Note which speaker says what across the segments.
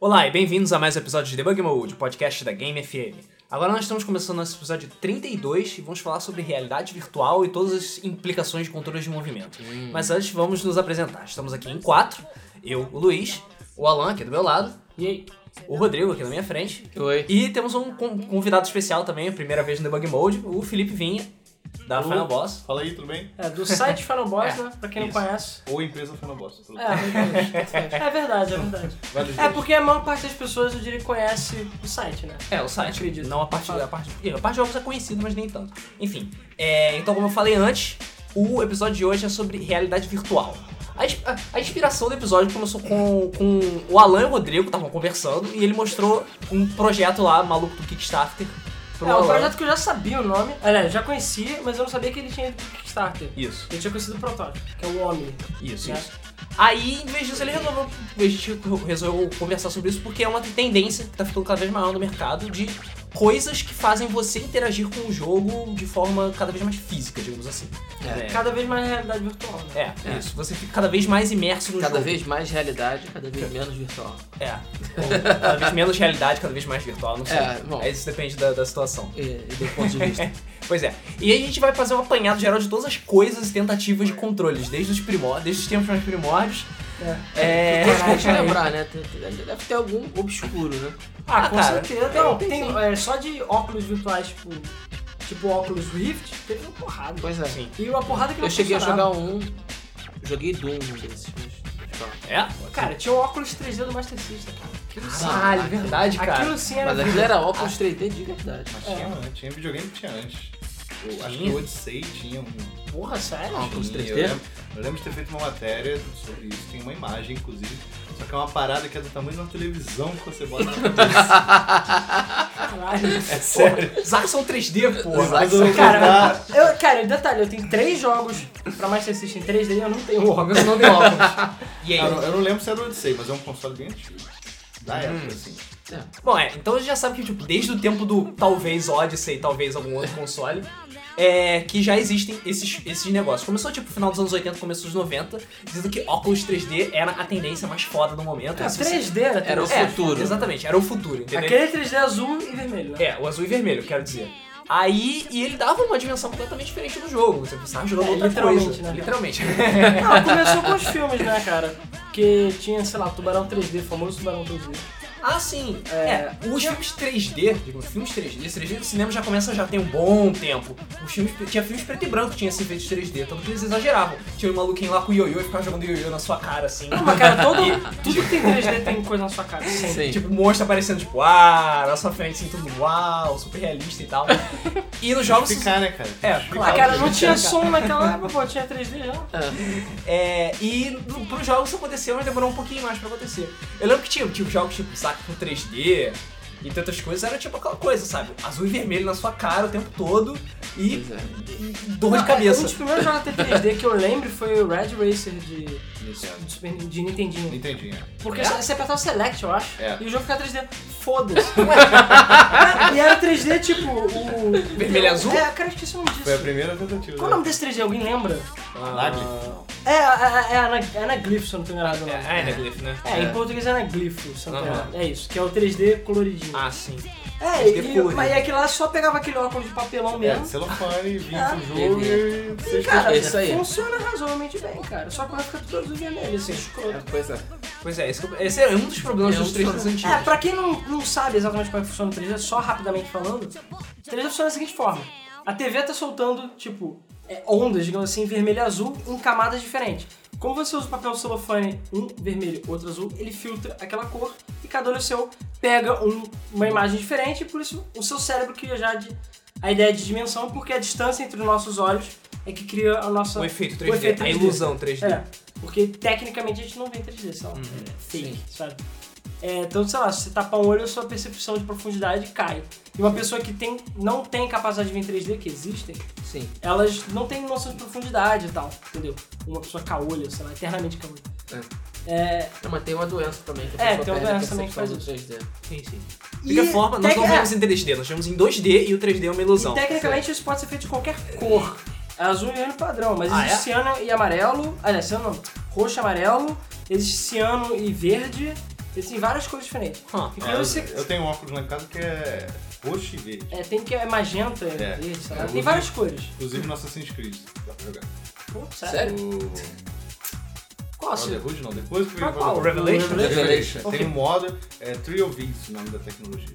Speaker 1: Olá e bem-vindos a mais um episódio de Debug Mode, o podcast da Game FM. Agora nós estamos começando nosso episódio 32 e vamos falar sobre realidade virtual e todas as implicações de controles de movimento.
Speaker 2: Hum.
Speaker 1: Mas antes vamos nos apresentar. Estamos aqui em quatro. Eu, o Luiz, o Alan aqui do meu lado,
Speaker 2: E aí?
Speaker 1: o Rodrigo aqui na minha frente.
Speaker 2: Oi.
Speaker 1: E temos um con- convidado especial também, a primeira vez no Debug Mode, o Felipe Vinha, da Final Boss.
Speaker 3: Fala aí, tudo bem?
Speaker 2: É, do site Final Boss,
Speaker 1: É,
Speaker 2: né? Pra quem
Speaker 3: isso.
Speaker 2: não conhece.
Speaker 3: Ou empresa foi na bosta. tudo
Speaker 2: É, é verdade, é verdade.
Speaker 3: bem. Vale os
Speaker 2: É
Speaker 3: dois.
Speaker 2: porque a maior parte das pessoas, eu diria, que conhece o site, né?
Speaker 1: É, o site, acredito. Não a parte, a parte. A parte de jogos é conhecida, mas nem tanto. Enfim, é, então, como eu falei antes, o episódio de hoje é sobre realidade virtual. A, ins- a- a inspiração do episódio começou com, com o Alan e o Rodrigo, estavam conversando, e ele mostrou um projeto lá, maluco do Kickstarter, pro
Speaker 2: É
Speaker 1: Alan.
Speaker 2: um projeto que eu já sabia o nome. Aliás, já conhecia, mas eu não sabia que ele tinha ido pro Kickstarter.
Speaker 1: Isso,
Speaker 2: Eu tinha conhecido o protótipo, que é o Homem.
Speaker 1: isso,
Speaker 2: É.
Speaker 1: isso. Aí, em vez disso, ele resolveu, a gente resolveu conversar sobre isso porque é uma tendência que tá ficando cada vez maior no mercado de coisas que fazem você interagir com o jogo de forma cada vez mais física, digamos assim. né?
Speaker 2: Cada vez mais realidade virtual, né?
Speaker 1: É, isso. Você fica cada vez mais imerso no
Speaker 4: Cada
Speaker 1: jogo.
Speaker 4: vez mais realidade, cada vez menos virtual.
Speaker 1: É. Ou cada vez menos realidade, cada vez mais virtual, não sei.
Speaker 4: É, bom.
Speaker 1: Mas Isso depende da, da situação.
Speaker 4: E, e do ponto de vista.
Speaker 1: Pois é. E aí a gente vai fazer um apanhado geral de todas as coisas e tentativas de controles, desde os primórdios, desde os tempos mais primórdios. É.
Speaker 4: Mas Deixa eu lembrar, né? Tem- tem- Deve ter algum obscuro, né?
Speaker 2: Ah,
Speaker 1: Ah,
Speaker 2: com
Speaker 1: cara,
Speaker 2: certeza.
Speaker 1: tem-
Speaker 2: Não,
Speaker 1: tem
Speaker 2: tem, é, só de óculos virtuais, tipo, tipo óculos Rift, teve uma porrada.
Speaker 4: Pois é.
Speaker 1: Sim.
Speaker 2: E uma porrada que não
Speaker 4: Eu cheguei a jogar
Speaker 2: funcionava.
Speaker 4: um. Joguei Doom um desses, mas. tá. deixa eu falar.
Speaker 1: É?
Speaker 2: Cara, tinha um óculos 3D do Master System, cara. Aquilo sim-
Speaker 1: Caralho,
Speaker 4: Ah,
Speaker 1: verdade, Tá cara.
Speaker 2: Aquilo sim era
Speaker 4: Mas é aquilo era óculos 3D de verdade.
Speaker 3: Mas
Speaker 2: É.
Speaker 3: tinha antes, tinha videogame que tinha antes. Eu acho que
Speaker 1: Tinha?
Speaker 3: o Odyssey tinha um.
Speaker 2: Porra, sério?
Speaker 4: Ah, óculos
Speaker 3: tinha,
Speaker 4: 3D?
Speaker 3: Eu lembro, eu lembro de ter feito uma matéria sobre isso, tem uma imagem, inclusive. Só que é uma parada que é do tamanho de uma televisão que você bota na cabeça.
Speaker 2: Caralho.
Speaker 3: é sério.
Speaker 1: Zaxxon 3D, porra.
Speaker 4: Zaxxon.
Speaker 3: Mas eu vou
Speaker 2: Cara,
Speaker 3: contar.
Speaker 2: eu, cara, detalhe, eu tenho três jogos pra Master System 3D e eu não tenho óculos, eu não
Speaker 1: é
Speaker 2: tenho óculos.
Speaker 1: E aí?
Speaker 3: Eu não- eu não lembro se era o Odyssey, mas é um console bem antigo. Da
Speaker 2: Hum.
Speaker 3: época, assim.
Speaker 4: É.
Speaker 1: Bom, é, então a gente já sabe que, tipo, desde o tempo do talvez Odyssey, talvez algum outro console, é que já existem esses, esses negócios. Começou, tipo, final dos anos 80, começo dos 90, dizendo que óculos 3D era a tendência mais foda do momento.
Speaker 2: É,
Speaker 1: Se você-
Speaker 2: 3D era,
Speaker 4: Era o
Speaker 2: tudo.
Speaker 1: É,
Speaker 4: futuro.
Speaker 1: Exatamente, era o futuro, entendeu?
Speaker 2: Aquele 3D azul e vermelho, né?
Speaker 1: É, o azul e vermelho, quero dizer. Aí, e ele dava uma dimensão completamente diferente do jogo. Você pensava jogando
Speaker 2: É,
Speaker 1: outra
Speaker 2: literalmente,
Speaker 1: coisa.
Speaker 2: né?
Speaker 1: Literalmente.
Speaker 2: Não, começou com os filmes, né, cara? Porque tinha, sei lá, o Tubarão 3D, o famoso Tubarão 3D.
Speaker 1: ah, sim. É,
Speaker 2: É.
Speaker 1: os filmes 3D, digo, filmes 3D, esse 3D do cinema já começa já tem um bom tempo. Os filmes, tinha filmes preto e branco que tinha esse efeito 3D, tanto que eles exageravam. Tinha um maluquinho lá com ioiô e ficava jogando ioiô na sua cara, assim.
Speaker 2: Não, mas, cara, todo, tudo que tem 3D tem coisa na sua cara, sempre.
Speaker 4: Sim.
Speaker 1: Tipo, monstro aparecendo, tipo, ah, na sua frente, assim, tudo uau, super realista e tal. E nos jogos...
Speaker 3: Ficar, né, cara?
Speaker 1: É,
Speaker 3: Explicar
Speaker 1: claro.
Speaker 3: o
Speaker 2: Cara, não
Speaker 3: que-
Speaker 2: tinha som naquela época, pô, tinha 3D já.
Speaker 1: É, e no, pros jogos isso aconteceu, mas demorou um pouquinho mais pra acontecer. Eu lembro que tinha, tinha jogos tipo saco com 3D e tantas coisas, era tipo aquela coisa, sabe? Azul e vermelho na sua cara o tempo todo e,
Speaker 4: Pois é.
Speaker 1: e dor de
Speaker 2: Não, Um dos
Speaker 1: cabeça.
Speaker 2: primeiros jogos até 3D que eu lembro foi o Red Racer de,
Speaker 3: Nintendo.
Speaker 2: de, Super- de Nintendinho.
Speaker 3: Entendi, é.
Speaker 2: Porque
Speaker 1: É?
Speaker 2: você você apertava Select, eu acho.
Speaker 3: É.
Speaker 2: E o jogo ficava 3D. Foda-se. e era 3D tipo o.
Speaker 1: Vermelho e azul?
Speaker 2: É, cara, eu esqueci o nome disso.
Speaker 3: Foi a primeira tentativa.
Speaker 2: Qual é o
Speaker 3: né?
Speaker 2: nome desse 3D? Alguém lembra?
Speaker 1: Ah,
Speaker 3: Anaglyph.
Speaker 2: É, é, é, é, ana- é Anaglifo, se eu não tô enganado. o nome.
Speaker 1: É, Anaglyph, né?
Speaker 2: É, em português é Anaglifo, se eu não tô
Speaker 1: Aham.
Speaker 2: enganado. É isso, que é o 3D coloridinho.
Speaker 1: Ah, sim.
Speaker 2: é,
Speaker 1: 3D
Speaker 2: e,
Speaker 1: colorido.
Speaker 2: mas é que lá só pegava aquele óculos de papelão
Speaker 3: É,
Speaker 2: mesmo.
Speaker 3: celofane, vinha
Speaker 2: Ah,
Speaker 3: pro jogo e
Speaker 2: E,
Speaker 3: vocês
Speaker 2: cara,
Speaker 4: é isso aí.
Speaker 2: funciona razoavelmente bem, cara. Só que agora fica tudo azul e vermelho, assim, escroto.
Speaker 4: Pois é.
Speaker 1: Pois é, esse, que eu- esse é um dos problemas
Speaker 4: É um
Speaker 1: dos 3Ds
Speaker 4: dos-
Speaker 1: antigos.
Speaker 2: É, pra quem não, não sabe exatamente como é que funciona o 3D, só rapidamente falando, o 3D funciona da seguinte forma. A TV tá soltando, tipo, é, ondas, digamos assim, vermelho e azul em camadas diferentes. Como você usa o papel celofane, um vermelho, outro azul, ele filtra aquela cor e cada olho seu pega um- uma imagem diferente e por isso o seu cérebro cria já de- a ideia de dimensão, porque a distância entre os nossos olhos é que cria a nossa...
Speaker 1: O efeito 3D,
Speaker 2: o efeito
Speaker 1: a
Speaker 2: 3D.
Speaker 1: ilusão 3D.
Speaker 2: É, porque tecnicamente a gente não vê 3D, sei lá. É fake, sabe? É, então, sei lá, se você tapar um olho, a sua percepção de profundidade cai. E uma pessoa que tem, não tem capacidade de ver em 3D, que existem,
Speaker 4: Sim.
Speaker 2: elas não têm noção de profundidade e tal, entendeu? Uma pessoa caolha, sei lá, eternamente caolha. É,
Speaker 4: Não, mas tem uma doença também. Que a
Speaker 2: É,
Speaker 4: pessoa
Speaker 2: tem uma
Speaker 4: perde a
Speaker 2: doença também que
Speaker 4: percepção
Speaker 2: faz
Speaker 4: do 3D.
Speaker 1: Sim, sim. De
Speaker 2: E
Speaker 1: qualquer forma, nós
Speaker 2: tec-
Speaker 1: não
Speaker 2: é.
Speaker 1: vemos em 3D, nós vemos em 2D e o 3D é uma ilusão.
Speaker 2: e tecnicamente isso pode ser feito de qualquer cor. É azul e vermelho padrão, mas
Speaker 1: Ah,
Speaker 2: existe
Speaker 1: é?
Speaker 2: ciano e amarelo. Aliás, ciano não, roxo e amarelo, existe ciano e verde, Existem várias cores diferentes.
Speaker 1: Hum.
Speaker 2: Inclusive,
Speaker 3: É,
Speaker 2: você-
Speaker 3: eu, eu tenho um óculos lá em casa que é roxo e verde.
Speaker 2: é, tem que é magenta,
Speaker 3: É.
Speaker 2: verde, sei
Speaker 3: É,
Speaker 2: lá.
Speaker 3: eu
Speaker 2: Tem
Speaker 3: uso-
Speaker 2: várias cores.
Speaker 3: Inclusive no Assassin's Creed. Dá pra jogar.
Speaker 2: Pô,
Speaker 4: Sério?
Speaker 3: O...
Speaker 2: Qual
Speaker 3: Não,
Speaker 2: assim?
Speaker 3: The Hood não. Depois que
Speaker 2: Ah,
Speaker 3: veio
Speaker 2: qual?
Speaker 3: o
Speaker 1: Revelation?
Speaker 4: Revelation.
Speaker 3: Tem um modo, é Trio Vins o nome da tecnologia.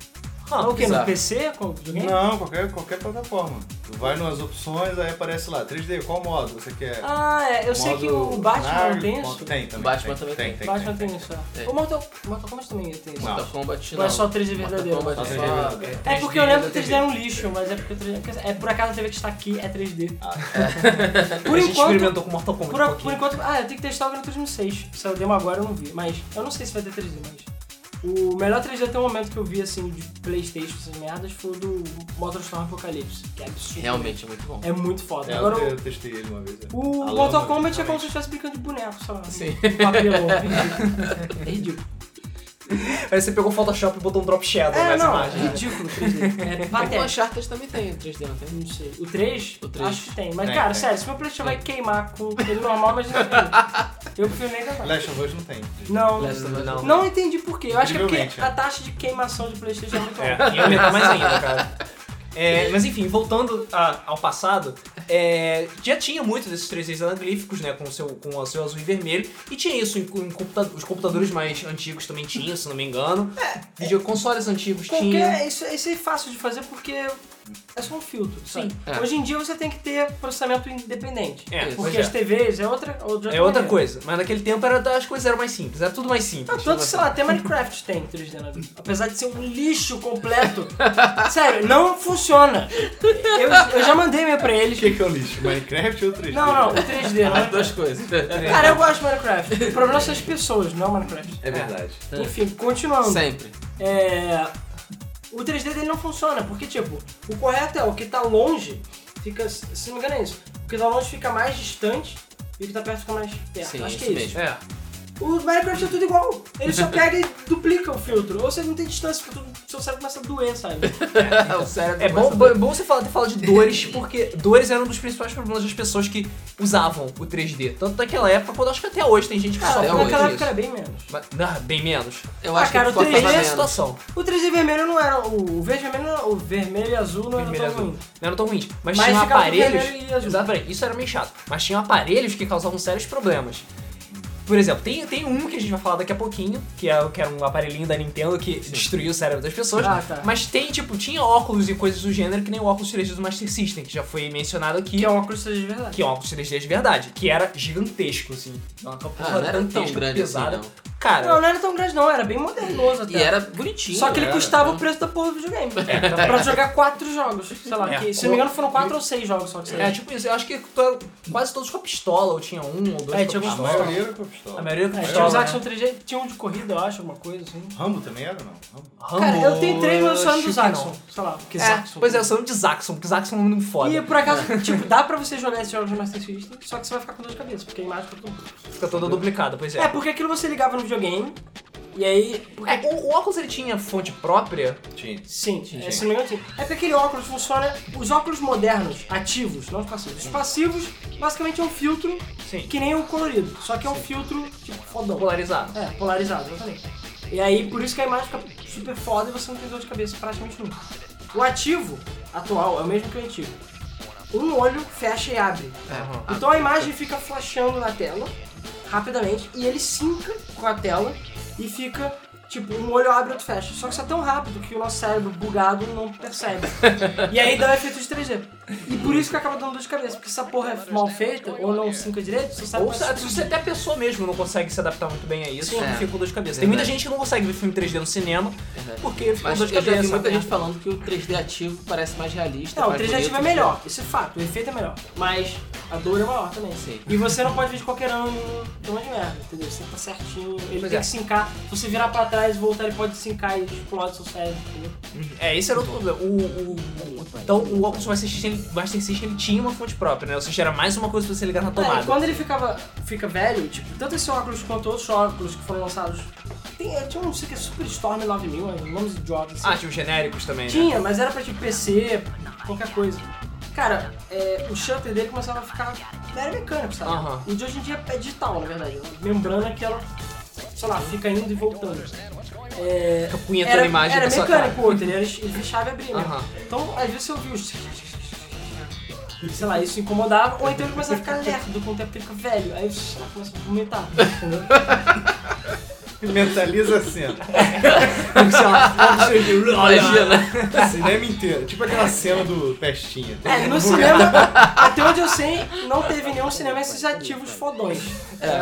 Speaker 2: Ah, o que? No
Speaker 4: Bizarro.
Speaker 2: PC? Com videogame?
Speaker 3: Não, qualquer, qualquer plataforma. Tu vai nas opções, aí aparece lá, 3D, qual modo você quer?
Speaker 2: Ah, é. Eu sei que o
Speaker 3: Modo
Speaker 2: Batman não
Speaker 3: cenário,
Speaker 2: tem
Speaker 3: modo-
Speaker 2: isso.
Speaker 3: Tem também.
Speaker 4: Batman também
Speaker 3: tem.
Speaker 4: tem.
Speaker 3: tem,
Speaker 2: Batman
Speaker 3: tem,
Speaker 2: tem isso.
Speaker 4: Tem.
Speaker 2: é. O Mortal, Mortal Kombat também tem isso.
Speaker 3: Não.
Speaker 4: Mortal Kombat
Speaker 2: Ou
Speaker 4: não.
Speaker 2: é só 3D
Speaker 4: Mortal
Speaker 2: verdadeiro?
Speaker 4: Kombat
Speaker 3: Só
Speaker 4: é
Speaker 3: 3D verdadeiro.
Speaker 2: É porque eu lembro que
Speaker 1: 3D
Speaker 2: 3D era um lixo, mas é porque 3D. quer dizer, É por acaso a TV que está aqui é 3D.
Speaker 3: Ah.
Speaker 1: é. a
Speaker 2: Por
Speaker 1: gente
Speaker 2: enquanto.
Speaker 1: experimentou com Mortal Kombat
Speaker 2: Por,
Speaker 1: um
Speaker 2: a-
Speaker 1: pouquinho.
Speaker 2: por enquanto. Ah, eu tenho que testar o Gran Turismo 6. Se eu demo agora, eu não vi. Mas eu não sei se vai ter 3D, mas. O melhor 3D até o momento que eu vi, assim, de Playstation, essas merdas, foi o do Mortal Storm Apocalypse, que é absurdo.
Speaker 4: Realmente é muito bom.
Speaker 2: É muito foda.
Speaker 3: É,
Speaker 2: agora,
Speaker 3: eu,
Speaker 2: o-
Speaker 3: eu testei ele uma vez. é.
Speaker 2: o
Speaker 3: A
Speaker 2: Mortal
Speaker 3: lama,
Speaker 2: Kombat é como
Speaker 3: realmente.
Speaker 2: se eu estivesse brincando de boneco, só. né?
Speaker 4: Sim.
Speaker 2: Papelão. É ridículo.
Speaker 1: Aí você pegou o Photoshop e botou um drop shadow
Speaker 2: É,
Speaker 1: nas
Speaker 2: não,
Speaker 1: imagens.
Speaker 2: é ridículo o 3D. É
Speaker 4: O
Speaker 2: patético.
Speaker 4: Uncharted também tem 3D, não tem?
Speaker 2: Não sei. O 3?
Speaker 4: O três.
Speaker 2: Acho que tem. Mas,
Speaker 3: Tem,
Speaker 2: cara,
Speaker 3: tem.
Speaker 2: sério, se meu PlayStation vai queimar com ele normal, mas não tem. Eu prefiro nem tentar.
Speaker 3: Last of Us não tem.
Speaker 2: Não.
Speaker 4: Last of Us
Speaker 1: Não.
Speaker 2: Não entendi por quê. Eu acho que é porque
Speaker 3: Incrivelmente, é.
Speaker 2: a taxa de queimação de PlayStation é muito alta.
Speaker 1: É, ia aumentar mais ainda, cara. É, mas enfim, voltando a- ao passado, é, já tinha muito desses 3Ds anaglíficos, né? Com o seu, com o seu azul e vermelho. E tinha isso em, em computa- os computadores mais antigos também tinham, se não me engano. Videoconsoles antigos tinham.
Speaker 2: É, Qualquer, isso, isso é fácil de fazer porque é só um filtro. sabe?
Speaker 4: É.
Speaker 2: Hoje em dia você tem que ter processamento independente.
Speaker 1: É, pois
Speaker 2: porque
Speaker 1: é.
Speaker 2: as TVs é outra. outra
Speaker 1: É outra
Speaker 2: maneira.
Speaker 1: coisa, mas naquele tempo era, as coisas eram mais simples, era tudo mais
Speaker 2: Não,
Speaker 1: simples.
Speaker 2: Tá, tanto, Ah, sei lá, até Minecraft tem 3D na vida. Apesar de ser um lixo completo. Sério, não funciona. Eu, eu já mandei e-mail pra
Speaker 3: O
Speaker 2: eles.
Speaker 3: que, que é o lixo? Minecraft ou 3D?
Speaker 2: Não, não, o 3D, não.
Speaker 4: As
Speaker 2: é-
Speaker 4: duas coisas.
Speaker 2: Cara, eu gosto de Minecraft. O problema são as pessoas, não Minecraft.
Speaker 3: É verdade.
Speaker 4: É.
Speaker 2: Enfim, continuando.
Speaker 4: Sempre.
Speaker 2: É, o 3D dele não funciona, porque, tipo, o correto é o que tá longe fica. Se não me engano, é isso. O que tá longe fica mais distante e o que tá perto fica mais perto.
Speaker 4: Sim,
Speaker 2: Acho que é
Speaker 4: isso
Speaker 2: isso.
Speaker 4: mesmo.
Speaker 1: É.
Speaker 2: O Minecraft é tudo igual. Ele só pega e duplica o filtro. Ou você não tem distância, fica tudo. Seu cérebro começa a doer, sabe?
Speaker 4: o cérebro
Speaker 1: É bom,
Speaker 4: começa a-
Speaker 1: bom- bom você falar, ter falado de dores, porque dores eram um dos principais problemas das pessoas que usavam o 3D. Tanto naquela época, quando acho que até hoje tem gente que
Speaker 2: Cara,
Speaker 1: sofre.
Speaker 4: até
Speaker 1: com
Speaker 4: hoje,
Speaker 2: naquela
Speaker 1: aquela-
Speaker 2: época era bem menos.
Speaker 1: Mas- não, bem menos.
Speaker 4: Eu
Speaker 2: Ah,
Speaker 4: acho
Speaker 2: cara,
Speaker 4: que
Speaker 2: o
Speaker 4: ficou
Speaker 2: 3D é
Speaker 1: Mas é a
Speaker 4: menos.
Speaker 1: situação.
Speaker 2: O 3D vermelho não era. O verde e vermelho, o vermelho e azul não era
Speaker 1: Vermelho e
Speaker 2: tão
Speaker 1: azul.
Speaker 2: ruim.
Speaker 1: Não eram tão ruins. Mas,
Speaker 2: Mas
Speaker 1: tinham
Speaker 2: ficava
Speaker 1: aparelhos.
Speaker 2: vermelho e azul.
Speaker 1: Exatamente, isso era meio chato. Mas tinham aparelhos que causavam sérios problemas. Por exemplo, tem, tem um que a gente vai falar daqui a pouquinho, que, é, o- que era um aparelhinho da Nintendo que destruiu o cérebro das pessoas.
Speaker 2: Ah, tá.
Speaker 1: Mas tem, tipo, tinha óculos e coisas do gênero, que nem o óculos 3D do Master System, que já foi mencionado aqui.
Speaker 2: Que é um óculos 3D de verdade.
Speaker 1: que é um óculos 3D de verdade, que era gigantesco, assim. Uma
Speaker 4: Ah,
Speaker 1: capuzada
Speaker 4: não era tão
Speaker 1: gigantesca,
Speaker 4: grande assim,
Speaker 1: pesada.
Speaker 4: não.
Speaker 1: Cara,
Speaker 2: Não, não era tão grande, não. Era bem modernoso até.
Speaker 4: E era bonitinho.
Speaker 2: Só que ele
Speaker 4: né?
Speaker 2: custava o preço da porra do videogame. pra jogar quatro jogos. Sei lá,
Speaker 1: É,
Speaker 2: que, se
Speaker 1: co-
Speaker 2: não me engano foram quatro ou seis jogos só que
Speaker 1: é
Speaker 2: saíram.
Speaker 1: tipo isso, eu acho que to- quase todos com a pistola, ou tinha um ou dois
Speaker 2: É,
Speaker 1: com
Speaker 2: tinha
Speaker 1: a
Speaker 3: A
Speaker 1: pistola.
Speaker 3: maioria era com a pistola.
Speaker 1: A maioria com
Speaker 2: É,
Speaker 1: a
Speaker 2: tinha
Speaker 1: pistola.
Speaker 2: uns
Speaker 1: né?
Speaker 2: Action 3D, tinha um de corrida, eu acho, alguma coisa assim.
Speaker 3: Rambo também era, não? Rambo.
Speaker 1: Rambo,
Speaker 2: Cara, eu tenho três, mas eu só lembro do
Speaker 1: acho um que não.
Speaker 2: Zaxxon. Sei lá, porque
Speaker 1: É,
Speaker 2: Zaxxon.
Speaker 1: pois é, eu sou de Zaxxon, porque Zaxxon é um nome foda.
Speaker 2: E por acaso, tipo, dá pra você jogar esses jogos de Master System, só que você vai ficar com dor de cabeça, porque a imagem fica tudo.
Speaker 1: Fica toda duplicada, pois
Speaker 2: É,
Speaker 1: é.
Speaker 2: porque aquilo você ligava no videogame, e aí. porque-
Speaker 1: É, o, o óculos ele tinha fonte própria.
Speaker 3: Tinha.
Speaker 2: Sim, é,
Speaker 3: Sim.
Speaker 2: se não me engano, sim. É porque aquele óculos funciona. Os óculos modernos, ativos, não os passivos. Os passivos, basicamente, é um filtro
Speaker 1: Sim.
Speaker 2: que nem o colorido, só que é um filtro, tipo, fodão.
Speaker 1: Polarizado.
Speaker 2: É, polarizado, exatamente. E aí, por isso que a imagem fica super foda e você não tem dor de cabeça praticamente nunca. O ativo atual é o mesmo que o antigo. Um olho fecha e abre.
Speaker 1: Aham.
Speaker 2: Então a imagem fica flashando na tela, rapidamente, e ele sinca com a tela e fica, tipo, um olho abre e outro fecha. Só que isso é tão rápido que o nosso cérebro bugado não percebe. e aí dá o efeito de 3D. E por isso que acaba dando dor de cabeça, porque se a porra é mal feita ou não sinca direito, você sabe é
Speaker 1: Ou se, se você até a pessoa mesmo não consegue se adaptar muito bem a isso,
Speaker 4: Sim. É
Speaker 1: fica com dor de cabeça.
Speaker 4: Verdade.
Speaker 1: Tem muita gente que não consegue ver filme 3D no cinema,
Speaker 4: Verdade.
Speaker 1: porque fica com
Speaker 4: Mas
Speaker 1: dor de
Speaker 4: eu
Speaker 1: cabeça. né?
Speaker 4: já vi muita gente
Speaker 1: merda.
Speaker 4: falando que o 3D ativo parece mais realista.
Speaker 2: Não, o
Speaker 4: mais
Speaker 2: 3D ativo é
Speaker 4: bonito. assim.
Speaker 2: melhor, isso é fato, o efeito é melhor. Mas a dor é maior também.
Speaker 4: Sim.
Speaker 2: E você não pode ver de qualquer ângulo, tem uma de merda, entendeu? Você tá certinho, ele
Speaker 1: Pois
Speaker 2: tem
Speaker 1: é.
Speaker 2: que sincar. Se você virar pra trás e voltar, ele pode sincar e explode seu cérebro, entendeu?
Speaker 1: É, esse era outro problema. O, o- o- então, o óculos Master System, ele- Master System ele tinha uma fonte própria, né? Ou seja, era mais uma coisa pra você ligar na
Speaker 2: É,
Speaker 1: tomada.
Speaker 2: e quando ele ficava, fica velho, tipo, tanto esse óculos quanto outros óculos que foram lançados. Tem, tinha um não sei que é Super Storm 9000, é, nomes idiotas.
Speaker 1: Ah, tinha os genéricos também, né?
Speaker 2: Tinha, mas era pra tipo PC, qualquer coisa. Cara, é, o shutter dele começava a ficar. Era mecânico, sabe?
Speaker 1: Aham.
Speaker 2: O de hoje em dia é digital, na verdade. Uma Membrana que ela sei lá, fica indo e voltando. É,
Speaker 1: Fica punhetando
Speaker 2: era,
Speaker 1: a imagem
Speaker 2: era
Speaker 1: na sua
Speaker 2: mecânico outro, ele, era- ele fechava e abria. né?
Speaker 1: Aham.
Speaker 2: Então, às vezes eu vi os. Sei lá, isso incomodava, ou então ele começava a ficar lerdo com o tempo é que ele fica velho. Aí sei lá, começa a vomitar, entendeu?
Speaker 3: Mentaliza a cena.
Speaker 2: Sei lá,
Speaker 4: Imagina.
Speaker 3: Cinema inteiro. Tipo aquela cena do Pestinha.
Speaker 2: É, no cinema, até onde eu sei, não teve nenhum cinema esses ativos fodões.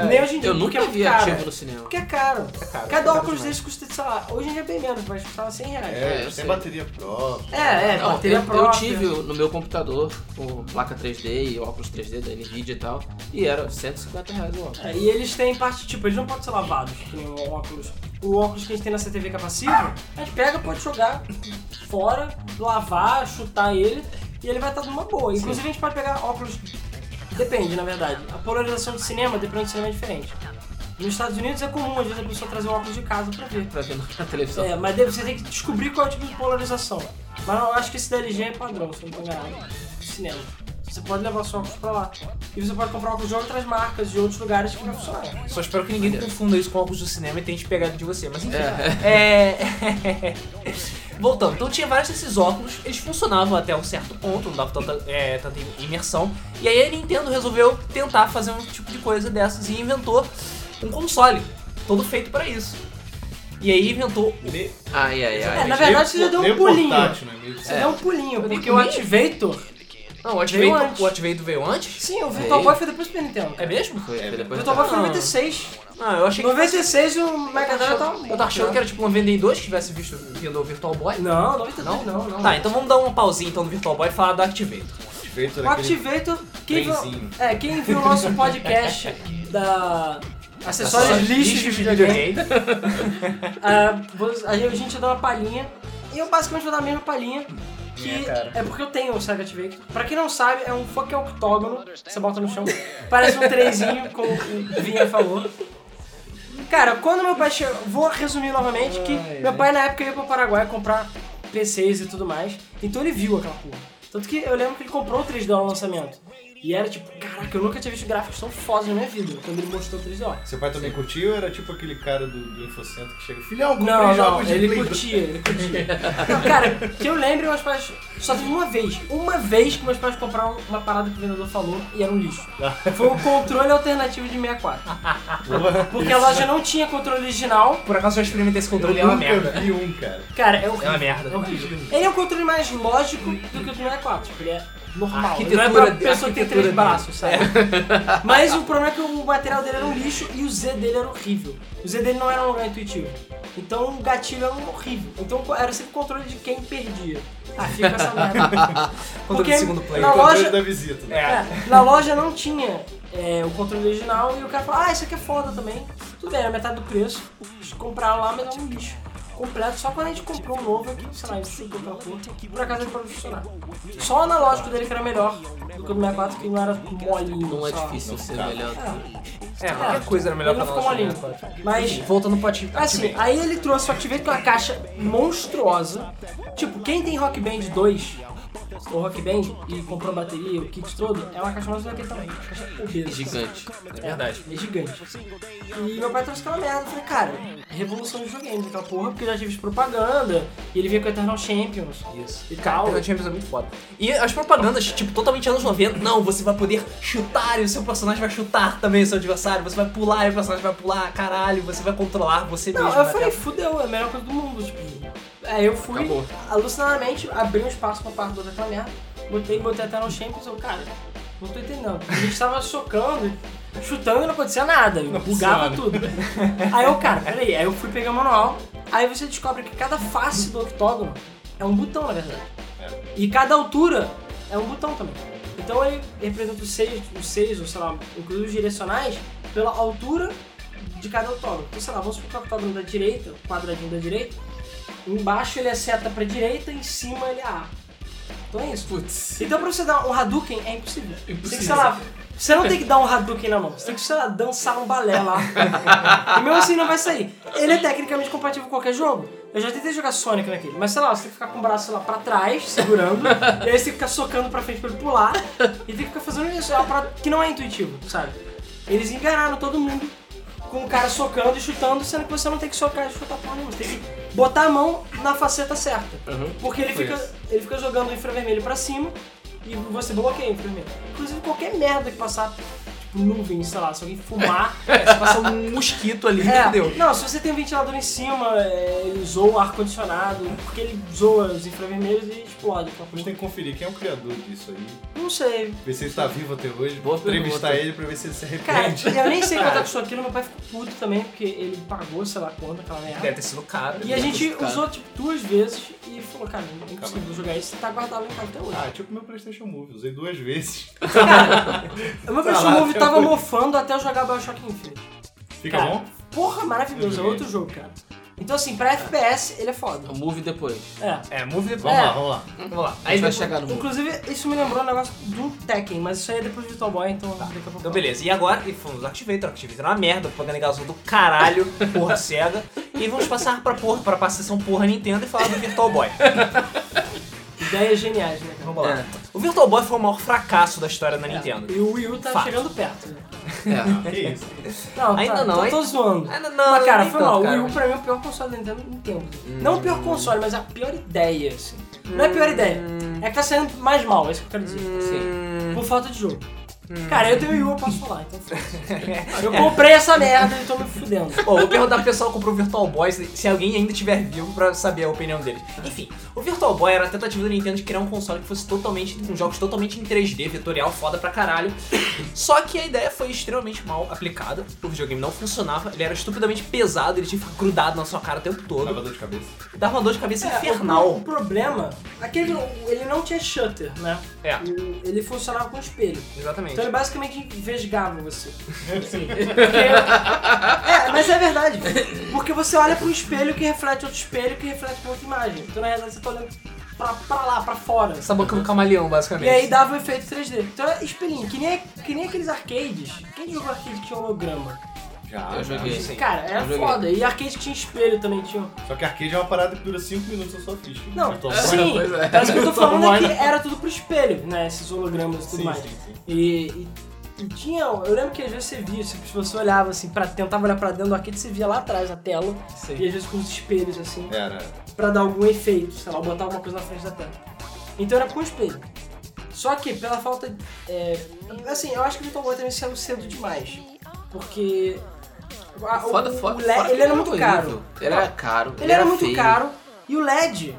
Speaker 2: Nem hoje em dia.
Speaker 4: Eu nunca
Speaker 2: porque é
Speaker 4: vi
Speaker 2: caro.
Speaker 4: ativo no cinema.
Speaker 2: Porque é caro.
Speaker 1: caro,
Speaker 2: Cada
Speaker 1: é caro
Speaker 2: óculos
Speaker 1: demais.
Speaker 2: desse custa, sei lá, hoje em dia é bem menos, mas custava 100 reais.
Speaker 4: É, eu
Speaker 3: É, tem
Speaker 4: sei.
Speaker 3: bateria própria.
Speaker 2: É, é,
Speaker 4: Não,
Speaker 2: bateria
Speaker 4: eu, eu
Speaker 2: própria.
Speaker 4: tive no meu computador com placa 3D e óculos 3D da Nvidia e tal, e era 150 reais o óculos.
Speaker 2: É, e eles têm parte, tipo, eles não podem ser lavados, que nem o óculos. O óculos que a gente tem nessa TV capacitiva, a gente pega, pode jogar fora, lavar, chutar ele, e ele vai estar numa boa. Inclusive a gente pode pegar óculos. Depende, na verdade. A polarização do cinema, depende do cinema, é diferente. Nos Estados Unidos é comum, às vezes, a pessoa trazer o óculos de casa pra ver.
Speaker 4: Pra ver na televisão.
Speaker 2: É, mas deve- você tem que descobrir qual é o tipo de polarização. Mas eu acho que esse da LG é padrão, se eu não tô enganado. de Cinema. Você pode levar seu óculos pra lá. E você pode comprar óculos de outras marcas, de outros lugares que vai funcionar.
Speaker 1: Só espero que ninguém confunda isso com óculos do cinema e tente pegar de você, mas enfim.
Speaker 4: É.
Speaker 1: É. Voltando, então tinha vários desses óculos, eles funcionavam até um certo ponto, não dava tanta, é, tanta imersão. E aí a Nintendo resolveu tentar fazer um tipo de coisa dessas e inventou um console, todo feito pra isso. E aí inventou
Speaker 3: Ne-
Speaker 4: Ai, ai,
Speaker 2: É,
Speaker 4: ai.
Speaker 2: na verdade, você já deu um
Speaker 3: nem
Speaker 2: pulinho.
Speaker 3: portátil, né? Meio
Speaker 1: É.
Speaker 2: Você deu um pulinho, porque o
Speaker 1: pulinho?
Speaker 2: Activator.
Speaker 1: Não, o
Speaker 2: Veio
Speaker 1: Activator,
Speaker 2: antes.
Speaker 1: o Activator veio antes?
Speaker 2: Sim, o Virtual
Speaker 4: Ei.
Speaker 2: Boy foi depois do Super Nintendo.
Speaker 1: É mesmo?
Speaker 4: Foi, foi
Speaker 2: O
Speaker 4: depois
Speaker 2: Virtual Boy foi em
Speaker 1: Ah.
Speaker 2: 96.
Speaker 1: Não, eu achei que.
Speaker 2: 96 e o Mega Drive tá tava
Speaker 1: Eu tava achando que era tipo um vendedor que tivesse visto vindo o Virtual Boy.
Speaker 2: Não, 92 não, não.
Speaker 1: Tá, então vamos dar uma pausinha então no Virtual Boy e falar do Activator.
Speaker 3: feito
Speaker 2: O
Speaker 3: um daquele-
Speaker 2: Activator, quem viu,
Speaker 3: trenzinho.
Speaker 2: é, quem viu o nosso podcast da Acessórios Lixos de Videogame, ah, vou- a gente vai dar uma palhinha. E eu basicamente vou dar a mesma palhinha.
Speaker 3: É,
Speaker 2: Que
Speaker 3: cara.
Speaker 2: é, porque eu tenho o Sega Activator. Pra quem não sabe, é um fucking octógono que você bota no chão. Parece um trenzinho, como o Vinha falou. Cara, quando meu pai chegou. Vou resumir novamente que meu pai na época ia pro Paraguai comprar PCs e tudo mais. Então ele viu aquela porra. Tanto que eu lembro que ele comprou o 3D ao lançamento. E era tipo, caraca, eu nunca tinha visto gráficos tão fodas na minha vida quando ele mostrou o 3D.
Speaker 3: Seu pai também curtiu? Era tipo aquele cara do, do Infocentro que chega, filhão, comprei
Speaker 2: Não,
Speaker 3: jogos
Speaker 2: não,
Speaker 3: de
Speaker 2: ele
Speaker 3: Play dois."
Speaker 2: curtia, ele curtia. Não, cara, que eu lembro, meus pais. Só teve uma vez. Uma vez que meus pais compraram uma parada que o vendedor falou e era um lixo. Foi o controle alternativo de 64. Porque a loja não tinha controle original.
Speaker 1: Por acaso eu já experimentei esse controle e é uma merda.
Speaker 3: Eu vi um, cara.
Speaker 2: Cara, é
Speaker 1: É uma
Speaker 2: horrível.
Speaker 1: merda.
Speaker 2: É horrível. Ele é um controle mais lógico do que o do 64. Tipo, ele é normal. Ele
Speaker 1: Arquitetura-
Speaker 2: não é pra pessoa que tem
Speaker 1: arquitetura
Speaker 2: três
Speaker 1: dele.
Speaker 2: braços, sabe? Mas o problema é que o material dele era um lixo e o Z dele era horrível. O Z dele não era um lugar intuitivo. Então o gatilho era um horrível. Então era sempre o controle de quem perdia. Ah, fica essa merda.
Speaker 1: Controle de segundo player.
Speaker 2: na
Speaker 3: o Tá controle
Speaker 2: loja,
Speaker 3: da visita. Né?
Speaker 1: É.
Speaker 2: é, na loja não tinha é, o controle original e o cara falou, ah, isso aqui é foda também. Tudo bem, era metade do preço. Eles compraram lá, mas era um lixo. Completo, só quando a gente comprou um novo aqui, sei lá, isso comprar um outro, por acaso ele pode funcionar. Só o analógico dele que era melhor do que o do 64, que não era molinho.
Speaker 4: Não é
Speaker 2: só.
Speaker 4: difícil ser
Speaker 3: cara.
Speaker 4: melhor.
Speaker 2: Ah,
Speaker 1: É, qualquer coisa era melhor
Speaker 2: Ele não
Speaker 1: pra
Speaker 2: ficou
Speaker 1: nós,
Speaker 2: molinho.
Speaker 1: né?
Speaker 2: Mas
Speaker 1: Voltando pro ativo.
Speaker 2: Assim, aí ele trouxe o Activate com uma caixa monstruosa. Tipo, quem tem Rock Band 2 ou Rock Band e comprou a bateria, o kit todo, é uma caixa mais daquele tamanho. Uma caixa obesa.
Speaker 4: Gigante.
Speaker 1: é verdade.
Speaker 2: É gigante. E meu pai trouxe aquela merda. Eu falei, cara, revolução de videogames aquela porra, porque eu já tive de propaganda. E ele vinha com o Eternal Champions.
Speaker 1: Isso.
Speaker 2: E tal.
Speaker 1: Eternal Champions é muito foda. E as propagandas, tipo, totalmente anos 90, não, você vai poder chutar e o seu personagem vai chutar também o seu adversário, você vai pular e o personagem vai pular, caralho, você vai controlar você
Speaker 2: Não,
Speaker 1: mesmo.
Speaker 2: eu
Speaker 1: né?
Speaker 2: falei, fudeu, é a melhor coisa do mundo, tipo. Aí eu fui,
Speaker 4: Acabou.
Speaker 2: alucinadamente, abri um espaço pra parte do daquela merda, botei, botei até no Champions, eu, cara, não tô entendendo. A gente tava socando, chutando e não acontecia nada, bugava
Speaker 3: funciona.
Speaker 2: tudo. Aí eu, cara, peraí, aí eu fui pegar o manual, aí você descobre que cada face do octógono é um botão, na verdade. E cada altura é um botão também. Então ele representa os seis, os seis ou sei lá, inclusive os direcionais, pela altura de cada octógono. Então, sei lá, vamos supor que o octógono da direita, o quadradinho da direita, embaixo ele é seta pra direita, em cima ele é A. Então é isso.
Speaker 4: Putz.
Speaker 2: Então pra você dar um Hadouken é impossível. Você tem que, sei
Speaker 4: Impossível.
Speaker 2: lá, você não tem que dar um Hadouken na mão, você tem que, sei lá, dançar um balé lá. e mesmo assim não vai sair. Ele é tecnicamente compatível com qualquer jogo. Eu já tentei jogar Sonic naquele, mas sei lá, você tem que ficar com o braço lá pra trás, segurando, e aí você tem que ficar socando pra frente pra ele pular, e tem que ficar fazendo isso. É uma parada que não é intuitivo, sabe? Eles enganaram todo mundo. com o cara socando e chutando, sendo que você não tem que socar e chutar porra nenhuma. Você tem que botar a mão na faceta certa.
Speaker 4: Uhum.
Speaker 2: Porque ele
Speaker 3: Foi
Speaker 2: fica,
Speaker 3: isso.
Speaker 2: ele fica jogando o infravermelho pra cima e você bloqueia o infravermelho. Inclusive, qualquer merda que passar, tipo nuvem, sei lá, se alguém fumar.
Speaker 3: É,
Speaker 1: Se passar um mosquito ali,
Speaker 2: É,
Speaker 1: entendeu?
Speaker 2: Não, se você tem um ventilador em cima, é, ele zoa o ar-condicionado, porque ele zoa os infravermelhos e explode. então, aquela
Speaker 3: A gente
Speaker 2: porra.
Speaker 3: tem que conferir quem é o criador disso aí.
Speaker 2: Não sei.
Speaker 3: Ver se ele tá vivo até hoje.
Speaker 4: Boa
Speaker 3: entrevistar
Speaker 4: pergunta.
Speaker 3: ele pra ver se ele se
Speaker 2: Cara,
Speaker 3: arrepende.
Speaker 2: eu nem sei quanto custou aquilo, meu pai ficou puto também, porque ele pagou, sei lá quanto, aquela merda.
Speaker 1: Deve ter sido caro.
Speaker 2: E a gente
Speaker 4: Cara.
Speaker 2: usou tipo duas vezes e falou, cara, não é impossível jogar isso, tá guardado em casa até hoje.
Speaker 3: Ah, tipo meu Playstation Move, usei duas vezes.
Speaker 2: o meu
Speaker 3: tá
Speaker 2: Pressure
Speaker 3: lá
Speaker 2: Move
Speaker 3: até
Speaker 2: tava
Speaker 3: hoje.
Speaker 2: mofando até eu jogar Bioshock Infinite.
Speaker 3: Fica
Speaker 2: Cara,
Speaker 3: bom?
Speaker 2: Porra,
Speaker 3: Eu
Speaker 2: maravilhoso, é
Speaker 1: Uhum.
Speaker 3: joguei.
Speaker 2: outro jogo, cara. Então assim, pra FPS ele é foda.
Speaker 4: O move depois.
Speaker 2: É.
Speaker 1: É, move depois.
Speaker 3: Vamos
Speaker 2: é.
Speaker 3: lá, vamos lá.
Speaker 1: Vamos lá.
Speaker 4: A gente vai
Speaker 1: depois-
Speaker 4: chegar no move.
Speaker 2: Inclusive, isso me lembrou um negócio do Tekken, mas isso aí é depois do Virtual Boy, então daqui a pouco. eu
Speaker 1: Então
Speaker 2: falo.
Speaker 1: beleza, e agora e fomos ao Activator, Activator é uma merda, propaganda azul do caralho, porra cega. E vamos passar pra porra, pra passar sessão porra Nintendo e falar do Virtual Boy.
Speaker 2: Ideias geniais, né? cara?
Speaker 1: Vamos lá.
Speaker 4: É.
Speaker 1: O Virtual Boy foi o maior fracasso da história da Nintendo.
Speaker 2: E o Wii U tá
Speaker 1: Fato.
Speaker 2: chegando perto. né?
Speaker 4: É.
Speaker 3: Que isso?
Speaker 2: Não, tá,
Speaker 1: Ainda não,
Speaker 2: tô,
Speaker 1: hein?
Speaker 2: tô zoando.
Speaker 1: Ah, não, não,
Speaker 2: mas cara,
Speaker 1: nem
Speaker 2: foi
Speaker 1: tanto,
Speaker 2: mal. O
Speaker 1: cara, Hum.
Speaker 2: Wii U
Speaker 1: mas-
Speaker 2: pra mim é o pior console da Nintendo em tempo. Não o pior console, mas a pior ideia, assim. Não é a pior ideia.
Speaker 1: Hum.
Speaker 2: É que tá saindo mais mal, é isso que eu quero dizer. Assim,
Speaker 4: Sim.
Speaker 2: Por falta de jogo.
Speaker 1: Hum.
Speaker 2: Cara, eu tenho Wii U, eu posso falar, então foda-se. Eu
Speaker 1: É.
Speaker 2: comprei essa merda e tô me fudendo.
Speaker 1: Bom, vou perguntar pro pessoal que comprou o Virtual Boy se, se alguém ainda tiver vivo pra saber a opinião deles. Enfim, o Virtual Boy era a tentativa da Nintendo de criar um console que fosse totalmente. com jogos totalmente em 3D, vetorial, foda pra caralho. Só que a ideia foi extremamente mal aplicada. O videogame não funcionava, ele era estupidamente pesado, ele tinha que ficar grudado na sua cara o tempo todo.
Speaker 3: Tava dor de cabeça.
Speaker 1: Dava uma dor de cabeça
Speaker 2: É, O,
Speaker 1: infernal.
Speaker 2: o problema, aquele ele não tinha shutter, né?
Speaker 1: É,
Speaker 2: O- Ele funcionava com espelho.
Speaker 1: exatamente.
Speaker 2: Então ele basicamente envesgava você. Porque- é, mas é verdade. Porque você olha para um espelho que reflete outro espelho que reflete uma outra imagem. Então na realidade você tá olhando pra, pra lá, pra fora.
Speaker 1: Essa boca do camaleão,
Speaker 2: E
Speaker 1: basicamente.
Speaker 2: aí dava o efeito 3D. Então é espelhinho, que nem, que nem aqueles arcades. Quem jogou arcade que tinha holograma?
Speaker 3: Já,
Speaker 4: Eu
Speaker 3: já.
Speaker 4: joguei.
Speaker 2: Cara,
Speaker 4: Eu
Speaker 2: era
Speaker 4: joguei.
Speaker 2: foda. E arcade que tinha espelho também, tinha. um-
Speaker 3: Só que arcade é uma parada que dura 5 minutos a sua ficha.
Speaker 2: Não,
Speaker 3: Então,
Speaker 2: sim,
Speaker 4: pois é.
Speaker 2: mas o que eu tô falando é
Speaker 4: Tomara.
Speaker 2: que era tudo pro espelho, né? Esses hologramas e tudo
Speaker 3: Sim,
Speaker 2: mais.
Speaker 3: sim, sim.
Speaker 2: E, e- e tinha. Eu lembro que às vezes você via, se você olhava assim, pra, tentava olhar pra dentro do arcade, você via lá atrás na tela.
Speaker 4: Sim.
Speaker 2: E às vezes com os espelhos assim,
Speaker 3: Era.
Speaker 2: pra dar algum efeito, sei lá, botar alguma coisa na frente da tela. Então era com espelho. Só que pela falta. é, assim, eu acho que o Virtual Boy também saiu cedo demais. Porque. a- o-
Speaker 4: Foda,
Speaker 2: o
Speaker 4: foda.
Speaker 2: le-
Speaker 4: fora que
Speaker 2: ele era muito
Speaker 4: horrível.
Speaker 2: caro.
Speaker 4: Ele era caro.
Speaker 2: Ele era muito
Speaker 4: feio.
Speaker 2: caro e o LED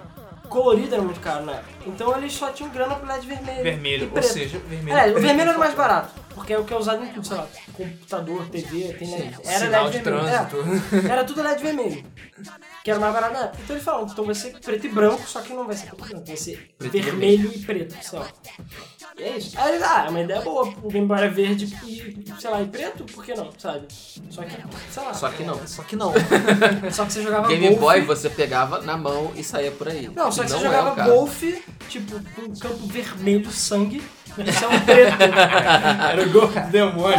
Speaker 2: colorido era muito caro na época. Então eles só tinham grana pro LED vermelho. e
Speaker 1: Vermelho, ou
Speaker 2: preto.
Speaker 1: seja, vermelho.
Speaker 2: É, o vermelho era mais barato, porque é o que é usado em tudo, sei lá, computador, TV, tem LED. Era
Speaker 1: Sinal
Speaker 2: LED
Speaker 1: de
Speaker 2: vermelho.
Speaker 1: trânsito.
Speaker 2: É, era tudo LED vermelho. Que era mais barato na época. Então ele falou, então vai ser preto e branco, só que não vai ser preto e branco, vai ser
Speaker 4: Preto e
Speaker 2: vermelho e preto, sei lá. E é isso. Aí eles, ah, é uma ideia boa, o Game Boy era verde e, sei lá, e preto, por que não, sabe? Só que, sei lá,
Speaker 4: Só que não.
Speaker 1: Só que não.
Speaker 2: só que você jogava
Speaker 4: Game
Speaker 2: golfe.
Speaker 4: Boy você pegava na mão e saía por aí.
Speaker 2: Não, só que você
Speaker 4: é o
Speaker 2: jogava
Speaker 4: cara.
Speaker 2: golfe, tipo, com um campo vermelho, sangue, isso é um preto.
Speaker 3: Era o gol do demônio.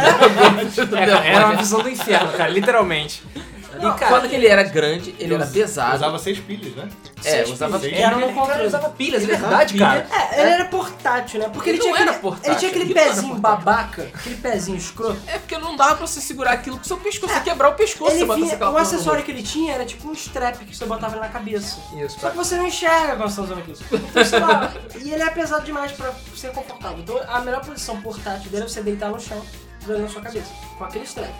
Speaker 1: É, cara, era uma visão do inferno, cara, literalmente.
Speaker 2: Não,
Speaker 1: E,
Speaker 4: Quando
Speaker 1: cara,
Speaker 4: que ele era grande, ele era pesado.
Speaker 3: Usava seis pilhas, né?
Speaker 4: é, usava
Speaker 3: seis
Speaker 1: era um
Speaker 2: Ele
Speaker 1: controle.
Speaker 2: usava
Speaker 1: usava pilhas, é
Speaker 4: Ele
Speaker 1: verdade,
Speaker 4: usava
Speaker 1: cara.
Speaker 2: é, ele era portátil, né? Porque ele,
Speaker 4: Ele não
Speaker 2: tinha aquele,
Speaker 4: era portátil,
Speaker 2: ele tinha aquele
Speaker 4: ele não era
Speaker 2: pezinho
Speaker 4: portátil.
Speaker 2: babaca, aquele pezinho escroto.
Speaker 4: É porque não dava pra você segurar aquilo com o seu pescoço. Você quebrar o pescoço,
Speaker 2: Ele
Speaker 4: você botasse
Speaker 2: vinha,
Speaker 4: aquela
Speaker 2: o
Speaker 4: porra no
Speaker 2: acessório que ele tinha era tipo um strap que você botava ele na cabeça.
Speaker 1: Isso,
Speaker 2: Só que você não enxerga quando você tá usando aquilo. Então, sei lá, e ele é pesado demais pra ser confortável. Então a melhor posição portátil dele é você deitar no chão, dando na sua cabeça, com aquele strap.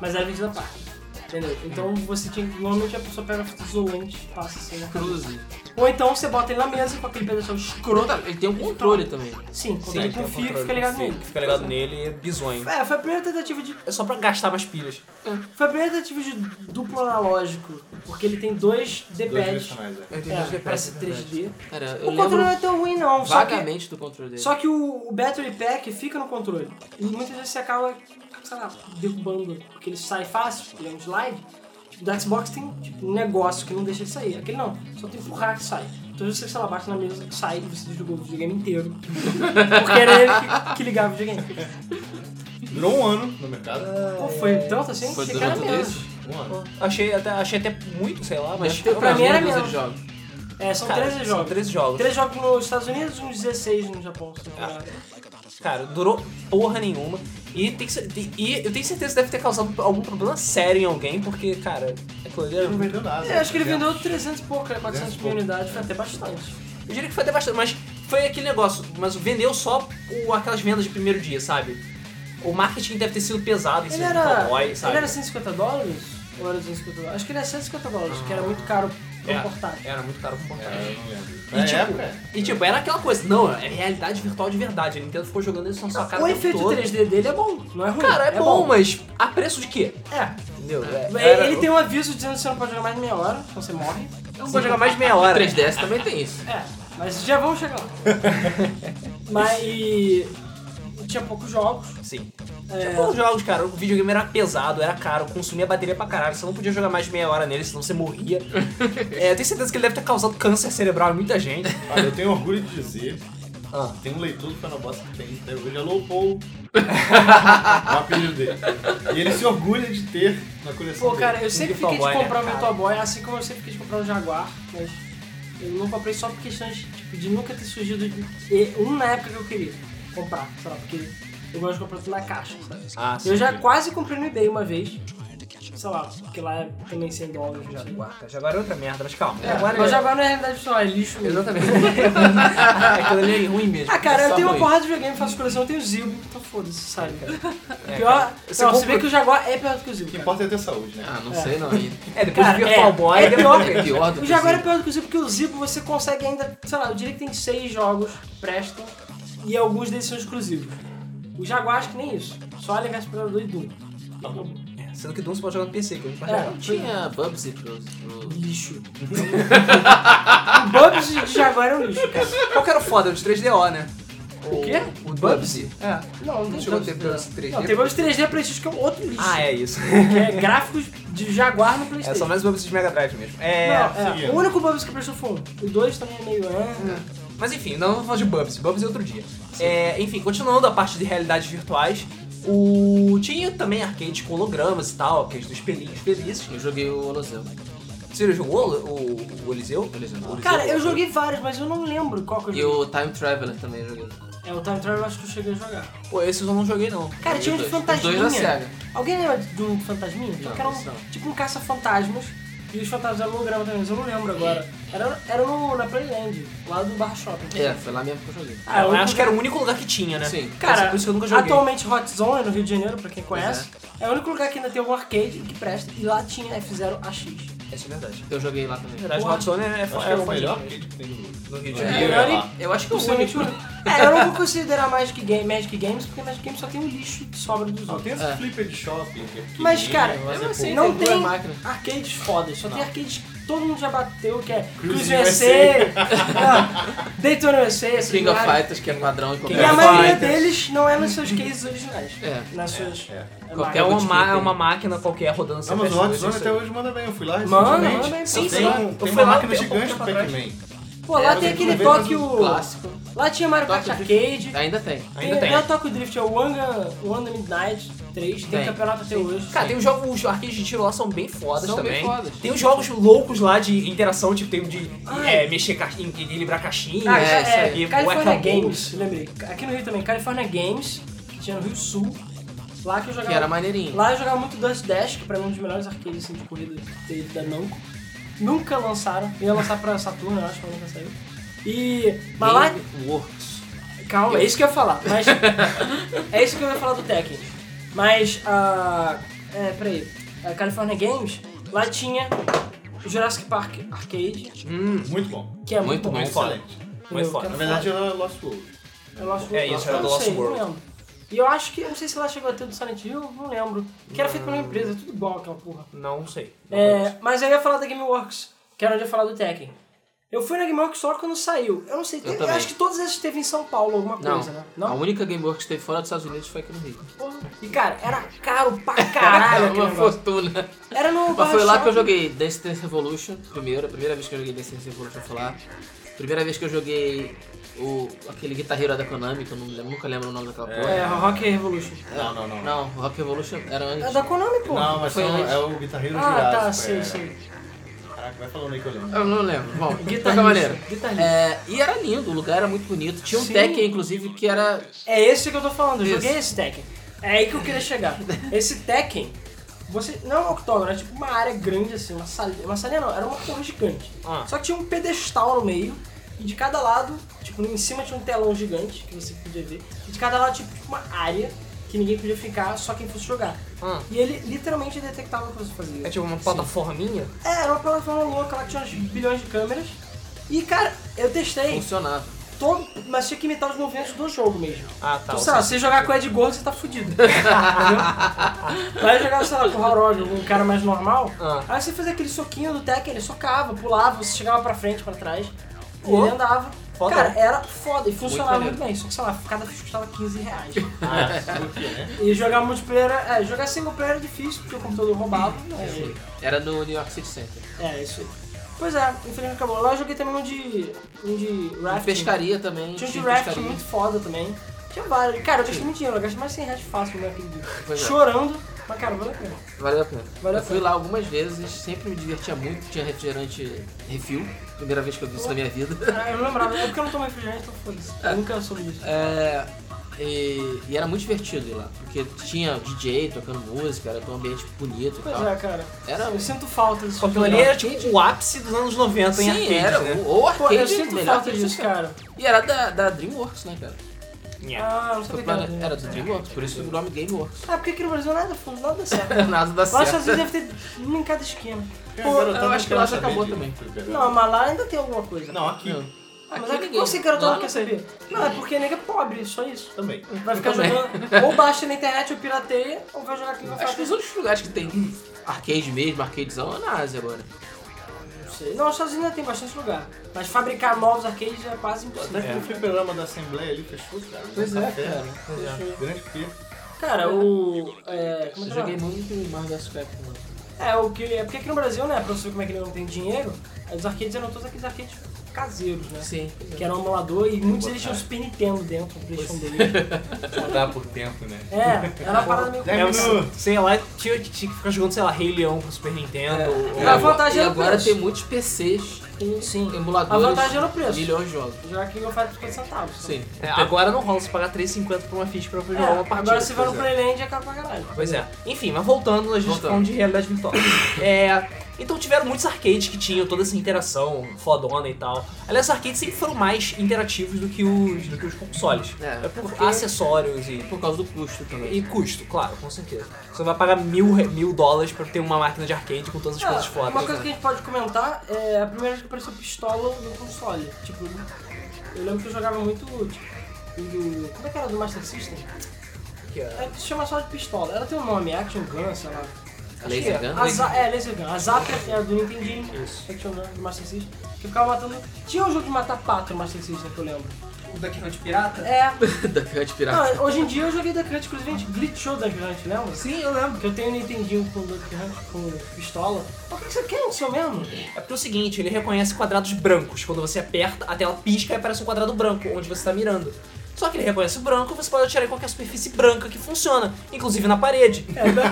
Speaker 2: Mas é era vendido à parte. Entendeu? Então você tinha. Normalmente a pessoa pega fita isolante, passa assim na cabeça.
Speaker 4: Cruze.
Speaker 2: Ou então você bota ele na mesa com aquele pedaço escroto.
Speaker 4: Crota, ele tem um controle também.
Speaker 2: Sim, quando
Speaker 1: Sim,
Speaker 2: ele
Speaker 1: tem um
Speaker 2: confia,
Speaker 1: controle,
Speaker 2: fica ligado
Speaker 1: confia,
Speaker 2: nele.
Speaker 1: Fica ligado nele e é bizonho.
Speaker 2: É, foi a primeira tentativa de.
Speaker 1: É só pra gastar mais pilhas.
Speaker 2: Foi a primeira tentativa de duplo analógico. Porque ele tem dois
Speaker 3: Dois
Speaker 2: D-pads.
Speaker 3: direcionais, é.
Speaker 2: É, parece 3D.
Speaker 4: Cara, eu
Speaker 2: O controle não
Speaker 4: lembro
Speaker 2: é tão ruim, não. Só que,
Speaker 4: vagamente do controle dele.
Speaker 2: só que o, o battery pack fica no controle. E muitas vezes você acaba, sei lá, derrubando. Porque ele sai fácil, ele é um slide. Tipo, do Xbox tem tipo, um negócio que não deixa ele sair. Aquele não, só tem que empurrar que sai. Então você, sei lá, bate na mesa, sai e você desligou o videogame inteiro. Porque era ele que, que ligava o videogame.
Speaker 3: Durou um ano no mercado.
Speaker 2: Pô, foi tanto assim?
Speaker 4: Foi
Speaker 2: Achei que
Speaker 4: durante
Speaker 2: era menos.
Speaker 4: esse?
Speaker 3: Um ano.
Speaker 1: Achei até, achei até muito, sei lá, mas.
Speaker 4: Deve ter
Speaker 2: pra
Speaker 4: umas
Speaker 2: mim era
Speaker 4: meia dúzia de
Speaker 2: mesmo.
Speaker 4: jogos.
Speaker 2: É, são
Speaker 1: Cara,
Speaker 2: 13
Speaker 1: São
Speaker 2: jogos.
Speaker 1: 13 jogos.
Speaker 2: 13 jogos nos Estados Unidos, uns 16 no Japão. se não me engano.
Speaker 1: Cara, durou porra nenhuma. E, tem que ser- tem- e eu tenho certeza que deve ter causado algum problema sério em alguém, porque, cara, aquilo ali era
Speaker 3: Ele não vendeu nada.
Speaker 2: É, acho que ele
Speaker 3: Né?
Speaker 2: vendeu 300 e pouco, né,
Speaker 3: 300
Speaker 2: 400 mil
Speaker 3: e pouco.
Speaker 2: unidades, foi até bastante.
Speaker 1: Eu diria que foi até bastante, mas foi aquele negócio, mas vendeu só o, aquelas vendas de primeiro dia, sabe? O marketing deve ter sido pesado em
Speaker 2: Ele
Speaker 1: cima
Speaker 2: era,
Speaker 1: do cowboy, sabe?
Speaker 2: ele era 150 dólares? Ou era 250 dólares? Acho que ele é era 150 dólares, que era muito caro pra
Speaker 1: É.
Speaker 2: um portável.
Speaker 1: Era muito caro pra
Speaker 3: É,
Speaker 1: portar.
Speaker 3: eu não lembro.
Speaker 1: E
Speaker 3: Na
Speaker 1: tipo-
Speaker 3: época,
Speaker 1: E tipo, era aquela coisa, não, é realidade virtual de verdade. A Nintendo ficou jogando isso na sua cara
Speaker 2: O
Speaker 1: tempo
Speaker 2: efeito
Speaker 1: todo.
Speaker 2: 3D dele é bom, não é ruim.
Speaker 1: Cara, é, bom, mas a preço de quê?
Speaker 2: É.
Speaker 1: Entendeu? É,
Speaker 2: Ele
Speaker 1: era-
Speaker 2: tem um aviso dizendo que você não pode jogar mais de meia hora, então você morre.
Speaker 1: Não vou jogar mais de meia hora.
Speaker 4: 3DS também tem isso.
Speaker 2: É, mas já vamos chegar lá. mas e, tinha poucos jogos.
Speaker 1: Sim. Tinha
Speaker 2: É,
Speaker 1: poucos jogos, cara. O videogame era pesado, era caro, consumia bateria pra caralho. Você não podia jogar mais de meia hora nele, senão você morria. É, eu tenho certeza que ele deve ter causado câncer cerebral em muita gente.
Speaker 3: olha, eu tenho orgulho de dizer,
Speaker 1: Ah.
Speaker 3: tem um leitor do Canaboss que tem até hoje, é Lowpole, o apelido dele. E ele se orgulha de ter na coleção
Speaker 2: Pô, cara, eu
Speaker 1: Sim,
Speaker 2: sempre
Speaker 1: de
Speaker 2: fiquei
Speaker 1: Tall
Speaker 2: de
Speaker 1: Boy,
Speaker 2: comprar
Speaker 1: né,
Speaker 2: meu
Speaker 1: cara?
Speaker 2: Tall Boy, assim como eu sempre quis comprar um Jaguar, mas eu não comprei só por questões tipo, de nunca ter surgido de- um na época que eu queria comprar, sei lá, porque eu gosto de comprar tudo na caixa, sabe?
Speaker 1: Ah, sim.
Speaker 2: Eu já quase comprei no eBay uma vez, sei lá, porque lá é também 100 dólares já.
Speaker 1: Jaguar, cara. Jaguar é outra merda, mas calma.
Speaker 2: É,
Speaker 1: Jaguar
Speaker 2: mas
Speaker 1: é-
Speaker 2: Jaguar não é realidade pessoal, é lixo mesmo.
Speaker 1: Exatamente. Aquilo ali é ruim mesmo.
Speaker 2: Ah, cara, eu
Speaker 4: Só
Speaker 2: tenho uma
Speaker 4: ruim.
Speaker 2: porrada de videogame, faço coleção, eu tenho Zibo, então foda-se, sabe?
Speaker 1: É,
Speaker 2: Pior.
Speaker 1: cara.
Speaker 2: Não,
Speaker 1: Você
Speaker 2: se
Speaker 1: compra-
Speaker 2: bem que o Jaguar é pior do que o
Speaker 3: O
Speaker 2: Zibo.
Speaker 3: que
Speaker 2: cara.
Speaker 3: importa é ter saúde, né?
Speaker 4: Ah, não
Speaker 2: É.
Speaker 4: sei não ainto.
Speaker 1: É, depois
Speaker 2: Cara,
Speaker 1: de né? vir
Speaker 2: é.
Speaker 1: o Cowboy,
Speaker 2: É pior.
Speaker 1: depois-
Speaker 4: É pior do
Speaker 2: O
Speaker 4: que
Speaker 2: Jaguar é
Speaker 4: Zico.
Speaker 2: pior do que o Zipo, porque o Zipo você consegue ainda, sei lá, eu diria que tem seis jogos que prestam e alguns deles são exclusivos. O Jaguar acho que nem isso, só Alien vs Predador e Doom.
Speaker 1: Sendo que Doom você pode jogar no PC, que é muito mais
Speaker 2: É.
Speaker 1: legal.
Speaker 4: Tinha Bubsy pro... pro...
Speaker 2: Lixo. o Bubs de Jaguar é um lixo, cara.
Speaker 1: Qual que era o foda? O de 3DO, né?
Speaker 2: O quê?
Speaker 1: O Bubsy? É.
Speaker 2: Não, não
Speaker 1: Não
Speaker 2: tem
Speaker 1: chegou a
Speaker 2: Bubs
Speaker 1: ter
Speaker 2: de-
Speaker 1: Bubs 3D?
Speaker 2: Não, tem Bubs 3D Playstation que é outro lixo.
Speaker 1: Ah, é isso.
Speaker 2: Que é gráficos de Jaguar
Speaker 1: É
Speaker 2: no
Speaker 1: só
Speaker 2: Playstation.
Speaker 1: mais o Bubsy de Mega Drive mesmo.
Speaker 2: Não,
Speaker 1: É.
Speaker 2: é,
Speaker 3: seguindo.
Speaker 2: o único Bubs que prestou foi um. O dois também é meio... É.
Speaker 1: Mas enfim, não vamos falar de Bubsy. Bubsy é outro dia. É, enfim, continuando a parte de realidades virtuais, o... tinha também arcade com hologramas e tal, aqueles dos pelinhos felizes.
Speaker 4: Eu joguei o né? Oloseu.
Speaker 1: Você jogou o, o, o Eliseu?
Speaker 4: Oloseu não.
Speaker 1: é
Speaker 2: Cara, eu joguei vários, mas eu não lembro qual que eu
Speaker 4: E
Speaker 2: joguei.
Speaker 4: o Time Traveler também eu joguei.
Speaker 2: É, o Time Travel eu acho que eu cheguei a jogar.
Speaker 1: Pô, esses eu não joguei não.
Speaker 2: Cara, tinha um de
Speaker 4: Os dois. Os dois da
Speaker 2: fantasminha.
Speaker 4: SEGA.
Speaker 2: Alguém lembra de um fantasminha? Só
Speaker 4: Não,
Speaker 2: que era um,
Speaker 4: isso não.
Speaker 2: tipo um caça-fantasmas. E os fantasmas eram holograma também, mas eu não lembro agora. Era, era no, na Playland, lá do Bar Shopping.
Speaker 4: É, foi lá mesmo que eu joguei.
Speaker 2: Ah,
Speaker 1: eu
Speaker 2: eu
Speaker 1: acho que era o único lugar que tinha, né?
Speaker 4: Sim.
Speaker 2: Cara,
Speaker 1: por isso que eu nunca joguei.
Speaker 2: atualmente Hot Zone no Rio de Janeiro, pra quem conhece, é. o único lugar que ainda tem um arcade que presta. E lá tinha F0 AX.
Speaker 1: Essa é verdade.
Speaker 4: Eu joguei lá também.
Speaker 1: Na verdade,
Speaker 2: Porra.
Speaker 1: Hot Zone é, é,
Speaker 3: Acho que é
Speaker 1: é
Speaker 3: o melhor arcade que tem no no Rio de
Speaker 4: É.
Speaker 3: Janeiro.
Speaker 2: Melhor
Speaker 3: é lá.
Speaker 4: Eu acho que o
Speaker 2: Possivelmente o único. É, eu não vou considerar Magic, Game, Magic Games, porque Magic Games só tem o lixo que sobra dos
Speaker 3: Não, tem
Speaker 2: outros.
Speaker 3: esse
Speaker 4: É.
Speaker 3: flipper de shopping. que é pequenininho,
Speaker 2: Mas, cara,
Speaker 3: mas é
Speaker 4: assim,
Speaker 3: pouco.
Speaker 2: não
Speaker 4: tem
Speaker 2: tem
Speaker 4: duas máquinas.
Speaker 2: arcades fodas, só tem arcades que todo mundo já bateu, que é
Speaker 3: Cruise
Speaker 2: Cruise USA,
Speaker 3: USA,
Speaker 2: é, Daytona USA, esses
Speaker 4: King of
Speaker 2: lugares.
Speaker 4: Fighters, que é padrão em
Speaker 2: E
Speaker 4: qualquer
Speaker 2: a
Speaker 1: King of
Speaker 2: maioria
Speaker 1: Fighters.
Speaker 2: deles não é nos seus cases originais.
Speaker 4: É.
Speaker 2: Nas suas.
Speaker 3: É.
Speaker 2: é,
Speaker 4: Qualquer
Speaker 1: É uma,
Speaker 4: Boot
Speaker 1: ma-
Speaker 4: Camp,
Speaker 1: é uma
Speaker 4: hein?
Speaker 1: máquina qualquer rodando
Speaker 3: Ah, mas o
Speaker 1: CPS2,
Speaker 3: Hot Zone
Speaker 1: isso
Speaker 3: até
Speaker 1: aí.
Speaker 3: hoje manda bem. Eu fui lá
Speaker 2: Manda,
Speaker 3: recentemente.
Speaker 2: manda bem,
Speaker 3: Eu
Speaker 1: sim.
Speaker 2: sim,
Speaker 3: tenho-
Speaker 1: Eu
Speaker 3: Tem
Speaker 1: fui
Speaker 3: uma
Speaker 1: lá
Speaker 3: máquina
Speaker 1: um
Speaker 3: gigante do
Speaker 1: tempo atrás.
Speaker 3: Pac-Man.
Speaker 2: é Pô, lá
Speaker 4: É,
Speaker 2: tem
Speaker 4: eu
Speaker 2: aquele
Speaker 3: também, mas
Speaker 2: Tokyo.
Speaker 4: clássico.
Speaker 2: Lá tinha Mario Kart
Speaker 4: Tokyo
Speaker 2: Arcade.
Speaker 4: Ainda tem.
Speaker 1: Ainda tem.
Speaker 2: Não é o Tokyo Drift, é o Wanda, Wanda Midnight 3. Tem,
Speaker 4: Tem.
Speaker 2: campeonato até hoje.
Speaker 1: Cara, tem os jogos, os arcades de tiro lá são bem fodas
Speaker 4: São
Speaker 1: também.
Speaker 4: bem fodas.
Speaker 1: Tem os jogos loucos lá de interação, tipo, tem o de
Speaker 2: Ah,
Speaker 1: é, mexer caixinha, equilibrar caixinha.
Speaker 2: Ah,
Speaker 4: É,
Speaker 2: é,
Speaker 4: isso
Speaker 2: é,
Speaker 1: aí.
Speaker 2: California
Speaker 1: Whack-a-Mole.
Speaker 2: Games, lembrei. Aqui no Rio também, California Games, que tinha no Rio Sul. Lá que eu jogava.
Speaker 4: Que era maneirinho.
Speaker 2: Lá eu jogava muito Dust Dash, que pra mim é um dos melhores arcades assim, de corrida que teve da Namco. Nunca lançaram. Ia lançar pra Saturno, eu acho, mas nunca saiu. E. Mas lá.
Speaker 4: Game Works.
Speaker 2: Calma, é isso que eu ia falar. Mas. é isso que eu ia falar do Tekken. Mas a. é, peraí. A California Games, lá tinha o Jurassic Park Arcade,
Speaker 1: Hum,
Speaker 3: Muito bom.
Speaker 2: que é
Speaker 4: Muito
Speaker 2: muito,
Speaker 4: bom.
Speaker 3: Muito
Speaker 1: foda.
Speaker 3: excelente.
Speaker 1: muito
Speaker 2: Eu
Speaker 1: foda.
Speaker 3: Na verdade, era Lost World.
Speaker 2: É Lost
Speaker 1: É
Speaker 2: World.
Speaker 1: isso, era
Speaker 2: Eu
Speaker 1: do
Speaker 2: não
Speaker 1: Lost
Speaker 2: sei, não
Speaker 1: World.
Speaker 2: lembro. E eu acho que, eu não sei se lá chegou a ter do Silent Hill, não lembro. Que era feito
Speaker 4: Hum.
Speaker 2: pela mesma empresa, é tudo igual aquela porra.
Speaker 1: Não sei. Não conheço.
Speaker 2: É, mas eu ia falar da Gameworks, que era onde eu ia falar do Tekken. Eu fui na Gameworks só quando saiu. Eu não sei, tem- eu,
Speaker 4: também.
Speaker 2: acho que todas essas teve em São Paulo, alguma
Speaker 4: Não,
Speaker 2: coisa, né?
Speaker 4: a única Game Works que teve fora dos Estados Unidos foi aqui no Rio. É
Speaker 2: Porra. E cara, era caro pra caralho aquele
Speaker 4: uma
Speaker 2: negócio.
Speaker 4: fortuna.
Speaker 2: Era no
Speaker 4: Mas foi
Speaker 2: Barra
Speaker 4: lá que eu
Speaker 2: Shopping.
Speaker 4: joguei Dance Dance Revolution, primeiro, a primeira vez que eu joguei Dance Dance Revolution foi lá. Primeira vez que eu joguei o, aquele guitarreiro da Konami, que eu não lembro- nunca lembro o nome daquela porra.
Speaker 2: É, Rock Revolution.
Speaker 3: Não, não, não.
Speaker 4: Não, Rock Revolution era
Speaker 2: É
Speaker 4: antes.
Speaker 2: da Konami, pô.
Speaker 3: Não, mas
Speaker 4: Foi
Speaker 3: não,
Speaker 4: antes.
Speaker 3: é o guitarreiro
Speaker 2: ah,
Speaker 3: Jurássico.
Speaker 2: tá,
Speaker 3: é.
Speaker 2: sei, sei.
Speaker 3: Caraca, vai falando aí que eu lembro.
Speaker 4: Eu não lembro. Bom, de
Speaker 2: Guitarrista,
Speaker 4: qualquer maneira.
Speaker 2: guitarrista.
Speaker 4: É, e era lindo, o lugar era muito bonito. Tinha um
Speaker 2: Sim.
Speaker 4: Tekken, inclusive, que era.
Speaker 2: É esse que eu tô falando, eu
Speaker 4: Isso.
Speaker 2: joguei esse Tekken. É aí que eu queria chegar. Esse Tekken, você. Não é um octógono, era tipo uma área grande assim, uma salinha. Uma salinha não, era uma torre gigante.
Speaker 1: Ah.
Speaker 2: Só que tinha um pedestal no meio, e de cada lado, tipo, em cima tinha um telão gigante que você podia ver. E de cada lado tinha tipo, uma área que ninguém podia ficar, só quem fosse jogar.
Speaker 1: Ah.
Speaker 2: E ele literalmente detectava o que você fazia.
Speaker 1: É tipo uma plataforminha?
Speaker 2: É, era uma plataforma louca, lá que tinha uns bilhões de câmeras. E cara, eu testei,
Speaker 4: Funcionava.
Speaker 2: todo, mas tinha que imitar os movimentos do jogo mesmo.
Speaker 1: Ah, tá.
Speaker 2: Então,
Speaker 1: ou
Speaker 2: sei
Speaker 1: seja,
Speaker 2: lá, se você jogar com o Ed Gordo, você tá fudido. Entendeu? Vai jogar, sei lá, com o Harod, um cara mais normal.
Speaker 1: Ah.
Speaker 2: Aí você fazia aquele soquinho do Tekken, ele socava, pulava, você chegava pra frente, pra trás. E
Speaker 1: Pô.
Speaker 2: ele andava.
Speaker 1: Foda. né?
Speaker 2: Cara, era foda e funcionava
Speaker 4: maneiro.
Speaker 2: muito, bem. Só que, sei lá, cada ficha custava 15 reais.
Speaker 3: Ah, por quê, né?
Speaker 2: e jogar multiplayer, é, jogar single player era difícil, porque o computador roubava.
Speaker 1: é
Speaker 2: né?
Speaker 4: assim, Era no New York City Center.
Speaker 2: É, isso aí. Pois é, infelizmente acabou. Lá eu joguei também um de. um de
Speaker 4: E
Speaker 2: rafting.
Speaker 4: pescaria também.
Speaker 2: Tinha um de
Speaker 4: tinha
Speaker 2: rafting
Speaker 4: pescaria.
Speaker 2: muito foda também. Tinha vários. Cara, eu gastei muito dinheiro, eu gastei mais 100 reais fácil no naquele dia.
Speaker 4: Pois é.
Speaker 2: Chorando, mas cara, valeu a pena.
Speaker 4: Valeu a pena.
Speaker 2: Valeu a
Speaker 4: eu fui
Speaker 2: pena.
Speaker 4: lá algumas vezes, sempre me divertia muito. Tinha refrigerante refil, primeira vez que eu vi isso na minha vida.
Speaker 2: Cara, eu não lembrava, é porque eu não tomo refrigerante, então foda-se. Eu nunca soube disso.
Speaker 4: É, e, e era muito divertido ir lá, porque tinha DJ tocando música, era um ambiente bonito e
Speaker 2: Pois
Speaker 4: tal.
Speaker 2: é, cara.
Speaker 4: Tá. Era- um
Speaker 2: Eu sinto falta disso.
Speaker 1: Pô, aquilo ali era tipo o ápice dos anos 90 em
Speaker 4: Sim,
Speaker 1: arcade,
Speaker 4: era
Speaker 1: né?
Speaker 4: o, o
Speaker 2: Pô,
Speaker 4: arcade
Speaker 2: eu sinto
Speaker 4: é melhor
Speaker 2: falta
Speaker 4: que
Speaker 2: disso, cara.
Speaker 4: E era da, da DreamWorks, né, cara?
Speaker 1: Yeah.
Speaker 2: Ah, não
Speaker 4: Foi
Speaker 2: sabia que
Speaker 4: plane-
Speaker 2: era.
Speaker 4: Era do DreamWorks, por isso o nome é GameWorks.
Speaker 2: Ah, porque aqui no Brasil nada, foi- nada certo.
Speaker 4: Nada da
Speaker 2: Lá nos
Speaker 4: certo.
Speaker 2: Estados Unidos deve ter um em cada esquina.
Speaker 4: Pô,
Speaker 3: Garotada
Speaker 4: eu
Speaker 3: não
Speaker 4: acho que
Speaker 3: quero
Speaker 4: lá já
Speaker 3: saber
Speaker 4: acabou
Speaker 3: de-
Speaker 4: também.
Speaker 2: Não, mas lá ainda tem alguma coisa.
Speaker 3: Não, aqui
Speaker 4: Não.
Speaker 2: Ah, mas
Speaker 4: Aqui
Speaker 2: é que
Speaker 4: ninguém.
Speaker 2: você garotada
Speaker 4: Lá
Speaker 2: não
Speaker 4: não
Speaker 2: quer saber. Não, é porque nega é pobre, só isso.
Speaker 3: também.
Speaker 2: Vai ficar
Speaker 4: também.
Speaker 2: jogando, ou baixa na internet, ou pirateia, ou vai jogar aqui e vai
Speaker 4: Acho que os
Speaker 2: falar.
Speaker 4: outros lugares que tem arcade mesmo, arcadezão, é na Ásia agora.
Speaker 2: Não, sei. não, os Estados Unidos ainda tem bastante lugar. Mas fabricar novos arcades é quase
Speaker 3: Até
Speaker 2: impossível.
Speaker 3: que o fliperama da Assembleia ali fechou, cara.
Speaker 2: é,
Speaker 3: Café, Grande pia.
Speaker 2: Cara, o. É, como é
Speaker 4: Eu
Speaker 2: que é? o
Speaker 4: joguei
Speaker 2: nome?
Speaker 4: muito Marvel vs Capcom. né?
Speaker 2: É, o que. É porque aqui no Brasil, né, pra você ver como é que ele não tem dinheiro, os arcades eram todos aqueles arcades caseiros, né?
Speaker 4: Sim.
Speaker 2: Que era um emulador e muitos deles tinham Super Nintendo dentro, o PlayStation dele.
Speaker 3: Mudar por tempo, né?
Speaker 2: É, era uma parada meio.
Speaker 3: Dez
Speaker 1: É,
Speaker 3: minutos.
Speaker 1: sei lá, tinha, tinha que ficar jogando, sei lá, Rei Leão pro Super Nintendo. ou-
Speaker 2: É. A vantagem
Speaker 4: e
Speaker 2: era o
Speaker 4: agora
Speaker 2: preço.
Speaker 4: tem muitos PCs com
Speaker 2: Sim.
Speaker 4: emuladores.
Speaker 2: A vantagem era o preço.
Speaker 4: Milhões de jogos.
Speaker 2: Já que eu faço 50 centavos. então.
Speaker 4: Sim.
Speaker 1: É, agora não rola você pagar 3,50 por uma ficha pra
Speaker 2: É,
Speaker 1: jogar uma partida.
Speaker 2: agora você vai no
Speaker 1: pois é.
Speaker 2: Playland e acaba pra caralho.
Speaker 1: Pois é. Enfim, mas voltando, a gente
Speaker 4: Voltando.
Speaker 1: falando de realidade virtual. É, então tiveram muitos arcades que tinham toda essa interação fodona e tal. Aliás, os arcades sempre foram mais interativos do que os, do que os consoles.
Speaker 4: É,
Speaker 1: por
Speaker 4: porque-
Speaker 1: acessórios e,
Speaker 4: Por causa do custo também.
Speaker 1: e custo, claro, com certeza. Você vai pagar mil, re- mil dólares pra ter uma máquina de arcade com todas as
Speaker 2: É,
Speaker 1: coisas fodas. né?
Speaker 2: Uma coisa que a gente pode comentar é a primeira vez que apareceu pistola no console. Tipo, eu lembro que eu jogava muito tipo, do. Como é que era do Master System?
Speaker 1: Que é-
Speaker 2: É, se chama só de pistola. Ela tem um nome, Action Gun, sei lá.
Speaker 4: Laser Gun?
Speaker 2: A Za- é, Laser Gun. A Zapper era do Nintendinho.
Speaker 1: Isso.
Speaker 2: Action Gun do Master System. Que ficava matando. Tinha um jogo de matar pato no Master System que eu lembro.
Speaker 5: O daqui foi de pirata?
Speaker 2: É.
Speaker 4: da Cut Pirata.
Speaker 2: Não, hoje em dia eu joguei Duck Hunt, inclusive a gente glitchou Duck Hunt, lembra? Sim, eu lembro. Que eu tenho um Nintendinho com Duck Hunt, com pistola. Mas por que você quer isso mesmo?
Speaker 1: É porque é o seguinte, ele reconhece quadrados brancos. Quando você aperta, a tela pisca e aparece um quadrado branco, onde você tá mirando. Só que ele reconhece o branco, você pode atirar em qualquer superfície branca que funciona, inclusive na parede.
Speaker 2: É, da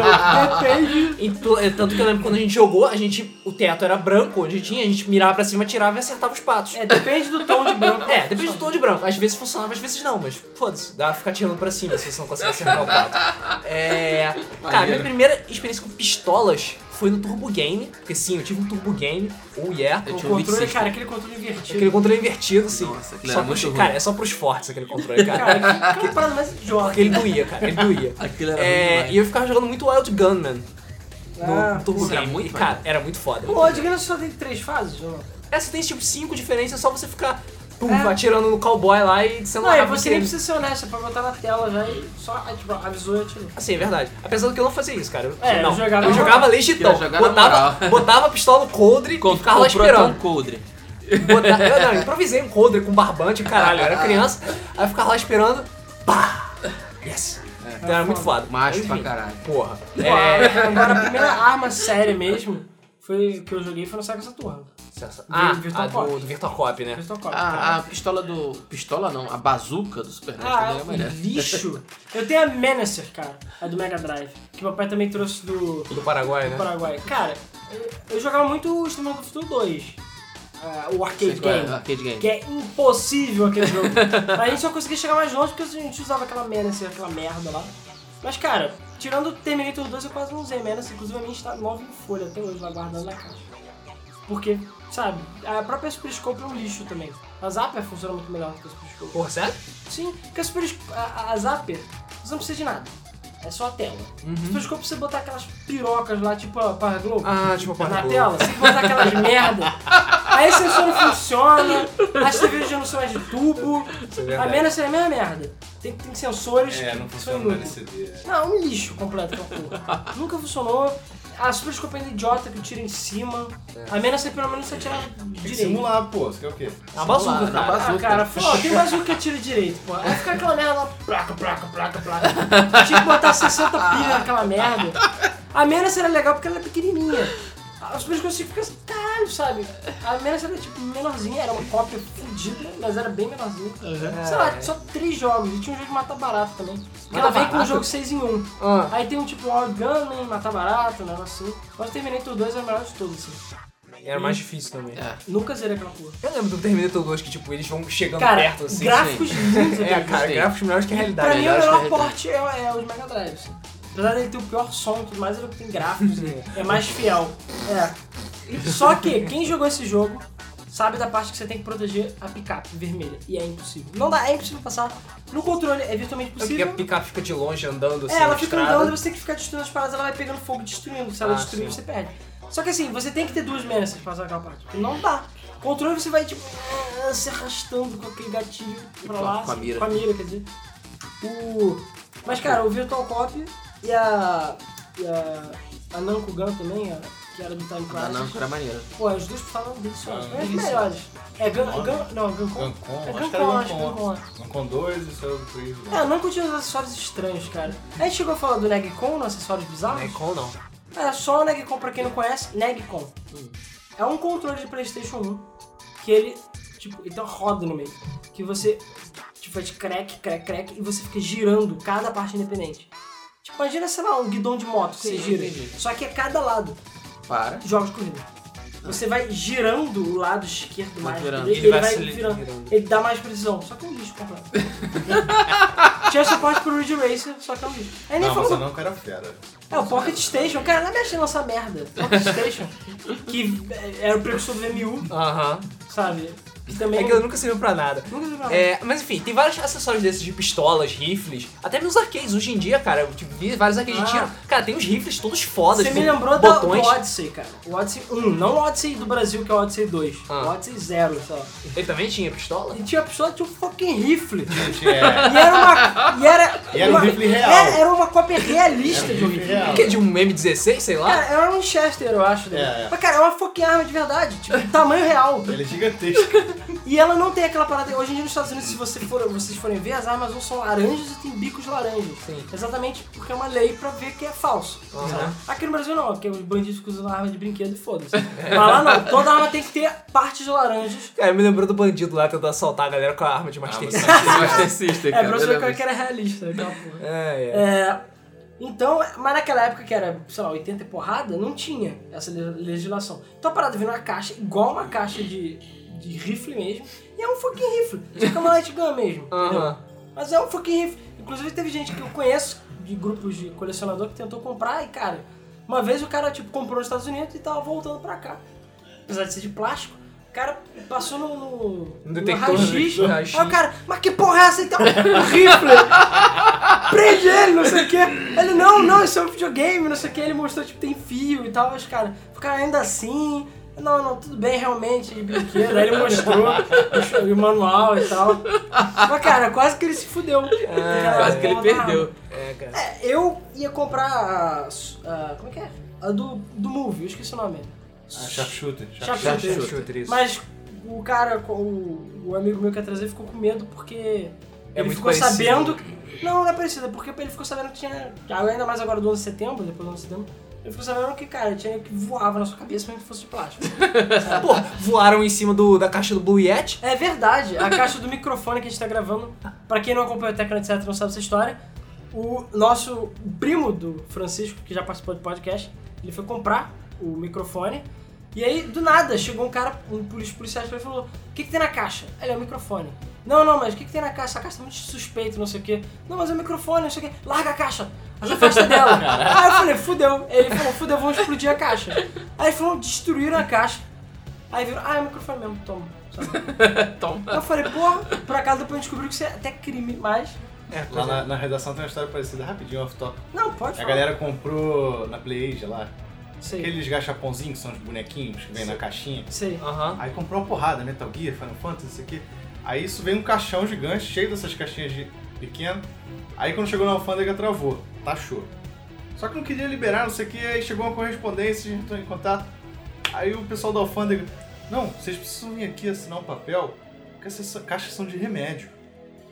Speaker 2: qualquer depende.
Speaker 1: E tu- é, tanto que eu lembro quando a gente jogou, a gente, o teto era branco, onde tinha, a gente mirava pra cima, atirava e acertava os patos.
Speaker 2: É, depende do tom de branco.
Speaker 1: É, depende do tom de branco. Às vezes funcionava, às vezes não, mas foda-se, dá pra ficar tirando pra cima se você não consegue acertar o pato. É. Cara, minha
Speaker 4: Maneiro.
Speaker 1: primeira experiência com pistolas foi no Turbo Game, porque sim, eu tive um Turbo Game, oh yeah.
Speaker 4: Eu
Speaker 2: O
Speaker 4: tinha um
Speaker 2: controle,
Speaker 4: 26.
Speaker 2: cara, aquele controle
Speaker 1: Aquele
Speaker 2: invertido.
Speaker 1: controle invertido, assim.
Speaker 4: Nossa, aquilo
Speaker 1: só pros,
Speaker 4: era muito ruim.
Speaker 1: Cara, é só pros fortes aquele controle, cara.
Speaker 2: Cara, que, que parada mais idiota.
Speaker 1: Porque ele doía, cara, ele doía.
Speaker 4: Aquilo era
Speaker 1: É,
Speaker 4: muito
Speaker 1: e eu ficava jogando muito Wild Gunman
Speaker 2: Ah,
Speaker 1: no Turbo
Speaker 4: isso era
Speaker 1: Game.
Speaker 4: muito
Speaker 1: e, cara, era muito foda.
Speaker 2: Pô, de graça só tem três fases, ou não?
Speaker 1: Essa tem tipo cinco diferenças, é só você ficar pum,
Speaker 2: É.
Speaker 1: atirando no cowboy lá e sendo
Speaker 2: Não, e
Speaker 1: rápido
Speaker 2: você
Speaker 1: que
Speaker 2: nem
Speaker 1: ele-
Speaker 2: precisa ser honesto, é pra botar na tela já e só tipo, avisou e atirou.
Speaker 1: Assim, é verdade. Apesar do que eu não fazia isso, cara. Eu,
Speaker 2: É,
Speaker 1: não,
Speaker 2: eu jogava-
Speaker 1: eu jogava legitão.
Speaker 4: Eu jogava na
Speaker 1: Botava,
Speaker 4: moral.
Speaker 1: botava a pistola no coldre e
Speaker 4: Com-
Speaker 1: ficava lá
Speaker 4: comprou até
Speaker 1: esperando.
Speaker 4: um coldre.
Speaker 1: Botar- eu não, eu improvisei um coldre com barbante, caralho, eu era criança, aí eu ficava lá esperando, pá! Yes! Então era muito foda.
Speaker 4: Macho
Speaker 1: Enfim,
Speaker 4: pra caralho.
Speaker 1: Porra.
Speaker 2: É. Agora, a primeira arma séria mesmo foi, que eu joguei foi no Sega Saturno.
Speaker 1: Ah,
Speaker 2: Virtual
Speaker 1: a
Speaker 2: Cop.
Speaker 1: do, do Virtual Cop, né?
Speaker 2: Crystal Cop.
Speaker 4: A, a pistola do. Pistola não, a bazuca do Super NES
Speaker 2: Ah,
Speaker 4: também é era melhor.
Speaker 2: lixo! Eu tenho a Menacer, cara, a do Mega Drive, que meu pai também trouxe do, do
Speaker 1: Do Paraguai, né?
Speaker 2: Paraguai. Cara, eu, eu jogava muito o Exterminador do Futuro 2, ah, o arcade
Speaker 4: Sei qual é,
Speaker 2: game,
Speaker 4: Arcade game.
Speaker 2: que é impossível aquele jogo. Mas a gente só conseguia chegar mais longe porque a gente usava assim, aquela Menacer, aquela merda lá. Mas, cara, tirando o Terminator 2, eu quase não usei Menace. Inclusive, a minha está nova em folha até hoje, lá guardada na caixa. Porque, sabe, a própria Super Scope é um lixo também. A Zapper funciona muito melhor do que a Super Scope.
Speaker 1: Porra, sério?
Speaker 2: Sim, porque a, Super, a, a- a Zapper, você não precisa de nada. É só a tela.
Speaker 3: Uhum.
Speaker 2: Super Scope, você botar aquelas pirocas lá, tipo a Power Globo.
Speaker 1: Ah, tipo a Power
Speaker 2: Na
Speaker 1: Globo.
Speaker 2: tela, você botar aquelas merda. Aí o sensor não funciona, as TVs já não são mais de tubo.
Speaker 1: é
Speaker 2: a menos é a mesma merda. Tem, tem sensores
Speaker 3: É,
Speaker 2: que
Speaker 3: não
Speaker 2: são
Speaker 3: funciona no
Speaker 2: inúteis.
Speaker 3: LCD. é.
Speaker 2: Não, um lixo completo aquela porra. Nunca funcionou. A Super Scope ainda é idiota que tira em cima. A menos é pelo menos você tira
Speaker 3: Tem que
Speaker 2: direito.
Speaker 3: simular, pô. Você quer o quê?
Speaker 1: A bazuca,
Speaker 4: Vamos lá,
Speaker 1: cara.
Speaker 2: Ah,
Speaker 4: bazuca.
Speaker 1: né?
Speaker 2: cara, pô, tem mais um que atira direito, pô. Aí fica aquela merda lá, placa, placa, placa, placa. Tinha que botar 60 pilhas naquela merda. A Menace era legal porque ela era pequenininha. As coisas que eu fica assim, caralho, sabe? A Menace era tipo menorzinha, era uma cópia fodida, mas era bem menorzinha. Sei lá, só três jogos. E tinha um jogo de matar barato também. Porque ela
Speaker 1: Mata
Speaker 2: vem com um
Speaker 1: barato?
Speaker 2: jogo 6 em 1.
Speaker 1: Ah.
Speaker 2: Aí tem um tipo All Gun, matar barato, um negócio assim. Mas o Terminator 2 é o melhor de todos, assim.
Speaker 1: Era mais difícil também.
Speaker 4: É.
Speaker 2: Nunca zerei aquela porra.
Speaker 1: Eu lembro do Terminator 2 que, tipo, eles vão chegando
Speaker 2: Cara,
Speaker 1: perto, assim.
Speaker 2: gráficos lindos.
Speaker 1: É,
Speaker 2: aquele
Speaker 1: cara,
Speaker 4: Sim.
Speaker 1: gráficos melhores que a
Speaker 2: Pra
Speaker 1: realidade. né?
Speaker 2: mim, o
Speaker 4: eu acho
Speaker 2: melhor
Speaker 4: que é
Speaker 2: porte é, é os Mega Drives. assim. Apesar dele ter o pior som e tudo mais, ele tem gráficos, né? é mais fiel. É. Só que quem jogou esse jogo sabe da parte que você tem que proteger a picape vermelha. E é impossível. Não dá, é impossível passar. No controle é virtualmente
Speaker 1: É porque a
Speaker 2: possível.
Speaker 1: picape fica de longe andando assim.
Speaker 2: É, ela
Speaker 1: na
Speaker 2: fica
Speaker 1: estrada.
Speaker 2: andando e você tem que ficar destruindo as paradas, ela vai pegando fogo e destruindo. Se ela
Speaker 1: Ah,
Speaker 2: destruir,
Speaker 1: sim.
Speaker 2: você perde. Só que assim, você tem que ter duas menas pra passar aquela parte. Porque não dá. Controle você vai tipo ah, se arrastando com aquele gatilho pra
Speaker 4: com a-
Speaker 2: lá.
Speaker 4: com a
Speaker 2: assim,
Speaker 4: mira.
Speaker 2: Com a mira, quer dizer. O... Mas cara, o Virtual Cop e a. E a. A Nankugan também, a- que era do Time
Speaker 4: Ah, não,
Speaker 2: Crisis.
Speaker 4: era maneiro.
Speaker 2: Pô, as duas estavam deliciosas.
Speaker 3: Ah,
Speaker 2: Foi as
Speaker 3: deliciosas.
Speaker 2: melhores. É Gun. Gun não, Gun Con.
Speaker 3: Gancon,
Speaker 2: É
Speaker 3: acho que era
Speaker 2: Gancon, acho que é
Speaker 3: Gancon.
Speaker 2: Gancon.
Speaker 3: Gancon 2 e saiu do 3.
Speaker 2: É, eu não curti os acessórios estranhos, cara. A gente chegou a falar do Negcon, nos acessórios bizarros.
Speaker 1: Não é com não.
Speaker 2: É só o Negcon, pra quem não conhece, Negcon. É um controle de Playstation 1 que ele, tipo, ele tem uma roda no meio. Que você, tipo, faz crack, crack, crack e você fica girando cada parte independente. Tipo, imagina, sei lá, um guidão de moto que você
Speaker 4: Sim,
Speaker 2: gira.
Speaker 4: entendi.
Speaker 2: Só que é cada lado
Speaker 4: Para.
Speaker 2: jogos de corrida. Você vai girando o lado esquerdo
Speaker 4: Vai
Speaker 2: mais,
Speaker 4: virando.
Speaker 2: ele,
Speaker 1: Ele
Speaker 2: ele
Speaker 1: vai
Speaker 2: vai,
Speaker 1: se
Speaker 2: virando.
Speaker 1: virando.
Speaker 2: Ele dá mais precisão, só que é um lixo completo. Tinha suporte pro Ridge Racer, só que é um lixo. Aí nem
Speaker 3: Não,
Speaker 2: falou
Speaker 3: você não, cara fera.
Speaker 2: é, o Pocket Station, cara, não mexe nessa merda. Pocket Station, que era o precursor do MU,
Speaker 1: Aham.
Speaker 2: sabe? Que
Speaker 1: É
Speaker 2: também.
Speaker 1: que eu nunca serviu pra nada.
Speaker 2: Nunca vi falar.
Speaker 1: É, mas enfim, tem vários acessórios desses de pistolas, rifles, até nos arcades. Hoje em dia, cara, eu tipo, vi vários arcades de
Speaker 2: Ah.
Speaker 1: tiro. Cara, tem uns rifles todos fodas,
Speaker 2: Você
Speaker 1: tipo,
Speaker 2: me lembrou da, do
Speaker 1: botões.
Speaker 2: Odyssey, cara. O Odyssey 1, não o Odyssey do Brasil, que é o Odyssey 2.
Speaker 1: Ah.
Speaker 2: O Odyssey 0, sei lá.
Speaker 1: Ele também tinha pistola?
Speaker 2: E tinha a pistola, tinha um fucking rifle.
Speaker 3: Gente, é.
Speaker 2: E era uma. E era,
Speaker 3: E era um
Speaker 2: uma-
Speaker 3: rifle real.
Speaker 2: Era, era uma cópia realista de um
Speaker 3: rifle
Speaker 2: rifle.
Speaker 1: O
Speaker 3: real.
Speaker 1: que? De um M16, sei lá?
Speaker 2: Cara, era um Winchester, eu acho. dele.
Speaker 3: É, é.
Speaker 2: Mas, cara, é uma fucking arma de verdade. Tipo, tamanho real.
Speaker 3: Ele é gigantesco.
Speaker 2: E ela não tem aquela parada. Hoje em dia nos Estados Unidos, se você for- vocês forem ver, as armas ou são laranjas e tem bicos laranjas.
Speaker 1: Sim.
Speaker 2: Exatamente porque é uma lei pra ver que é falso.
Speaker 1: Uhum.
Speaker 2: sabe? Aqui no Brasil não, porque os bandidos ficam usando arma de brinquedo e foda-se. Mas lá não, toda arma tem que ter partes laranjas.
Speaker 1: Cara, É, me lembrou do bandido lá tentando assaltar a galera com a arma de Master System.
Speaker 4: Master System,
Speaker 2: É,
Speaker 4: cara.
Speaker 2: pra você
Speaker 3: né,
Speaker 4: olha
Speaker 2: ver qual é
Speaker 4: isso.
Speaker 2: que era realista, aquela porra.
Speaker 1: É, é.
Speaker 2: É, então, mas naquela época que era, sei lá, 80 e porrada, não tinha essa le- legislação. Então a parada veio numa caixa, igual uma caixa de, de rifle mesmo, e é um fucking rifle. Só que é uma light gun mesmo. entendeu?
Speaker 1: Aham.
Speaker 2: Mas é um fucking rifle. Inclusive teve gente que eu conheço de grupos de colecionador que tentou comprar e, cara, uma vez o cara, tipo, comprou nos Estados Unidos e tava voltando pra cá. Apesar de ser de plástico, o cara passou no. no,
Speaker 1: No detector, né?
Speaker 2: no
Speaker 1: no
Speaker 2: raio
Speaker 1: raio-x.
Speaker 2: Aí o cara, mas que porra é essa então? Um rifle! Prende ele, não sei o quê. Ele, não, não, isso é um videogame, não sei o quê. Ele mostrou, tipo, tem fio e tal, mas, cara, o cara ainda assim. Não, não, tudo bem, realmente, de brinquedo. Aí ele mostrou, mostrou o manual e tal. Mas, cara, quase que ele se fudeu.
Speaker 4: É, Quase que ele
Speaker 2: Porra da arma.
Speaker 4: perdeu.
Speaker 1: É, cara.
Speaker 2: É, eu ia comprar a, a- Como é que é? A do, do Movie, eu esqueci o nome.
Speaker 3: Ah, sharpshooter.
Speaker 2: Sharpshooter.
Speaker 1: Deixa eu chutar isso.
Speaker 2: Mas o cara, com- o, o amigo meu que ia trazer ficou com medo porque
Speaker 1: É
Speaker 2: ele
Speaker 1: muito
Speaker 2: ficou
Speaker 1: parecido.
Speaker 2: sabendo. Não, não é parecido, é porque ele ficou sabendo que tinha. Ainda mais agora do 11 de setembro, depois do 11 de setembro. Ele ficou sabendo que, cara, tinha que voava na sua cabeça mesmo que fosse de plástico.
Speaker 1: Pô, voaram em cima do, da caixa do Blue Yeti.
Speaker 2: É verdade, a caixa do microfone que a gente tá gravando, pra quem não acompanha o Tecno, etc, não sabe essa história, o nosso primo do Francisco, que já participou do podcast, ele foi comprar o microfone E aí, do nada, chegou um cara, um polícia policial e falou: O que, que tem na caixa? Ele é o microfone. Não, não, mas o que, que tem na caixa? Essa caixa tá muito suspeita, não sei o quê. Não, mas é o microfone, não sei o quê. Larga a caixa! Mas a festa dela. aí eu falei, fudeu. Ele falou, fudeu, vamos explodir a caixa. Aí eles foram, destruíram a caixa. Aí viram, ah, é o microfone mesmo, toma. sabe? Aí
Speaker 4: Toma.
Speaker 2: eu falei, porra, por acaso depois descobriu que isso é até crime, mas.
Speaker 1: É,
Speaker 3: Lá na, na redação tem uma história parecida, rapidinho, off top.
Speaker 2: Não, pode
Speaker 3: A
Speaker 2: falar.
Speaker 3: galera comprou na Play Age lá,
Speaker 2: Sei,
Speaker 3: aqueles gachapãozinhos que são os bonequinhos que vem na caixinha.
Speaker 2: sei.
Speaker 1: Aham.
Speaker 3: Aí comprou uma porrada, Metal Gear, Final Fantasy, isso aqui. Aí isso veio um caixão gigante, cheio dessas caixinhas de pequeno. Aí quando chegou na alfândega, travou, taxou. Só que não queria liberar, não sei o que, aí chegou uma correspondência, a gente entrou em contato. Aí o pessoal da alfândega, não, vocês precisam vir aqui assinar um papel, porque essas caixas são de remédio.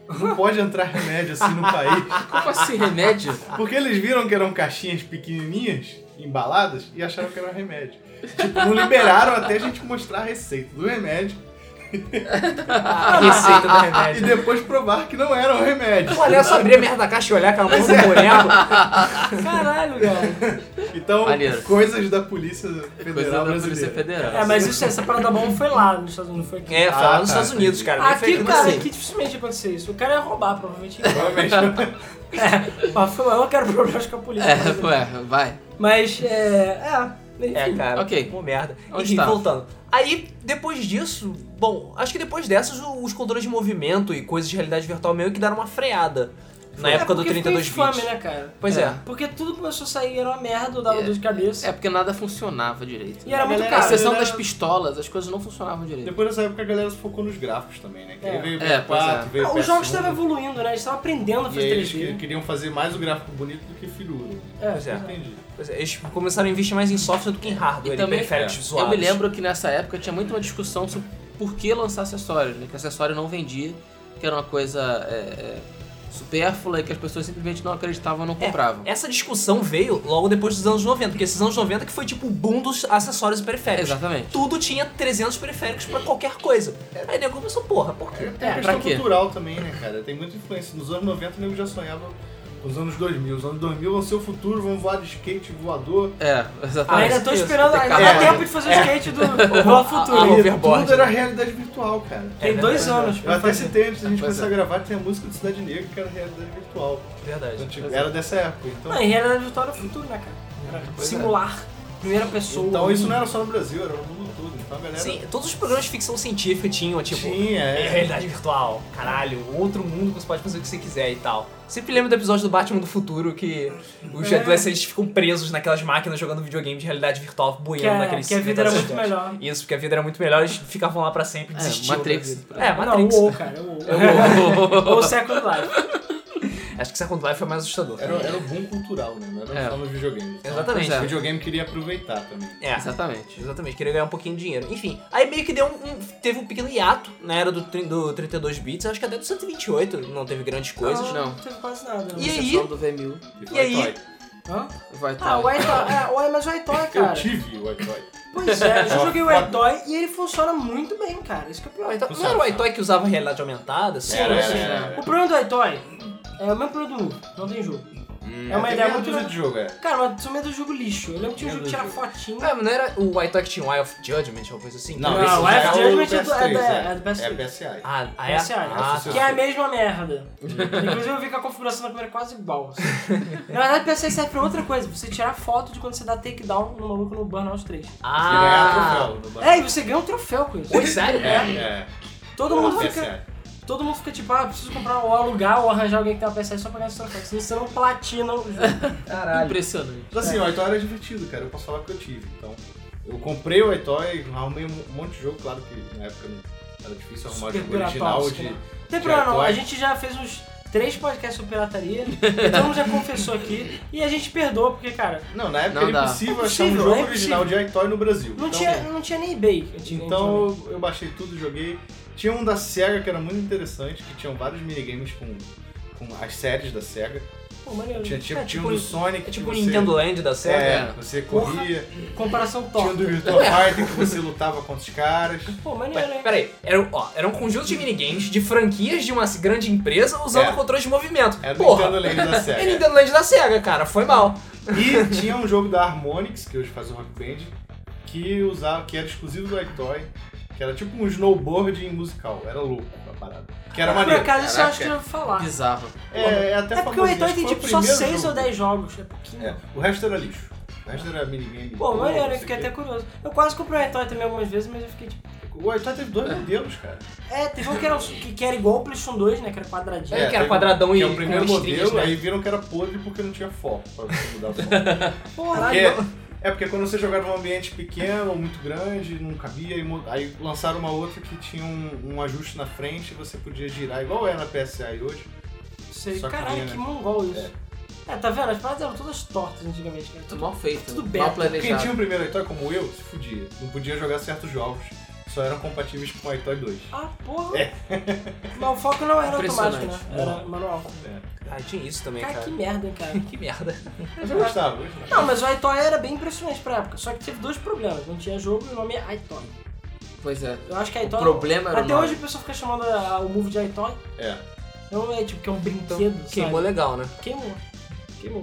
Speaker 3: Não pode entrar remédio assim no país.
Speaker 1: ah,
Speaker 4: Como assim, remédio?
Speaker 3: Porque eles viram que eram caixinhas pequenininhas, embaladas, e acharam que era um remédio. Tipo, não liberaram até a gente mostrar a receita do remédio
Speaker 1: A receita do
Speaker 3: Ah, e
Speaker 1: remédio.
Speaker 3: depois provar que não era um remédio.
Speaker 1: Olha, eu só abrir a merda da caixa e olhar aquela mão do boneco.
Speaker 2: Caralho, cara.
Speaker 3: Então,
Speaker 4: Maneiro.
Speaker 3: coisas da Polícia Federal
Speaker 4: Coisa da Polícia
Speaker 3: Brasileira.
Speaker 4: Federal.
Speaker 2: É, mas isso, essa parada bom foi lá nos Estados Unidos, foi aqui.
Speaker 1: É, foi
Speaker 3: Ah,
Speaker 1: lá nos
Speaker 3: tá,
Speaker 1: Estados Unidos, cara. bem
Speaker 2: Aqui,
Speaker 1: feito,
Speaker 2: cara,
Speaker 1: assim.
Speaker 2: aqui dificilmente ia acontecer isso. O cara ia roubar, provavelmente.
Speaker 3: Provavelmente.
Speaker 2: Mas foi lá, eu quero problemas com a polícia.
Speaker 4: É, ué, vai.
Speaker 2: Mas, é... É, enfim.
Speaker 1: É, cara.
Speaker 4: Ok.
Speaker 1: Uma merda.
Speaker 4: Onde
Speaker 1: Enfim,
Speaker 4: tá?
Speaker 1: voltando. Aí, depois disso, bom, acho que depois dessas, o- os controles de movimento e coisas de realidade virtual meio que deram uma freada. Na
Speaker 2: É
Speaker 1: época do
Speaker 2: porque
Speaker 1: 32
Speaker 2: fez fome,
Speaker 1: bits.
Speaker 2: né, cara?
Speaker 1: Pois é.
Speaker 4: É.
Speaker 2: Porque tudo começou a sair, era uma merda, eu dava
Speaker 4: É.
Speaker 2: dor de cabeça.
Speaker 4: É porque nada funcionava direito.
Speaker 2: E era muito
Speaker 4: A
Speaker 2: caro.
Speaker 4: exceção
Speaker 3: né?
Speaker 4: das pistolas, as coisas não funcionavam direito.
Speaker 3: Depois dessa época a galera se focou nos gráficos também, né? Que aí
Speaker 2: É.
Speaker 3: veio o
Speaker 4: É,
Speaker 3: PS4,
Speaker 4: pois é.
Speaker 3: veio o
Speaker 2: Os jogos
Speaker 3: PS1,
Speaker 2: estavam evoluindo, né? Eles estavam aprendendo a
Speaker 3: E aí
Speaker 2: fazer
Speaker 3: eles que-
Speaker 2: 3D.
Speaker 3: queriam fazer mais o gráfico bonito do que filuro.
Speaker 2: né? É,
Speaker 1: Pois é.
Speaker 3: Entendi.
Speaker 1: Pois é, eles começaram a investir mais em software do que em hardware,
Speaker 4: E
Speaker 1: em
Speaker 4: também,
Speaker 1: periféricos
Speaker 3: é,
Speaker 1: visuais.
Speaker 4: Eu me lembro que nessa época tinha muito uma discussão sobre por que lançar acessórios, né? Que acessório não vendia, que era uma coisa é, é, supérflua e que as pessoas simplesmente não acreditavam
Speaker 2: É,
Speaker 4: não compravam.
Speaker 1: Essa discussão veio logo depois dos anos 90, porque esses anos 90 que foi tipo o boom dos acessórios e periféricos.
Speaker 4: Exatamente.
Speaker 1: Tudo tinha 300 periféricos pra qualquer coisa. Aí o nego começou, porra, por quê?
Speaker 3: Tem
Speaker 4: É,
Speaker 3: a
Speaker 4: pra
Speaker 3: questão
Speaker 4: quê?
Speaker 3: cultural também, né, cara? Tem muita influência. Nos anos 90 o nego já sonhava com os anos 2000. Os anos 2000 vão ser o futuro, vão voar de skate, voador.
Speaker 4: É,
Speaker 2: Ah,
Speaker 4: exatamente.
Speaker 2: ainda tô
Speaker 1: isso,
Speaker 2: esperando,
Speaker 4: tem
Speaker 2: ainda dá
Speaker 3: cara.
Speaker 2: tempo de fazer o skate do Boa
Speaker 1: Ah,
Speaker 2: Futuro.
Speaker 1: ah,
Speaker 3: E
Speaker 1: overboard,
Speaker 3: tudo era
Speaker 4: né?
Speaker 3: realidade virtual, cara.
Speaker 2: Tem
Speaker 1: É
Speaker 2: dois
Speaker 1: verdade.
Speaker 2: anos.
Speaker 3: Eu
Speaker 2: pra
Speaker 3: até
Speaker 2: fazer.
Speaker 3: citei antes da gente
Speaker 4: Pois
Speaker 3: começar
Speaker 4: é.
Speaker 3: a gravar que tem a música de Cidade Negra que era realidade virtual. Então,
Speaker 1: Verdade.
Speaker 3: tipo, era dessa época. Então,
Speaker 2: Não, em realidade virtual era o futuro, né, cara? Era
Speaker 4: Pois é.
Speaker 2: simular, primeira pessoa.
Speaker 3: então isso não era só no Brasil, era no mundo todo. Então a galera
Speaker 1: Sim, todos os programas de ficção científica tinham, tipo,
Speaker 3: tinha.
Speaker 1: É
Speaker 3: É.
Speaker 1: realidade virtual, caralho, um outro mundo que você pode fazer o que você quiser e tal. Sempre lembro do episódio do Batman do Futuro que os
Speaker 2: É.
Speaker 1: adolescentes ficam presos naquelas máquinas jogando videogame de realidade virtual,
Speaker 2: Que,
Speaker 1: boiando
Speaker 2: a,
Speaker 1: naqueles
Speaker 2: que a vida era
Speaker 1: cinemas
Speaker 2: muito
Speaker 1: gigantes.
Speaker 2: melhor.
Speaker 1: Isso, porque a vida era muito melhor, eles ficavam lá pra sempre,
Speaker 4: É,
Speaker 1: desistiam. da
Speaker 4: Matrix,
Speaker 1: vida.
Speaker 4: por
Speaker 1: É,
Speaker 4: exemplo.
Speaker 1: Matrix.
Speaker 2: Não, o cara, o Ou o Second Life.
Speaker 1: Acho que Second Life foi mais assustador.
Speaker 2: é.
Speaker 3: Era, era o boom cultural, né? Não era
Speaker 4: É.
Speaker 3: só nos videogames. Então,
Speaker 1: Exatamente.
Speaker 4: Pois
Speaker 3: O videogame queria aproveitar também.
Speaker 1: É.
Speaker 4: Exatamente.
Speaker 1: Exatamente, queria ganhar um pouquinho de dinheiro. Enfim, aí meio que deu um, um- teve um pequeno hiato na era do, trin- do 32 bits, acho que até do 128 não teve grandes coisas. né?
Speaker 4: não.
Speaker 2: Não teve quase nada.
Speaker 1: E
Speaker 4: A
Speaker 1: aí?
Speaker 4: exceção do V1000
Speaker 1: E aí?
Speaker 3: Toy.
Speaker 2: Hã?
Speaker 4: vai tá estar.
Speaker 2: Ah, o White Toy. É, o- mas o White Toy,
Speaker 3: Eu
Speaker 2: né, cara.
Speaker 3: tive o iToy.
Speaker 2: Pois é, eu já
Speaker 3: Ó,
Speaker 2: joguei o
Speaker 3: foda.
Speaker 2: White Toy e ele funciona muito bem, cara. Isso que é o pior.
Speaker 1: Não, então- Não era o iToy que usava realidade aumentada? assim?
Speaker 3: Era,
Speaker 2: sim.
Speaker 3: era, era.
Speaker 2: O problema do iToy é o mesmo problema do Move, não tem jogo. é uma
Speaker 3: Tem
Speaker 2: ideia
Speaker 3: meia
Speaker 2: muito.
Speaker 3: dúzia de jogo, é.
Speaker 2: Cara, mas sou meio do jogo lixo. Eu lembro que tinha um jogo que tinha fotinho.
Speaker 1: Ah, mas não era o White Talk tinha um Eye of Judgment, alguma coisa assim?
Speaker 2: Não,
Speaker 3: esse
Speaker 2: o
Speaker 3: já
Speaker 2: Life
Speaker 3: é
Speaker 2: Judgment é do- é
Speaker 3: PS3,
Speaker 2: da-
Speaker 3: é.
Speaker 2: é do PS3.
Speaker 3: É tá. PSI.
Speaker 1: Ah, ah, é?
Speaker 2: PSI,
Speaker 1: Ah,
Speaker 3: esse
Speaker 2: que é a mesma merda. Inclusive eu vi que a configuração da primeira é quase igual. assim. Na verdade, o PSI serve pra outra coisa, você tirar foto de quando você dá takedown no maluco no Burnout 3.
Speaker 3: Ele ganhava
Speaker 1: ah.
Speaker 3: troféu no banco.
Speaker 2: É, e você ganha um troféu com isso.
Speaker 1: Oi, sério?
Speaker 3: É, é.
Speaker 2: Todo mundo
Speaker 3: É
Speaker 2: fica.
Speaker 3: PSI.
Speaker 2: Todo mundo fica tipo, ah, preciso comprar ou alugar ou arranjar alguém que tem uma PSI só pra ganhar esse troféu. Senão você não platina o jogo.
Speaker 1: Caralho.
Speaker 4: Impressionante.
Speaker 3: Mas assim, o iToy era divertido, cara. Eu posso falar que eu tive. Então, eu comprei o iToy, arrumei um monte de jogo, claro que na época não era difícil arrumar
Speaker 2: Super
Speaker 3: jogo original
Speaker 2: pirataço,
Speaker 3: de.
Speaker 2: né? Não tem
Speaker 3: de
Speaker 2: problema não,
Speaker 3: iToy.
Speaker 2: a gente já fez uns três podcasts sobre pirataria, né? todo mundo já confessou aqui, e a gente perdoa, porque, cara,
Speaker 3: Não, na época
Speaker 4: Não
Speaker 3: era
Speaker 4: dá.
Speaker 3: impossível
Speaker 2: É
Speaker 3: achar um
Speaker 2: possível,
Speaker 3: jogo
Speaker 2: é
Speaker 3: original de iToy no Brasil.
Speaker 2: não,
Speaker 3: então,
Speaker 2: tinha, não tinha nem eBay. antigamente.
Speaker 3: Então eu- eu baixei tudo, joguei. Tinha um da SEGA que era muito interessante, que tinham vários minigames com, com as séries da SEGA.
Speaker 2: Pô, maneiro.
Speaker 3: Tinha, tinha,
Speaker 1: É,
Speaker 3: tinha
Speaker 1: tipo
Speaker 3: um do
Speaker 1: o-
Speaker 3: Sonic.
Speaker 1: É
Speaker 3: que
Speaker 1: tipo o
Speaker 3: você-
Speaker 1: Nintendo Land da né?
Speaker 3: É,
Speaker 1: série.
Speaker 3: você
Speaker 2: Porra.
Speaker 3: corria.
Speaker 2: Comparação
Speaker 3: Tinha um
Speaker 2: top.
Speaker 3: do Virtual Fighter que você lutava contra os caras.
Speaker 2: Pô, maneiro, hein?
Speaker 1: Peraí, era, um- ó, era um conjunto de minigames de franquias de uma grande empresa usando
Speaker 3: É.
Speaker 1: controle de movimento.
Speaker 3: Era do
Speaker 1: Porra,
Speaker 3: Nintendo Land da
Speaker 1: é
Speaker 3: SEGA.
Speaker 1: Nintendo Land da SEGA, cara, foi mal.
Speaker 3: E tinha um jogo da Harmonix, que hoje faz o Rock um Band, que usava, que era exclusivo do iToy, que era tipo um snowboard musical. Era louco a parada. Que era
Speaker 2: Por
Speaker 3: maneiro.
Speaker 2: acaso, isso eu acho que eu
Speaker 4: Caraca.
Speaker 2: vou falar.
Speaker 4: Bizarro.
Speaker 3: É, é até
Speaker 2: É porque o
Speaker 3: famosinho,
Speaker 2: Heitor
Speaker 3: acho que
Speaker 2: tem
Speaker 3: foi o
Speaker 2: tipo só
Speaker 3: primeiro
Speaker 2: 6 ou
Speaker 3: jogo.
Speaker 2: 10 jogos, é pouquinho.
Speaker 3: É, o resto era lixo. O resto era minigame.
Speaker 2: Pô,
Speaker 3: não
Speaker 2: maneiro,
Speaker 3: sei
Speaker 2: eu fiquei
Speaker 3: o
Speaker 2: até
Speaker 3: quê.
Speaker 2: curioso. Eu quase comprei o Heitor também algumas vezes, mas eu fiquei tipo.
Speaker 3: O iToy teve dois modelos, cara.
Speaker 2: É, teve um que era, um- que, que era igual o PlayStation 2, né? Que era quadradinho.
Speaker 1: É, que era
Speaker 3: teve-
Speaker 1: quadradão
Speaker 3: que
Speaker 1: e
Speaker 3: é o primeiro
Speaker 1: com
Speaker 3: modelo,
Speaker 1: listrinhas, né?
Speaker 3: aí viram que era podre porque não tinha foco pra você mudar a foco.
Speaker 2: Porra,
Speaker 3: Porque- é porque quando você jogava num ambiente pequeno ou muito grande, não cabia, aí, mo- aí lançaram uma outra que tinha um, um ajuste na frente, você podia girar, igual é na PSA hoje.
Speaker 2: não sei.
Speaker 3: só que
Speaker 2: Caralho,
Speaker 3: vinha,
Speaker 2: que
Speaker 3: né?
Speaker 2: mongol isso. É, tá vendo? As paradas eram todas tortas antigamente, cara.
Speaker 4: Tudo
Speaker 2: Tudo
Speaker 4: mal feito.
Speaker 2: Tudo bem. um-
Speaker 4: mal
Speaker 3: Quem tinha
Speaker 4: planejado.
Speaker 3: o primeiro iToy, como eu, se fudia. Não podia jogar certos jogos, só eram compatíveis com o iToy 2.
Speaker 2: Ah, porra. Mas o foco não era automático, né?
Speaker 4: Impressionante.
Speaker 2: Era manual.
Speaker 3: É. É.
Speaker 1: Ah, tinha isso também,
Speaker 2: Cara,
Speaker 1: cara.
Speaker 2: que merda, hein, cara.
Speaker 1: Que merda.
Speaker 3: Mas eu gostava, eu gostava.
Speaker 2: Não, mas o iToy era bem impressionante pra época. Só que teve dois problemas. Não tinha jogo e o nome é iToy.
Speaker 4: Pois é.
Speaker 2: Eu acho que
Speaker 4: O
Speaker 2: iToy.
Speaker 4: problema era o
Speaker 2: Até
Speaker 4: nome.
Speaker 2: hoje a pessoa fica chamando a- o Move de iToy.
Speaker 3: É.
Speaker 2: Não é tipo que é um
Speaker 1: Então,
Speaker 2: brinquedo.
Speaker 1: queimou
Speaker 2: sabe?
Speaker 1: legal, né?
Speaker 2: Queimou. Queimou.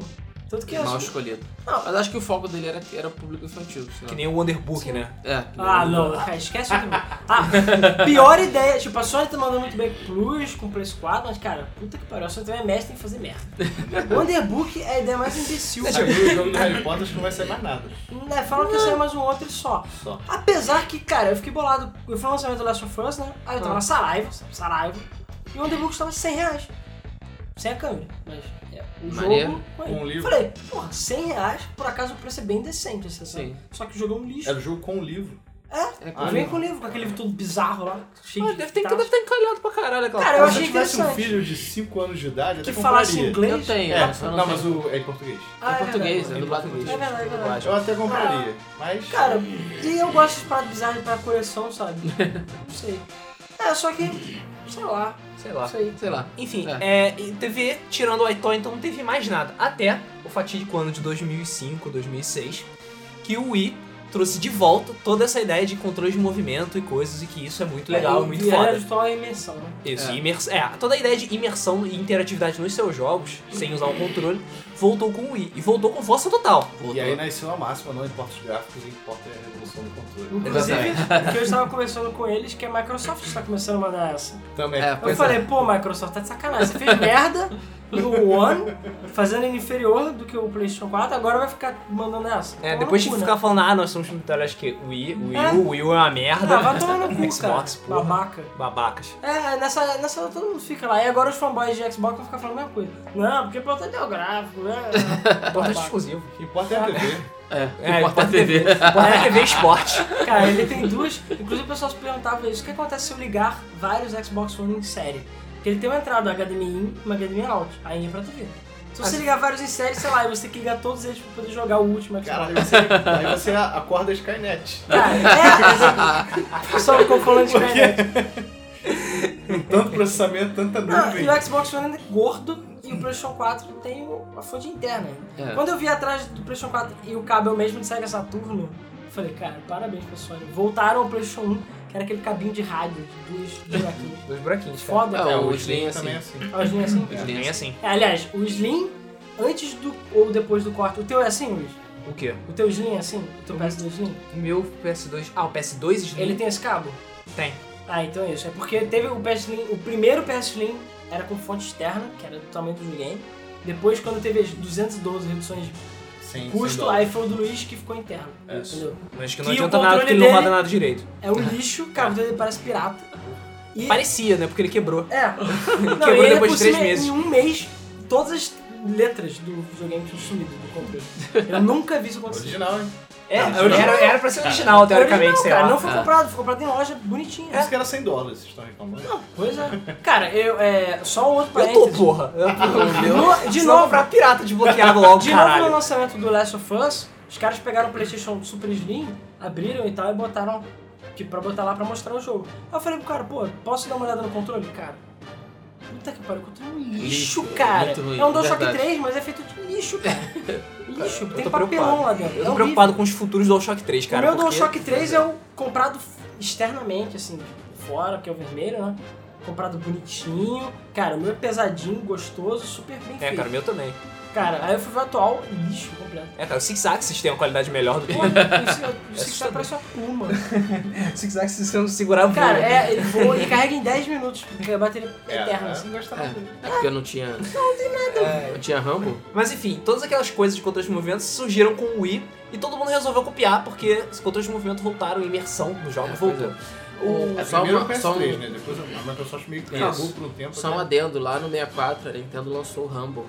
Speaker 2: Tanto que
Speaker 4: Mal
Speaker 2: eu
Speaker 4: escolhido.
Speaker 2: Não.
Speaker 4: Mas acho que o foco dele era, era o público infantil. senão-
Speaker 1: Que nem o Wonderbook, né?
Speaker 4: É.
Speaker 2: Ah, não, cara, esquece o que. Ah, pior ideia. Tipo, a Sony tá mandando muito bem com Plus, com PS4, mas, cara, puta que pariu, a Sony também é mestre em fazer merda. Wonderbook é a ideia mais imbecil.
Speaker 4: tipo,
Speaker 3: Se abrir o jogo do Harry Potter, acho que não vai sair mais nada.
Speaker 2: Né, falam que ia sair mais um outro e só.
Speaker 3: Só.
Speaker 2: Apesar que, cara, eu fiquei bolado. Eu fui no lançamento do Last of Us, né? Aí eu tava
Speaker 1: Ah.
Speaker 2: na Saraiva, Saraiva, e o Wonderbook estava 100 reais. Sem a câmera, mas é, o
Speaker 4: Maneiro.
Speaker 2: jogo. foi.
Speaker 3: Com o livro.
Speaker 2: Falei, porra, 100 reais, por acaso o preço é bem decente, assim, sabe?
Speaker 4: Sim.
Speaker 2: Só que o jogo é um lixo.
Speaker 3: Era o jogo com o livro.
Speaker 4: É,
Speaker 3: Ah,
Speaker 2: Vem
Speaker 3: não.
Speaker 2: com o livro, com aquele livro todo bizarro lá, cheio
Speaker 1: Ah,
Speaker 2: de.
Speaker 1: deve, ter,
Speaker 2: traço.
Speaker 1: deve estar encalhado pra caralho aquela
Speaker 2: Tá. Cara, eu
Speaker 1: porra.
Speaker 3: Se
Speaker 2: achei
Speaker 3: tivesse um
Speaker 2: interessante.
Speaker 3: filho de cinco anos de idade,
Speaker 2: que
Speaker 3: até
Speaker 2: falasse um
Speaker 3: compraria.
Speaker 2: inglês.
Speaker 4: Eu tenho.
Speaker 3: É,
Speaker 4: só
Speaker 3: não,
Speaker 4: não
Speaker 3: mas
Speaker 4: tenho.
Speaker 3: o, é em português.
Speaker 2: Ah,
Speaker 4: Em
Speaker 2: é
Speaker 4: português,
Speaker 2: verdade.
Speaker 4: é dublado em
Speaker 2: É
Speaker 4: português.
Speaker 2: verdade, é verdade.
Speaker 3: Eu até compraria, mas.
Speaker 2: Ah. Cara, e eu gosto de paradas bizarras pra coleção, sabe? Não sei. É, só que, sei lá,
Speaker 1: Sei lá.
Speaker 2: não sei.
Speaker 4: Sei lá.
Speaker 1: Enfim,
Speaker 4: É.
Speaker 1: é. e teve, tirando o iToy, então não teve mais nada. Até o fatídico ano de 2005, 2006, que o Wii trouxe de volta toda essa ideia de controle de movimento e coisas, e que isso é muito legal,
Speaker 2: é,
Speaker 1: muito
Speaker 2: e
Speaker 1: foda.
Speaker 2: Era só a imersão, né?
Speaker 1: Isso, é.
Speaker 4: É.
Speaker 1: é, toda a ideia de imersão e interatividade nos seus jogos, sem usar o controle, voltou com o Wii. E voltou com força total.
Speaker 3: E aí né, nasceu a máxima, não importa os gráficos, importa é a revolução do
Speaker 2: Hum.
Speaker 3: controle.
Speaker 2: Inclusive, que eu estava conversando com eles que a Microsoft está começando a mandar essa.
Speaker 3: Também.
Speaker 4: É,
Speaker 2: Eu
Speaker 4: pois
Speaker 2: falei, pô, Microsoft, tá de sacanagem. Você fez merda no One, fazendo ele inferior do que o PlayStation 4, agora vai ficar mandando essa.
Speaker 1: É,
Speaker 2: Toma
Speaker 1: depois
Speaker 2: no
Speaker 1: de
Speaker 2: cu, né?
Speaker 1: ficar falando, ah, nós somos acho que Wii, Wii,
Speaker 2: É.
Speaker 1: U, Wii U é uma
Speaker 2: Né?
Speaker 1: merda.
Speaker 2: Ah, vai tomar no cu,
Speaker 1: Xbox,
Speaker 2: cara.
Speaker 1: porra.
Speaker 2: Babaca.
Speaker 1: Babacas.
Speaker 2: É, nessa, nessa hora todo mundo fica lá. E agora os fanboys de Xbox vão ficar falando a mesma coisa. Não, porque pronto é gráfico, né?
Speaker 1: Importante
Speaker 2: Babaca.
Speaker 1: exclusivo.
Speaker 3: O que importa é a TV.
Speaker 4: É,
Speaker 1: É,
Speaker 4: o
Speaker 1: Porta
Speaker 4: Porta TV.
Speaker 1: TV. Porta TV Esporte.
Speaker 2: Cara, ele tem duas. Inclusive o pessoal se perguntava isso: o que acontece se eu ligar vários Xbox One em série? Porque ele tem uma entrada HDMI in e uma HDMI out. Aí é pra TV. Se você ligar vários em série, sei lá, e você tem que ligar todos eles pra poder jogar o último Xbox.
Speaker 3: Caralho, você, aí você acorda a Skynet.
Speaker 2: Cara, é, o pessoal ficou falando de internet.
Speaker 3: Com tanto processamento, tanta
Speaker 2: Não,
Speaker 3: nuvem.
Speaker 2: e o Xbox One é gordo e o PlayStation 4 tem uma fonte interna.
Speaker 4: É.
Speaker 2: Quando eu vi atrás do PlayStation 4 e o cabo é o mesmo de Sega Saturno, eu falei, cara, parabéns pra Sony. Voltaram ao PlayStation 1, que era aquele cabinho de rádio, de dois buraquinhos.
Speaker 1: Dois buraquinhos, cara.
Speaker 2: Foda,
Speaker 4: É,
Speaker 2: cara.
Speaker 4: o
Speaker 3: o
Speaker 4: Slim
Speaker 3: Slim
Speaker 4: assim.
Speaker 3: também é assim.
Speaker 2: Ah, o Slim é assim?
Speaker 4: É.
Speaker 1: Nem assim.
Speaker 2: É, aliás, o Slim, antes do ou depois do corte, o teu é assim, Luiz?
Speaker 1: O quê?
Speaker 2: O teu Slim é assim? O teu PS2 Slim?
Speaker 1: O meu PS2... Ah, o PS2 Slim?
Speaker 2: Ele tem esse cabo?
Speaker 1: tem.
Speaker 2: Ah, então é isso. É porque teve o PS Slim, o primeiro PS Slim era com fonte externa, que era do tamanho do game. Depois, quando teve as 212 reduções de
Speaker 3: Sem,
Speaker 2: custo,
Speaker 3: sem
Speaker 2: aí foi o do Luiz que ficou interno.
Speaker 3: É.
Speaker 2: Entendeu?
Speaker 1: Mas que não
Speaker 2: Que o
Speaker 1: adianta nada, porque ele
Speaker 2: controle
Speaker 1: não roda
Speaker 2: dele-
Speaker 1: nada direito.
Speaker 2: É um lixo, o cabo dele parece pirata. E...
Speaker 1: Parecia, né? Porque ele quebrou.
Speaker 2: É. Não,
Speaker 1: Quebrou
Speaker 2: e ele,
Speaker 1: depois de
Speaker 2: por
Speaker 1: três
Speaker 2: cima,
Speaker 1: meses.
Speaker 2: Em um mês, todas as letras do videogame tinham sumido do controle. Eu nunca vi isso
Speaker 3: dó.
Speaker 2: acontecer.
Speaker 3: Original, hein?
Speaker 1: É,
Speaker 3: Original.
Speaker 1: era, era pra ser original, teoricamente,
Speaker 2: Original,
Speaker 1: sei
Speaker 2: cara,
Speaker 1: lá. É.
Speaker 2: Não foi
Speaker 4: Ah.
Speaker 2: comprado, foi comprado em loja bonitinha.
Speaker 3: Por isso que era 100 dólares, vocês estão reclamando.
Speaker 2: É. Não, pois é. Cara, eu, é, só um outro
Speaker 1: Eu tô,
Speaker 2: parênteses.
Speaker 1: porra. Eu tô,
Speaker 2: No- de
Speaker 1: Senão
Speaker 2: novo,
Speaker 1: pra pirata desbloqueado logo,
Speaker 2: de novo
Speaker 1: Oh, caralho.
Speaker 2: no lançamento do Last of Us, os caras pegaram o PlayStation Super Slim, abriram e tal e botaram tipo, pra botar lá pra mostrar o jogo. Aí eu falei pro cara, pô, posso dar uma olhada no controle? Cara, puta que pariu, o controle é um lixo,
Speaker 4: Lixo,
Speaker 2: cara.
Speaker 4: muito ruim,
Speaker 2: é um DualShock
Speaker 4: verdade.
Speaker 2: 3, mas é feito de lixo, cara. lixo,
Speaker 1: eu
Speaker 2: tem
Speaker 1: tô
Speaker 2: papelão
Speaker 1: preocupado.
Speaker 2: lá dentro.
Speaker 1: Eu
Speaker 2: é
Speaker 1: tô
Speaker 2: horrível.
Speaker 1: preocupado com os futuros do DualShock 3,
Speaker 2: O
Speaker 1: cara.
Speaker 2: meu
Speaker 1: porque-
Speaker 2: DualShock 3 é o comprado f- externamente, assim, tipo, fora, que é o vermelho, né? Comprado bonitinho. Cara, o meu é pesadinho, gostoso, super bem
Speaker 1: É,
Speaker 2: feito.
Speaker 1: cara, o meu também.
Speaker 2: Cara, aí eu fui ver o atual, lixo completo.
Speaker 1: É, cara, o Six Axis tem uma qualidade melhor do que.
Speaker 2: Pô, o
Speaker 4: É
Speaker 2: Six parece uma pluma.
Speaker 1: Six Axis se eu não segurar
Speaker 4: Tá
Speaker 1: voa.
Speaker 2: um Cara, é, ele voa e carrega em 10 minutos, porque a bateria é
Speaker 3: É,
Speaker 2: eterna.
Speaker 3: é.
Speaker 2: Assim, gosta
Speaker 4: É,
Speaker 2: muito.
Speaker 4: é porque eu não tinha.
Speaker 2: é,
Speaker 4: Eu tinha Rambo?
Speaker 1: Mas enfim, todas aquelas coisas de controle de movimento surgiram com o Wii e todo mundo resolveu copiar porque os controles de movimento voltaram, a imersão no jogo
Speaker 4: É, pois
Speaker 1: voltou. O-
Speaker 4: É só
Speaker 3: Primeiro o
Speaker 4: uma- só
Speaker 3: PS3,
Speaker 4: um-
Speaker 3: né? Depois a Microsoft meio que
Speaker 4: Isso.
Speaker 3: cagou por um tempo.
Speaker 4: Só um
Speaker 3: né?
Speaker 4: adendo, lá no 64 a Nintendo lançou o Rumble.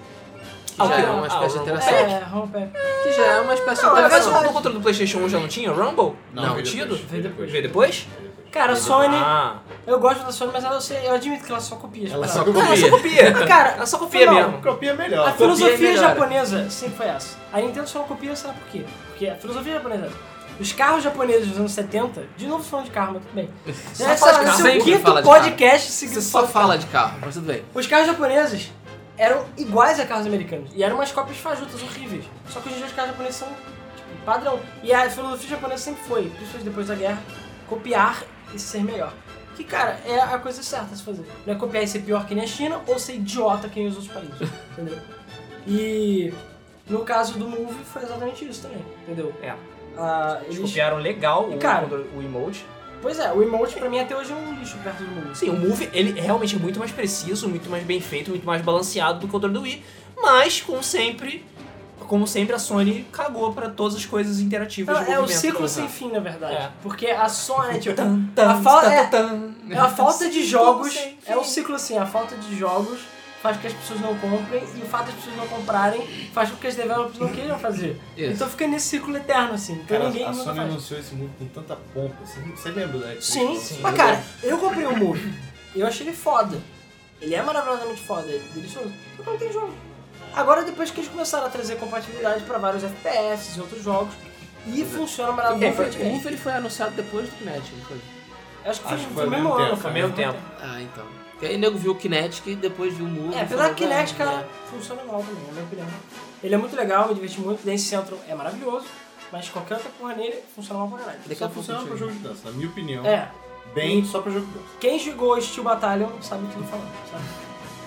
Speaker 4: Que
Speaker 1: Ah,
Speaker 4: já
Speaker 1: ok.
Speaker 4: é uma
Speaker 1: Ah, o
Speaker 4: espécie de
Speaker 1: Rumble.
Speaker 4: interação.
Speaker 2: É, rompe.
Speaker 4: Que já é uma espécie de
Speaker 2: Não, é
Speaker 1: Mas
Speaker 4: interação.
Speaker 1: o o controle do PlayStation 1 já não tinha? Rumble?
Speaker 4: Não,
Speaker 3: veio
Speaker 1: tido?
Speaker 3: depois, veio
Speaker 1: Veio depois?
Speaker 2: Cara, a Sony,
Speaker 1: Ah,
Speaker 2: eu gosto da Sony, mas ela, eu, sei- eu admito que ela só copia. as
Speaker 4: Ela
Speaker 2: paradas.
Speaker 4: só
Speaker 3: Copia.
Speaker 1: ela só
Speaker 4: copia.
Speaker 1: copia.
Speaker 2: Cara,
Speaker 1: ela só copia
Speaker 2: não,
Speaker 1: mesmo.
Speaker 3: Copia é melhor.
Speaker 2: A
Speaker 3: Pô,
Speaker 2: filosofia
Speaker 4: melhora.
Speaker 2: japonesa sempre foi essa. A Nintendo só não copia, sabe por quê? Porque a filosofia japonesa. Os carros japoneses dos anos 70, de novo falando de carro, mas tudo bem.
Speaker 1: Só
Speaker 2: Essa
Speaker 1: fala de
Speaker 2: é
Speaker 1: carro,
Speaker 2: o seu
Speaker 4: sempre fala
Speaker 2: quinto
Speaker 4: de carro.
Speaker 2: podcast seguido
Speaker 4: Você só
Speaker 2: sobre
Speaker 4: fala de carro, mas tudo bem.
Speaker 2: carro. Os carros japoneses eram iguais a carros americanos. E eram umas cópias fajutas horríveis. Só que hoje em dia os carros japoneses são tipo, padrão. E a filosofia japonesa sempre foi, principalmente depois da guerra, copiar e ser melhor. Que, cara, é a coisa certa a se fazer. Não é copiar e ser pior que nem a China ou ser idiota que nem os outros países. entendeu? E no caso do Move foi exatamente isso também, entendeu?
Speaker 1: É.
Speaker 2: Ah,
Speaker 1: Eles
Speaker 2: eles...
Speaker 1: copiaram legal o,
Speaker 2: E, cara,
Speaker 1: controle- o emote.
Speaker 2: Pois é, o emote pra mim até hoje é um lixo perto do Move.
Speaker 1: Sim, o Move, ele é realmente muito mais preciso, muito mais bem feito, muito mais balanceado do que o controle do Wii. Mas, como sempre, como sempre, a Sony cagou pra todas as coisas interativas tipo de
Speaker 2: É, é o
Speaker 1: movimento.
Speaker 2: ciclo sem fim, na verdade.
Speaker 1: É.
Speaker 2: Porque a Sony, tipo,
Speaker 1: Tan,
Speaker 2: a falta, é,
Speaker 1: tan,
Speaker 2: é a falta de jogos,
Speaker 1: Sim, sim.
Speaker 2: é um ciclo assim, a falta de jogos faz com que as pessoas não comprem e o fato das pessoas não comprarem faz com que as developers não queiram fazer.
Speaker 4: Isso.
Speaker 2: Então fica nesse ciclo eterno, assim. Então
Speaker 3: Cara,
Speaker 2: ninguém
Speaker 3: a
Speaker 2: nunca
Speaker 3: Sony
Speaker 2: faz.
Speaker 3: anunciou esse mundo com tanta pompa. Você, você lembra, né? Que
Speaker 2: Sim,
Speaker 3: eles-
Speaker 2: mas cara, eu comprei o Move. Eu achei ele foda. Ele é maravilhosamente foda, ele é delicioso. Só que não tem jogo. Agora, depois que eles começaram a trazer compatibilidade pra vários FPS e outros jogos, e funciona
Speaker 4: O
Speaker 2: maravilhosamente.
Speaker 4: Move ele É, foi anunciado depois do Kinect, não foi?
Speaker 2: Acho que foi,
Speaker 3: Acho que
Speaker 2: foi
Speaker 3: foi
Speaker 2: no mesmo
Speaker 3: ao mesmo
Speaker 2: ano,
Speaker 3: tempo,
Speaker 2: cara.
Speaker 1: ao mesmo tempo.
Speaker 4: Ah, então. Porque aí o nego viu o Kinetic e depois viu o Move.
Speaker 2: É,
Speaker 4: e
Speaker 2: apesar
Speaker 4: falou,
Speaker 2: que Kinect,
Speaker 4: "Ah,
Speaker 2: cara, funciona mal também, na minha opinião. Ele é muito legal, me diverti muito, Dance Central é maravilhoso, mas qualquer outra porra nele funciona mal pra caralho.
Speaker 4: É, Daqui a
Speaker 3: Só
Speaker 4: pouco
Speaker 3: funciona pra
Speaker 4: chega.
Speaker 3: jogo de dança, na minha opinião.
Speaker 2: É,
Speaker 3: Bem, só pra jogo de dança.
Speaker 2: quem jogou Steel Battalion sabe o que eu tô falando, sabe?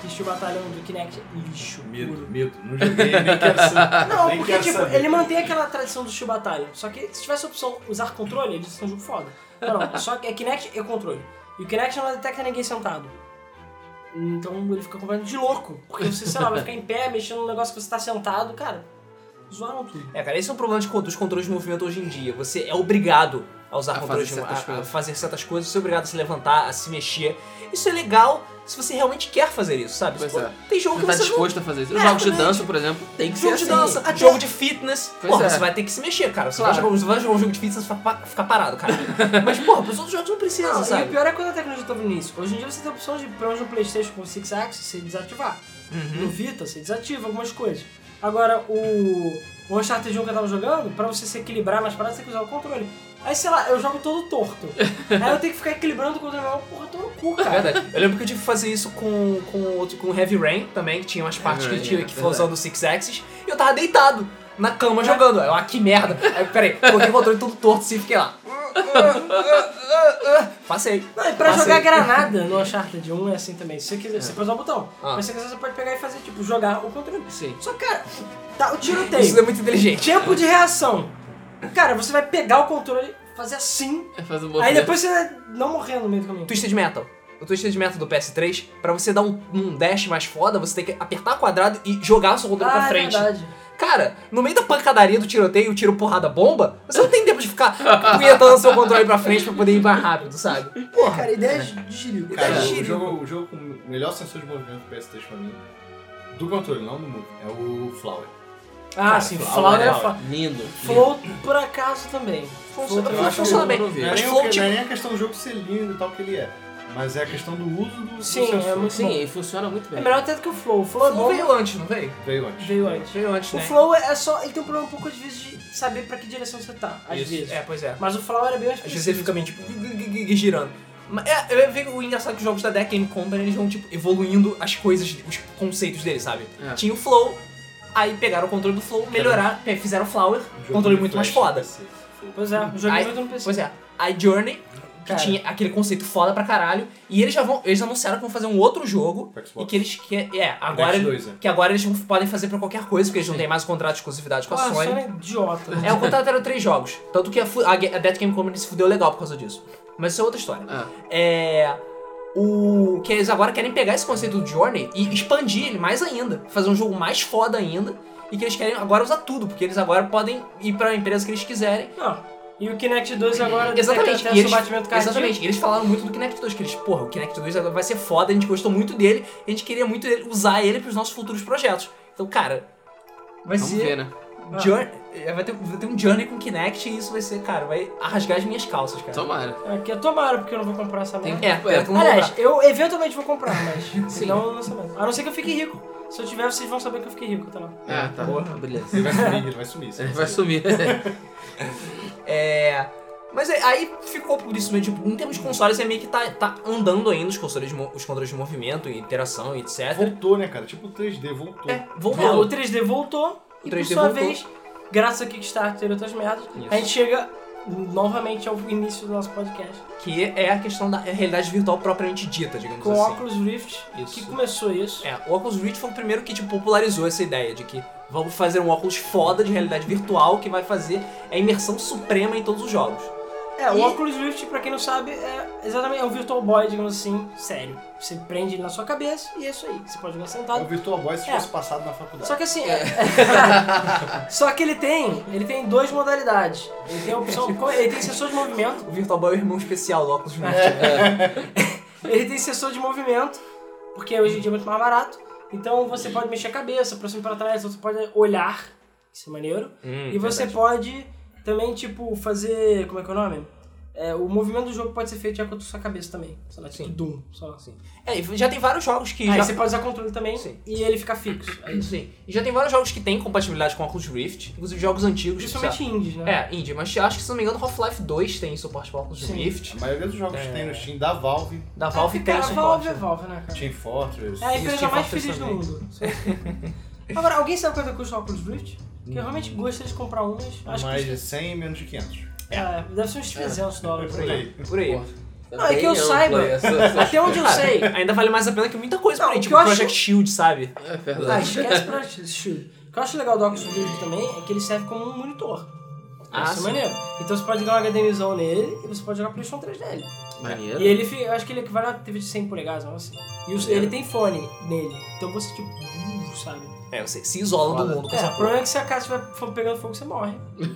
Speaker 2: Que Steel Battalion do Kinect é lixo. puro.
Speaker 3: medo. Não joguei, nem quero saber.
Speaker 2: Não,
Speaker 3: nem
Speaker 2: porque
Speaker 3: quero
Speaker 2: tipo,
Speaker 3: saber.
Speaker 2: ele mantém aquela tradição do Steel Battalion, só que se tivesse a opção usar controle, ele seria um jogo foda. Não, não, só que é Kinect e controle. E o Kinect não detecta ninguém sentado. Então ele fica completamente de louco, porque você, sei lá, vai ficar em pé, mexendo no negócio que você tá sentado, cara, zoaram tudo.
Speaker 1: É, cara, esse é um problema de, con- dos controles de movimento hoje em dia. Você é obrigado a usar
Speaker 4: A
Speaker 1: controles
Speaker 4: fazer
Speaker 1: de
Speaker 4: certas
Speaker 1: a, a
Speaker 4: coisas.
Speaker 1: fazer certas coisas, você é obrigado a se levantar, a se mexer. Isso é legal se você realmente quer fazer isso, sabe?
Speaker 4: Pois
Speaker 1: Pô,
Speaker 4: é.
Speaker 1: Tem jogo
Speaker 4: Você
Speaker 1: que
Speaker 4: tá
Speaker 1: você não
Speaker 4: disposto a fazer isso.
Speaker 1: É,
Speaker 4: Os jogos de
Speaker 1: exatamente.
Speaker 4: dança, por exemplo, tem que ser
Speaker 1: Jogo de
Speaker 4: assim.
Speaker 1: dança,
Speaker 2: Até-
Speaker 1: jogo de fitness.
Speaker 4: Pois
Speaker 1: porra,
Speaker 4: é.
Speaker 1: você vai ter que se mexer, cara. Você
Speaker 4: Claro.
Speaker 1: vai, jogar, você vai jogar um jogo de fitness e vai pa- ficar parado, cara. Mas, porra, pros outros jogos não precisa,
Speaker 2: Não, e o
Speaker 1: sabe?
Speaker 2: pior é quando a tecnologia tá no início. Hoje em dia você tem a opção de, pelo menos no Playstation com o Six Axis, você desativar.
Speaker 1: Uhum.
Speaker 2: No Vita, você desativa algumas coisas. Agora, o, o Uncharted 1 que eu tava jogando, pra você se equilibrar nas paradas, você tem que usar o controle. Aí, sei lá, eu jogo todo torto. Aí eu tenho que ficar equilibrando o controle. Eu, Porra, eu tô no cu,
Speaker 1: É
Speaker 2: cara.
Speaker 1: verdade. Eu lembro que eu tive que fazer isso com, com, outro, com Heavy Rain também, que tinha umas partes
Speaker 4: Rain,
Speaker 1: que tinha
Speaker 4: é
Speaker 1: que foi
Speaker 4: verdade.
Speaker 1: usando o Six Axis, e eu tava deitado na cama jogando. Aí eu, ah, que merda. Aí, peraí, coloquei o controle todo torto assim e fiquei lá. Passei.
Speaker 2: Não, e pra
Speaker 1: Passei.
Speaker 2: jogar granada no Uncharted 1 é assim também. Se você quiser, você pode usar o botão.
Speaker 1: Ah.
Speaker 2: Mas se você quiser, você pode pegar e fazer, tipo, jogar o controle.
Speaker 4: Sim.
Speaker 2: Só que, cara, tá, o
Speaker 1: Isso é
Speaker 2: tiroteio.
Speaker 1: muito inteligente.
Speaker 2: Tempo de reação. Cara, você vai pegar o controle, fazer assim,
Speaker 4: É fazer um
Speaker 2: Aí
Speaker 4: movimento.
Speaker 2: depois você vai não morrer no meio do caminho.
Speaker 1: Twisted Metal. O Twisted Metal do PS3, pra você dar um, um dash mais foda, você tem que apertar quadrado e jogar o seu controle pra
Speaker 2: é
Speaker 1: frente.
Speaker 2: verdade.
Speaker 1: Cara, no meio da pancadaria do tiroteio, tiro porrada bomba, você não tem tempo de ficar punhetando seu controle pra frente pra poder ir mais rápido, sabe?
Speaker 2: Cara, ideias de girico.
Speaker 3: Cara,
Speaker 1: É.
Speaker 3: o jogo, o jogo com o melhor sensor de movimento do PS3 pra mim, do controle, não do mundo, é o Flower.
Speaker 2: Ah, sim,
Speaker 3: Flow
Speaker 2: Flow
Speaker 3: é
Speaker 2: é
Speaker 3: foda.
Speaker 2: foda.
Speaker 4: Lindo. lindo.
Speaker 2: Flow, por acaso, também.
Speaker 1: Funciona,
Speaker 2: Flow
Speaker 3: eu acho
Speaker 1: funciona
Speaker 3: que
Speaker 1: bem.
Speaker 4: eu não vi.
Speaker 3: Não é,
Speaker 1: Mas
Speaker 3: nem
Speaker 1: Flow,
Speaker 3: o que- não é
Speaker 1: tipo,
Speaker 3: nem a questão do jogo ser lindo e tal que ele é, mas é a questão do uso do, do
Speaker 2: Sim,
Speaker 3: sensor.
Speaker 2: é muito-
Speaker 4: Sim, e funciona muito bem.
Speaker 2: É melhor até do que o Flow. O Flow é
Speaker 1: Flow
Speaker 2: bom,
Speaker 1: veio antes, não veio?
Speaker 3: Veio antes.
Speaker 2: veio antes.
Speaker 1: Veio antes,
Speaker 2: O
Speaker 1: né?
Speaker 2: Flow é só... Ele tem um problema um pouco, às vezes, de saber pra que direção você tá. Às
Speaker 1: Isso,
Speaker 2: vezes.
Speaker 1: É, pois é.
Speaker 2: Mas o Flow era bem mais
Speaker 1: Às vezes ele fica meio tipo gu- gu- gu- gu- girando. Mas é, eu vejo o engraçado que os jogos da Deck Game Company eles vão tipo evoluindo as coisas, os conceitos deles, sabe?
Speaker 4: É.
Speaker 1: Tinha o Flow, aí pegaram o controle do Flow, melhoraram, é, fizeram o Flower,
Speaker 3: Um jogo
Speaker 1: controle
Speaker 3: de
Speaker 1: muito mais
Speaker 3: flash,
Speaker 1: foda.
Speaker 3: assim.
Speaker 2: Pois é, o jogo
Speaker 1: Aí-
Speaker 2: muito no PC.
Speaker 1: Pois é, aí Tipo Journey, que
Speaker 2: Cara.
Speaker 1: tinha aquele conceito foda pra caralho. E eles já vão. Eles anunciaram que vão fazer um outro jogo.
Speaker 3: Pro Xbox.
Speaker 1: E que eles. Que, é, agora.
Speaker 3: X2, é.
Speaker 1: Que agora eles vão- podem fazer pra qualquer coisa, porque eles não têm mais um contrato de exclusividade com
Speaker 2: Pô,
Speaker 1: a
Speaker 2: a
Speaker 1: Sony.
Speaker 2: Sony é idiota.
Speaker 1: É, o contrato era três jogos. Tanto que a, fu- a, Ga- a Death Game Company se fudeu legal por causa disso. Mas isso é outra história.
Speaker 4: Ah.
Speaker 1: É. O. Que eles agora querem pegar esse conceito do Journey e expandir ele mais ainda. Fazer um jogo mais foda ainda. E que eles querem agora usar tudo, porque eles agora podem ir pra empresa que eles quiserem.
Speaker 2: Não. E o Kinect 2 agora
Speaker 1: Exatamente.
Speaker 2: detecta até
Speaker 1: E eles,
Speaker 2: seu batimento cardíaco.
Speaker 1: exatamente. E Eles falaram muito do Kinect 2, que eles, porra, o Kinect 2 agora vai ser foda, a gente gostou muito dele, a gente queria muito ele- usar ele pros nossos futuros projetos. Então, cara, vai
Speaker 4: Vamos
Speaker 1: ser
Speaker 4: ver, né?
Speaker 2: Ah.
Speaker 1: Journey- é, vai, ter, vai ter um Journey com Kinect e isso vai ser, cara, vai rasgar as minhas calças, cara.
Speaker 4: Tomara.
Speaker 2: Aqui é eu tomara, porque eu não vou comprar essa
Speaker 4: Tem-
Speaker 2: merda.
Speaker 1: É,
Speaker 4: Então, É,
Speaker 1: é,
Speaker 2: Aliás, eu eventualmente vou comprar, mas
Speaker 4: Sim.
Speaker 2: senão eu não sei mais. A não ser que eu fique rico. Se eu tiver, vocês vão saber que eu fiquei rico, tá lá.
Speaker 4: Ah, tá.
Speaker 1: Porra.
Speaker 4: Beleza.
Speaker 3: Ele vai sumir, ele vai sumir.
Speaker 4: Ele vai sumir.
Speaker 1: É. Mas é- aí ficou por isso mesmo. Tipo, em termos de consoles, é meio que tá, tá andando ainda os consoles, de mo- os controles de movimento e interação e etc.
Speaker 3: Voltou, né, cara? Tipo o 3D, voltou.
Speaker 1: É, vou
Speaker 2: É, o 3D voltou
Speaker 1: O
Speaker 2: e
Speaker 1: 3D
Speaker 2: por sua
Speaker 1: voltou.
Speaker 2: vez, graças a Kickstarter e outras merdas, a gente chega novamente ao início do nosso podcast.
Speaker 1: Que é a questão da realidade virtual propriamente dita, digamos
Speaker 2: Com o
Speaker 1: assim.
Speaker 2: Oculus Rift,
Speaker 1: Isso.
Speaker 2: que começou isso.
Speaker 1: É, o Oculus Rift foi o primeiro que tipo, popularizou essa ideia de que vamos fazer um óculos foda de realidade virtual que vai fazer a imersão suprema em todos os jogos.
Speaker 2: É, o
Speaker 1: E-
Speaker 2: Oculus Rift, pra quem não sabe, é exatamente é um Virtual Boy, digamos assim, sério. Você prende ele na sua cabeça e é isso aí. Você pode jogar
Speaker 3: É o
Speaker 2: sentado.
Speaker 3: Virtual Boy se
Speaker 2: É.
Speaker 3: tivesse passado na faculdade.
Speaker 2: Só que assim,
Speaker 1: É.
Speaker 2: é. só que ele tem, ele tem duas modalidades. Ele tem a opção, ele tem sensor de movimento,
Speaker 1: O Virtual Boy é o irmão especial do Oculus Rift. né?
Speaker 2: ele tem sensor de movimento, porque hoje em dia é muito mais barato. Então você
Speaker 1: Uhum.
Speaker 2: pode mexer a cabeça, pra cima e pra trás, você pode olhar, isso é maneiro.
Speaker 1: Hum, Uhum,
Speaker 2: E você pode também, tipo, fazer. Como é que é o nome? É, o movimento do jogo pode ser feito de acordo com a sua cabeça também. Sei lá, tipo
Speaker 1: Sim.
Speaker 2: Doom, sei lá. Assim.
Speaker 1: É, e já tem vários jogos que
Speaker 2: Aí
Speaker 1: já
Speaker 2: você pode usar controle também
Speaker 1: Sim.
Speaker 2: e ele fica fixo. É isso.
Speaker 1: é Sim. E já tem vários jogos que têm compatibilidade com Oculus Rift, inclusive jogos antigos. tipo,
Speaker 2: Principalmente indies,
Speaker 1: sei
Speaker 2: né?
Speaker 1: lá, É, indie, mas acho que se não me engano Half-Life 2 tem suporte para Oculus
Speaker 2: Sim.
Speaker 1: Rift.
Speaker 3: A maioria dos jogos que tem no Steam da Valve,
Speaker 1: Da Ah, Valve tem
Speaker 2: cara,
Speaker 1: o
Speaker 2: Valve
Speaker 1: suporte.
Speaker 2: é Valve, né, cara?
Speaker 3: Team Fortress.
Speaker 2: É a empresa
Speaker 1: Steam
Speaker 2: mais
Speaker 1: Fortress
Speaker 2: feliz do
Speaker 1: também.
Speaker 2: mundo. Agora, alguém sabe quanto é custa o Oculus Rift? Porque eu realmente gostaria de comprar umas. Acho
Speaker 3: mais
Speaker 2: que
Speaker 3: de 100 e menos de 500.
Speaker 2: custa- é, deve ser uns 300 dólares.
Speaker 1: é-
Speaker 3: Por aí.
Speaker 1: Por aí.
Speaker 4: Porra, tá
Speaker 2: Não, é
Speaker 4: bem
Speaker 2: que eu
Speaker 4: amplo
Speaker 2: saiba. É
Speaker 4: aí essa- essa-
Speaker 2: Até onde eu sei,
Speaker 1: Ainda vale mais a pena que muita coisa
Speaker 2: Não,
Speaker 1: por aí,
Speaker 2: o que
Speaker 1: tipo
Speaker 2: eu acho-
Speaker 1: Project Shield, sabe?
Speaker 4: É
Speaker 2: Ah,
Speaker 4: verdade.
Speaker 2: esquece pra Shield. O que eu acho legal do Oculus Rift também é que ele serve como um monitor.
Speaker 1: Ah,
Speaker 2: Isso
Speaker 1: sim.
Speaker 2: é maneiro. Então você pode ligar um HDMIzão nele e você pode jogar PlayStation 3 nele.
Speaker 4: Maneiro.
Speaker 2: E ele, fi- eu acho que ele equivale a TV de 100 polegadas, não assim. E os- ele tem fone nele. Então você, tipo, uh, sabe?
Speaker 1: É, você se isola do
Speaker 4: Foda.
Speaker 1: mundo com
Speaker 2: É,
Speaker 1: essa
Speaker 2: o
Speaker 1: porra.
Speaker 2: problema é que se a casa estiver fo- pegando fogo, você morre.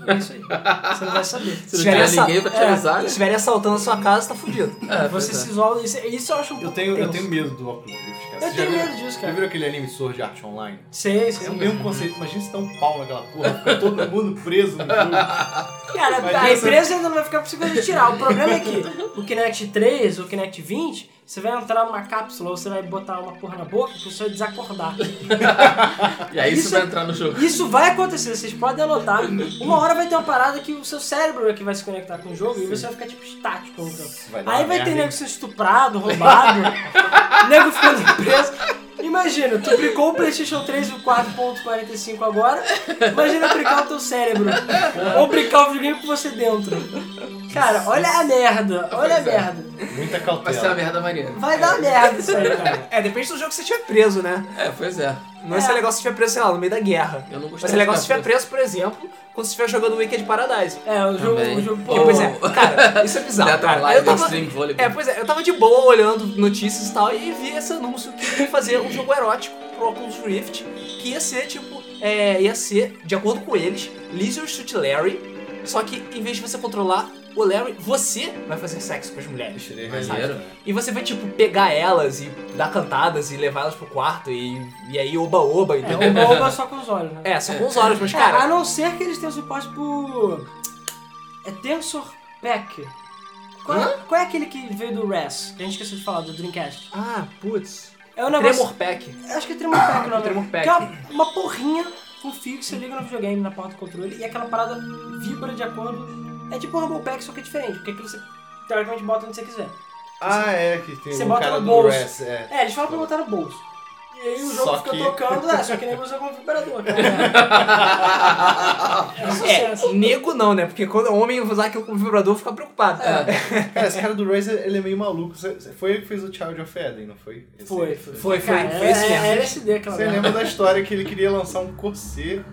Speaker 2: É isso aí. Você não vai saber.
Speaker 4: Se não
Speaker 1: tiver
Speaker 4: tiver
Speaker 1: essa-
Speaker 4: ninguém pra te avisar,
Speaker 1: Se
Speaker 4: né?
Speaker 1: estiverem assaltando a sua casa, tá fudido.
Speaker 4: É,
Speaker 2: Você
Speaker 4: pois é.
Speaker 2: se isola. Isso, isso eu acho um
Speaker 3: Eu
Speaker 2: pouco
Speaker 3: tenho, eu
Speaker 2: tenso.
Speaker 3: tenho medo do Oculus Rift, cara.
Speaker 2: Eu
Speaker 3: Você
Speaker 2: tenho
Speaker 3: já viu-
Speaker 2: medo disso,
Speaker 3: Já
Speaker 2: cara.
Speaker 3: viram aquele anime Sword Art Online?
Speaker 2: Sei, sei.
Speaker 3: É o mesmo conceito, imagina se dá um pau naquela porra, fica todo mundo preso no jogo.
Speaker 2: Cara,
Speaker 3: Mas
Speaker 2: a
Speaker 3: essa-
Speaker 2: empresa ainda não vai ficar conseguindo tirar. O problema é que o Kinect 3 ou o Kinect 20, você vai entrar numa cápsula ou você vai botar uma porra na boca que você vai desacordar.
Speaker 4: E aí
Speaker 2: Isso
Speaker 4: você
Speaker 2: é-
Speaker 4: vai entrar no jogo.
Speaker 2: Isso vai acontecer, vocês podem anotar. Uma hora vai ter uma parada que o seu cérebro é que vai se conectar com o jogo e você vai ficar tipo estático. no jogo.
Speaker 3: Vai dar
Speaker 2: Aí
Speaker 3: uma
Speaker 2: vai ter
Speaker 3: merda,
Speaker 2: nego sendo estuprado, roubado, nego ficando preso. Imagina, tu aplicou o PlayStation 3 e o 4.45 agora. Imagina aplicar o teu cérebro. Ou aplicar o videogame com você dentro. Cara, olha a merda, olha a
Speaker 4: Pois é.
Speaker 2: merda.
Speaker 3: hein? Muita
Speaker 4: Vai ser uma
Speaker 3: cautela.
Speaker 4: merda maneira.
Speaker 2: Vai dar merda isso aí, cara.
Speaker 1: É, depende do jogo que você estiver preso, né?
Speaker 4: É, pois é.
Speaker 1: Não é. ia ser
Speaker 2: É.
Speaker 1: legal se estiver preso, sei lá, no meio da guerra.
Speaker 4: Eu não gostei.
Speaker 1: Mas é legal se
Speaker 4: dessa
Speaker 1: estiver preso, por exemplo, quando você estiver jogando Wicked Paradise.
Speaker 2: É, o jogo,
Speaker 4: Também.
Speaker 2: o jogo
Speaker 1: Porque,
Speaker 4: Oh.
Speaker 1: pois é, cara, isso é bizarro,
Speaker 4: Dead or
Speaker 1: cara.
Speaker 4: Alive,
Speaker 1: eu tava,
Speaker 4: Extreme Volleyball.
Speaker 1: é, pois é, eu tava de boa olhando notícias e tal e vi esse anúncio que ia fazer um jogo erótico pro Oculus Rift, que ia ser tipo, é, ia ser, de acordo com eles, Leisure Suit Larry, só que em vez de você controlar o Larry, você vai fazer sexo com as mulheres.
Speaker 3: Tirei
Speaker 4: Maneiro.
Speaker 1: E você vai, tipo, pegar elas e dar cantadas e levar elas pro quarto e, e aí oba-oba,
Speaker 2: É,
Speaker 1: entendeu?
Speaker 2: o Boba só com os olhos, né?
Speaker 1: É, só com os olhos, mas
Speaker 2: É,
Speaker 1: cara.
Speaker 2: a não ser que eles tenham suporte por. É Tensor Pack. Qual, é- qual é aquele que veio do RES? Que a gente esqueceu de falar, do Dreamcast.
Speaker 1: Ah, putz.
Speaker 2: É um negócio.
Speaker 1: Tremor Pack.
Speaker 2: Acho que é Tremor Pack o nome.
Speaker 1: Tremor Pack.
Speaker 2: Que é uma, uma porrinha com fio que você liga no videogame na porta do controle e aquela parada vibra de acordo. É tipo o Rumble Pack, só que é diferente, porque aquilo você teoricamente bota onde você quiser.
Speaker 3: Ah, é, que tem
Speaker 2: Você
Speaker 3: um
Speaker 2: bota
Speaker 3: cara
Speaker 2: no
Speaker 3: do
Speaker 2: bolso.
Speaker 3: Rest, é.
Speaker 2: É, eles falam pra botar no bolso. E aí o jogo
Speaker 3: Só
Speaker 2: fica
Speaker 3: que-
Speaker 2: tocando, é, só que nem você como vibrador. cara. É um sucesso.
Speaker 1: É, nego não, né? Porque quando o homem usar aquilo como vibrador, fica preocupado.
Speaker 4: É.
Speaker 2: É.
Speaker 3: Cara, esse cara do Razer, ele é meio maluco. Você- você- Foi ele que fez o Child of Eden, não foi? Esse-
Speaker 2: Foi, foi.
Speaker 1: Foi, foi,
Speaker 2: Cara,
Speaker 1: foi isso
Speaker 2: é-
Speaker 1: mesmo.
Speaker 2: É LSD aquela
Speaker 3: Você
Speaker 2: merda.
Speaker 3: lembra da história que ele queria lançar um corset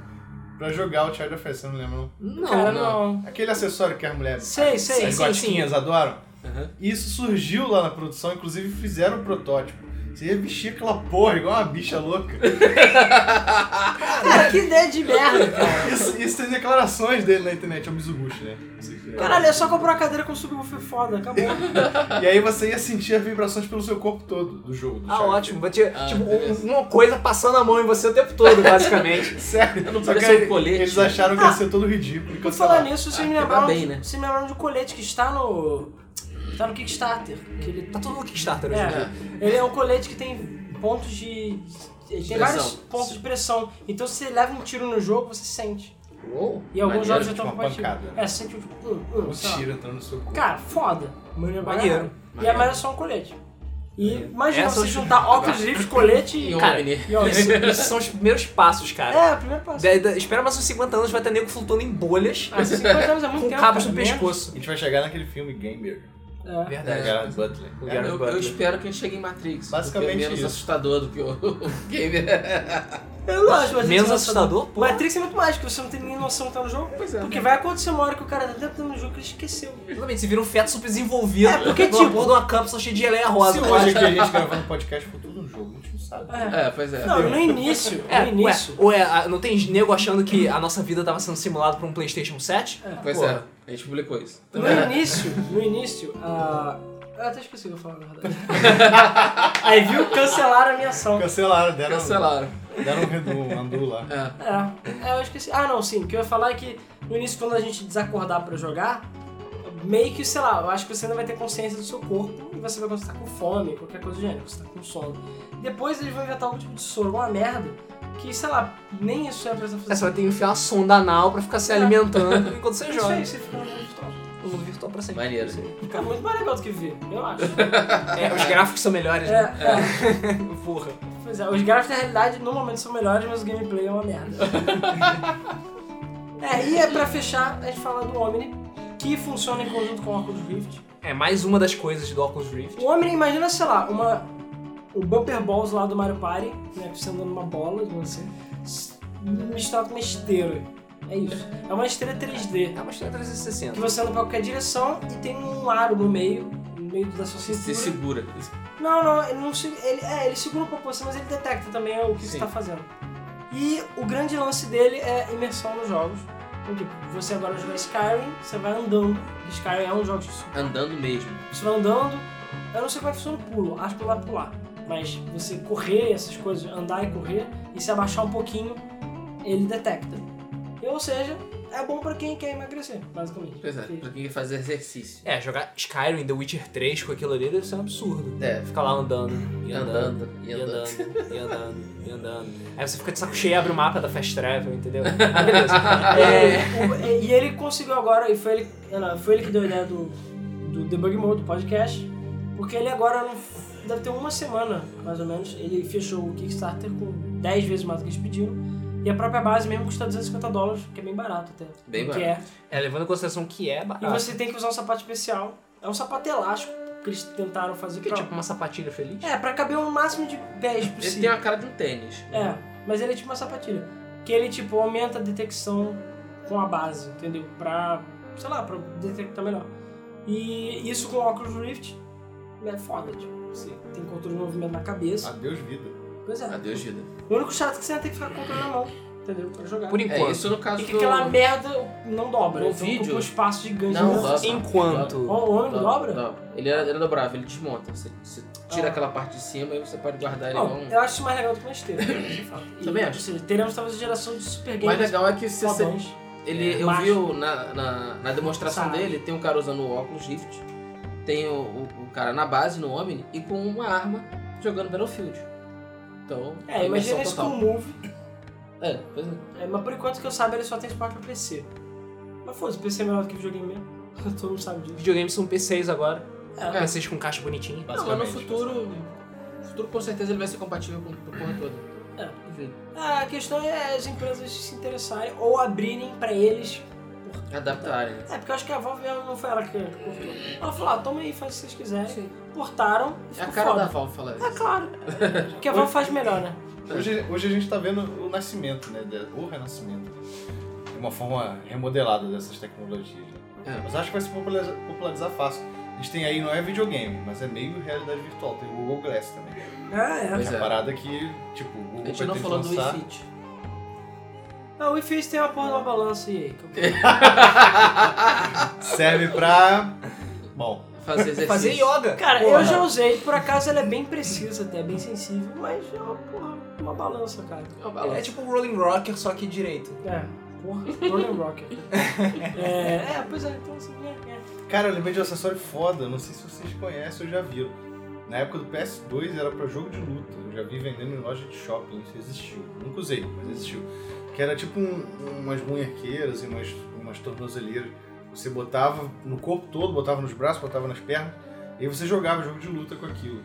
Speaker 3: pra jogar o Child of Eden, você não lembra não?
Speaker 1: Não,
Speaker 2: Cara,
Speaker 1: não.
Speaker 2: não.
Speaker 3: Aquele acessório que as mulheres...
Speaker 2: Sei, sei,
Speaker 3: as
Speaker 1: sim,
Speaker 3: gotinhas adoram.
Speaker 4: Aham.
Speaker 3: Isso surgiu lá na produção, inclusive fizeram o protótipo. Você ia vestir aquela porra igual uma bicha louca.
Speaker 2: Cara, que ideia de merda, cara.
Speaker 3: Isso, isso tem declarações dele na internet, é o Mizuguchi, né? Não sei o que é.
Speaker 2: Caralho, é só comprar uma cadeira com subwoofer foda, acabou.
Speaker 3: E aí você ia sentir as vibrações pelo seu corpo todo do jogo. do
Speaker 1: Ah,
Speaker 3: Child of
Speaker 1: ótimo. Vai ter,
Speaker 4: Ah,
Speaker 1: tipo,
Speaker 4: beleza.
Speaker 1: um- uma coisa passando a mão em você o tempo todo, basicamente.
Speaker 3: Eden. Sério,
Speaker 4: Eu não
Speaker 3: só que
Speaker 4: podia ser um
Speaker 3: aí
Speaker 4: colete.
Speaker 3: eles acharam que ia ser todo ridículo. e
Speaker 2: Por falar
Speaker 3: cancelaram.
Speaker 2: nisso, vocês
Speaker 4: Ah,
Speaker 2: me
Speaker 4: que
Speaker 2: lembraram.
Speaker 4: tá bem, né?
Speaker 2: Vocês me lembraram de um colete que está no. Está no Kickstarter. Que ele
Speaker 1: tá todo no Kickstarter hoje. né?
Speaker 2: É, ele é um colete que tem pontos de. Ele
Speaker 4: Pressão.
Speaker 2: tem vários pontos de pressão. Então se você leva um tiro no jogo, você sente.
Speaker 1: Uou.
Speaker 2: E
Speaker 4: Maneiro,
Speaker 2: alguns jogos já
Speaker 3: tipo
Speaker 2: estão
Speaker 3: uma pancada.
Speaker 2: É, você sente um. um, um,
Speaker 3: Um
Speaker 2: sei lá.
Speaker 3: tiro entrando no seu corpo.
Speaker 2: Cara, foda. Maneiro. pra
Speaker 1: Maneiro.
Speaker 2: caralho. E é mais só um colete. E imagina
Speaker 1: Essa
Speaker 2: você
Speaker 1: eu-
Speaker 2: juntar óculos, livros, colete
Speaker 4: E
Speaker 2: e.
Speaker 4: um
Speaker 1: Cara,
Speaker 4: Omni.
Speaker 2: e óculos.
Speaker 1: Isso, isso são os primeiros passos, cara.
Speaker 2: É, primeiro passo.
Speaker 1: Da- da- espera mais uns 50 anos, vai ter nego flutuando em bolhas
Speaker 2: Ah, 50 anos é muito
Speaker 1: com
Speaker 2: tempo.
Speaker 1: cabos
Speaker 2: cara,
Speaker 1: no
Speaker 2: menos.
Speaker 1: pescoço.
Speaker 3: A gente vai chegar naquele filme Gamer.
Speaker 2: É.
Speaker 1: Verdade.
Speaker 3: Gerard Butler.
Speaker 1: O
Speaker 4: Eu,
Speaker 1: Gerard
Speaker 4: eu
Speaker 1: Butler.
Speaker 4: espero que a gente chegue em Matrix.
Speaker 3: Basicamente
Speaker 4: porque é menos
Speaker 3: isso.
Speaker 4: assustador do que o, É, o gamer.
Speaker 2: Eu não acho Matrix
Speaker 1: Menos
Speaker 2: um
Speaker 1: assustador, pô.
Speaker 2: Matrix é muito mais, que você não tem nem noção que tá no jogo.
Speaker 4: Pois é.
Speaker 2: Porque vai acontecer uma hora que o cara tá tentando no jogo que ele esqueceu.
Speaker 1: Exatamente, se vira um feto super desenvolvido.
Speaker 2: É, porque,
Speaker 1: numa
Speaker 2: tipo-
Speaker 1: porra de uma cápsula cheia de geleia rosa. tá
Speaker 3: Se
Speaker 1: cara.
Speaker 3: hoje aqui a gente gravando podcast for tudo um jogo, a gente não sabe.
Speaker 4: É, pois é.
Speaker 2: Não, no início,
Speaker 1: É,
Speaker 2: no início.
Speaker 1: Ué, ué, a- não tem nego achando que a nossa vida tava sendo simulada por um Playstation 7?
Speaker 4: Pois
Speaker 1: Pô,
Speaker 4: é. A gente publicou isso.
Speaker 2: No
Speaker 1: É.
Speaker 2: início, no início, a. Eu até esqueci o que eu falava, na verdade. Aí viu, cancelaram a minha ação.
Speaker 3: Cancelaram, deram,
Speaker 4: Cancelaram.
Speaker 3: deram um redu, um andu lá.
Speaker 4: É.
Speaker 2: É, é, eu esqueci. Ah, não, sim. O que eu ia falar é que no início, quando a gente desacordar pra jogar, meio que, sei lá, eu acho que você ainda vai ter consciência do seu corpo e você vai quando você tá com fome, qualquer coisa do gênero, você tá com sono. Depois eles vão inventar algum tipo de soro, uma merda, que, sei lá, nem isso é a pessoa
Speaker 1: É,
Speaker 2: fazer.
Speaker 1: você vai ter que enfiar uma sonda anal pra ficar se
Speaker 2: É.
Speaker 1: alimentando enquanto você
Speaker 2: É isso
Speaker 1: joga.
Speaker 2: aí, você fica no mundo virtual.
Speaker 1: O mundo virtual pra sempre.
Speaker 4: Maneiro.
Speaker 2: Fica muito mais legal do que ver, eu acho.
Speaker 1: É, os gráficos são melhores,
Speaker 2: É,
Speaker 1: né?
Speaker 2: é.
Speaker 1: Porra.
Speaker 2: Pois é, os gráficos da realidade normalmente são melhores, mas o gameplay é uma merda. é, e é pra fechar, a gente fala do Omni, que funciona em conjunto com o Oculus Rift.
Speaker 1: É mais uma das coisas do Oculus Rift.
Speaker 2: O Omni, imagina, sei lá, uma. O Bumper Balls lá do Mario Party, né? Que você anda numa bola de você, s- misturado com uma esteira. É isso. É uma esteira 3D.
Speaker 1: É uma história
Speaker 2: Que
Speaker 1: 360.
Speaker 2: você anda pra qualquer direção e tem um aro no meio, no meio da sua
Speaker 4: Se
Speaker 2: cintura.
Speaker 4: segura.
Speaker 2: Não, não, ele, não se, ele, é, ele segura um pouco você, mas ele detecta também o que você
Speaker 4: Sim.
Speaker 2: tá fazendo. E o grande lance dele é imersão nos jogos. Então, tipo, você agora joga Skyrim, você vai andando. Skyrim é um jogo que você
Speaker 4: Andando mesmo.
Speaker 2: você vai andando. Eu não sei como é que funciona o pulo, acho que não dá pra pular. Mas você correr, essas coisas, andar e correr, e se abaixar um pouquinho, ele detecta. E, ou seja, é bom pra quem quer emagrecer, basicamente.
Speaker 4: Pois é. Pra quem quer fazer exercício.
Speaker 1: É, jogar Skyrim, The Witcher 3 com aquilo ali deve ser um absurdo.
Speaker 4: É.
Speaker 1: Ficar lá andando, e andando,
Speaker 4: Andando.
Speaker 1: e
Speaker 4: E andando.
Speaker 1: andando, e andando, e andando. Aí você fica de saco cheio e abre o mapa da Fast Travel, entendeu? Mas Beleza. É,
Speaker 2: O- e e ele conseguiu agora, e foi ele, ela- foi ele que deu a ideia do, do Debug Mode, do podcast, porque ele agora não, deve ter uma semana, mais ou menos, ele fechou o Kickstarter com 10 vezes mais do que eles pediram, e a própria base mesmo custa 250 dólares, que é bem barato até.
Speaker 4: Bem
Speaker 2: Que
Speaker 4: barato.
Speaker 2: é.
Speaker 1: é, levando em consideração que é
Speaker 2: E
Speaker 1: barato.
Speaker 2: você tem que usar um sapato especial, é um sapato elástico que eles tentaram fazer.
Speaker 1: Que é
Speaker 2: pra-
Speaker 1: tipo uma sapatilha feliz.
Speaker 2: É, pra caber o máximo de pés
Speaker 4: Ele tem
Speaker 2: possível.
Speaker 4: uma cara de um tênis.
Speaker 2: É, mas ele é tipo uma sapatilha. Que ele, tipo, aumenta a detecção com a base, entendeu? Pra, sei lá, pra detectar melhor. E isso com o Oculus Rift é foda, tipo. Você tem controle de movimento na cabeça.
Speaker 3: Adeus vida.
Speaker 4: Ah.
Speaker 2: Pois é.
Speaker 4: Adeus, vida.
Speaker 2: O único chato é que você vai ter que ficar com o controle na mão, entendeu? Pra jogar.
Speaker 1: Por
Speaker 4: É,
Speaker 1: enquanto.
Speaker 4: isso no caso
Speaker 2: E que
Speaker 4: do...
Speaker 2: aquela merda não dobra.
Speaker 4: No
Speaker 2: então ocupa
Speaker 4: vídeo-
Speaker 2: um espaço gigante.
Speaker 4: Não,
Speaker 2: né?
Speaker 4: dobra.
Speaker 1: enquanto.
Speaker 2: Ó, O homem não dobra?
Speaker 4: Ele era, ele era dobrável, ele desmonta. Você, você tira
Speaker 2: Ah.
Speaker 4: aquela parte de cima e você pode guardar ele
Speaker 2: Não,
Speaker 4: igual um-
Speaker 2: eu acho isso mais legal do que uma esteira. de fato. E,
Speaker 4: Também acho.
Speaker 2: Ou seja, teremos talvez a geração de super
Speaker 4: O mais
Speaker 2: games
Speaker 4: legal é que se você,
Speaker 2: fodões.
Speaker 4: ele, eu
Speaker 2: Macho.
Speaker 4: vi o- na, na, na demonstração
Speaker 2: Sabe.
Speaker 4: dele, tem um cara usando o óculos Rift, tem o, o- o cara na base, no Omni, e com uma arma jogando Battlefield. Então, imersão
Speaker 2: É, imagina isso com o Move.
Speaker 4: É, pois é.
Speaker 2: É, mas por enquanto que eu saiba, ele só tem suporte pra PC. Mas foda-se, PC é melhor do que videogame mesmo. Todo mundo sabe disso.
Speaker 1: Videogames são PCs agora.
Speaker 2: É.
Speaker 1: PCs com caixa bonitinha.
Speaker 4: Não, mas no
Speaker 3: Basicamente.
Speaker 4: futuro, futuro com certeza ele vai ser compatível com a porra toda.
Speaker 2: É.
Speaker 4: Enfim,
Speaker 2: A questão é as empresas se interessarem ou abrirem pra eles.
Speaker 4: adaptarem.
Speaker 2: É, porque eu acho que a Valve mesmo não foi ela que cortou. Ela falou, ah, toma aí, faz o que vocês quiserem. Portaram e
Speaker 4: É a
Speaker 2: ficou
Speaker 4: cara da
Speaker 2: foda.
Speaker 4: Valve falar
Speaker 2: Ah,
Speaker 4: isso.
Speaker 2: claro. Porque a Valve faz melhor, né?
Speaker 3: Hoje, hoje a gente tá vendo o nascimento, né? da- O renascimento. De uma forma remodelada dessas tecnologias. né?
Speaker 4: É.
Speaker 3: Mas acho que vai se popularizar, popularizar fácil. A gente tem aí, não é videogame, mas é meio realidade virtual. Tem o Google Glass também.
Speaker 2: Ah,
Speaker 4: Pois
Speaker 3: é
Speaker 4: é.
Speaker 3: a parada que, tipo, o Google
Speaker 4: A gente não
Speaker 3: pretende
Speaker 4: falou do Wii
Speaker 3: lançar-
Speaker 4: Fit. é.
Speaker 2: Ah, o Ifis tem uma porra de uma balança e aí. que eu quero.
Speaker 3: Serve pra. Bom,
Speaker 4: Fazer exercício.
Speaker 1: Fazer yoga.
Speaker 2: Cara,
Speaker 1: Porra.
Speaker 2: eu já usei, por acaso ela é bem precisa até, bem sensível, mas é uma porra, uma balança, cara.
Speaker 4: É uma balança.
Speaker 1: É tipo o Rolling Rocker, só que direito.
Speaker 2: É, porra, Rolling Rocker. é, é, pois é, então assim, é, é.
Speaker 3: cara, eu lembrei de um acessório foda, não sei se vocês conhecem ou já viram. Na época do PS2 era pra jogo de luta. Eu já vi vendendo em loja de shopping, isso existiu. Nunca usei, mas existiu. Que era tipo um- umas munhequeiras e umas, umas tornozeleiras. Você botava no corpo todo, botava nos braços, botava nas pernas, e aí você jogava jogo de luta com aquilo.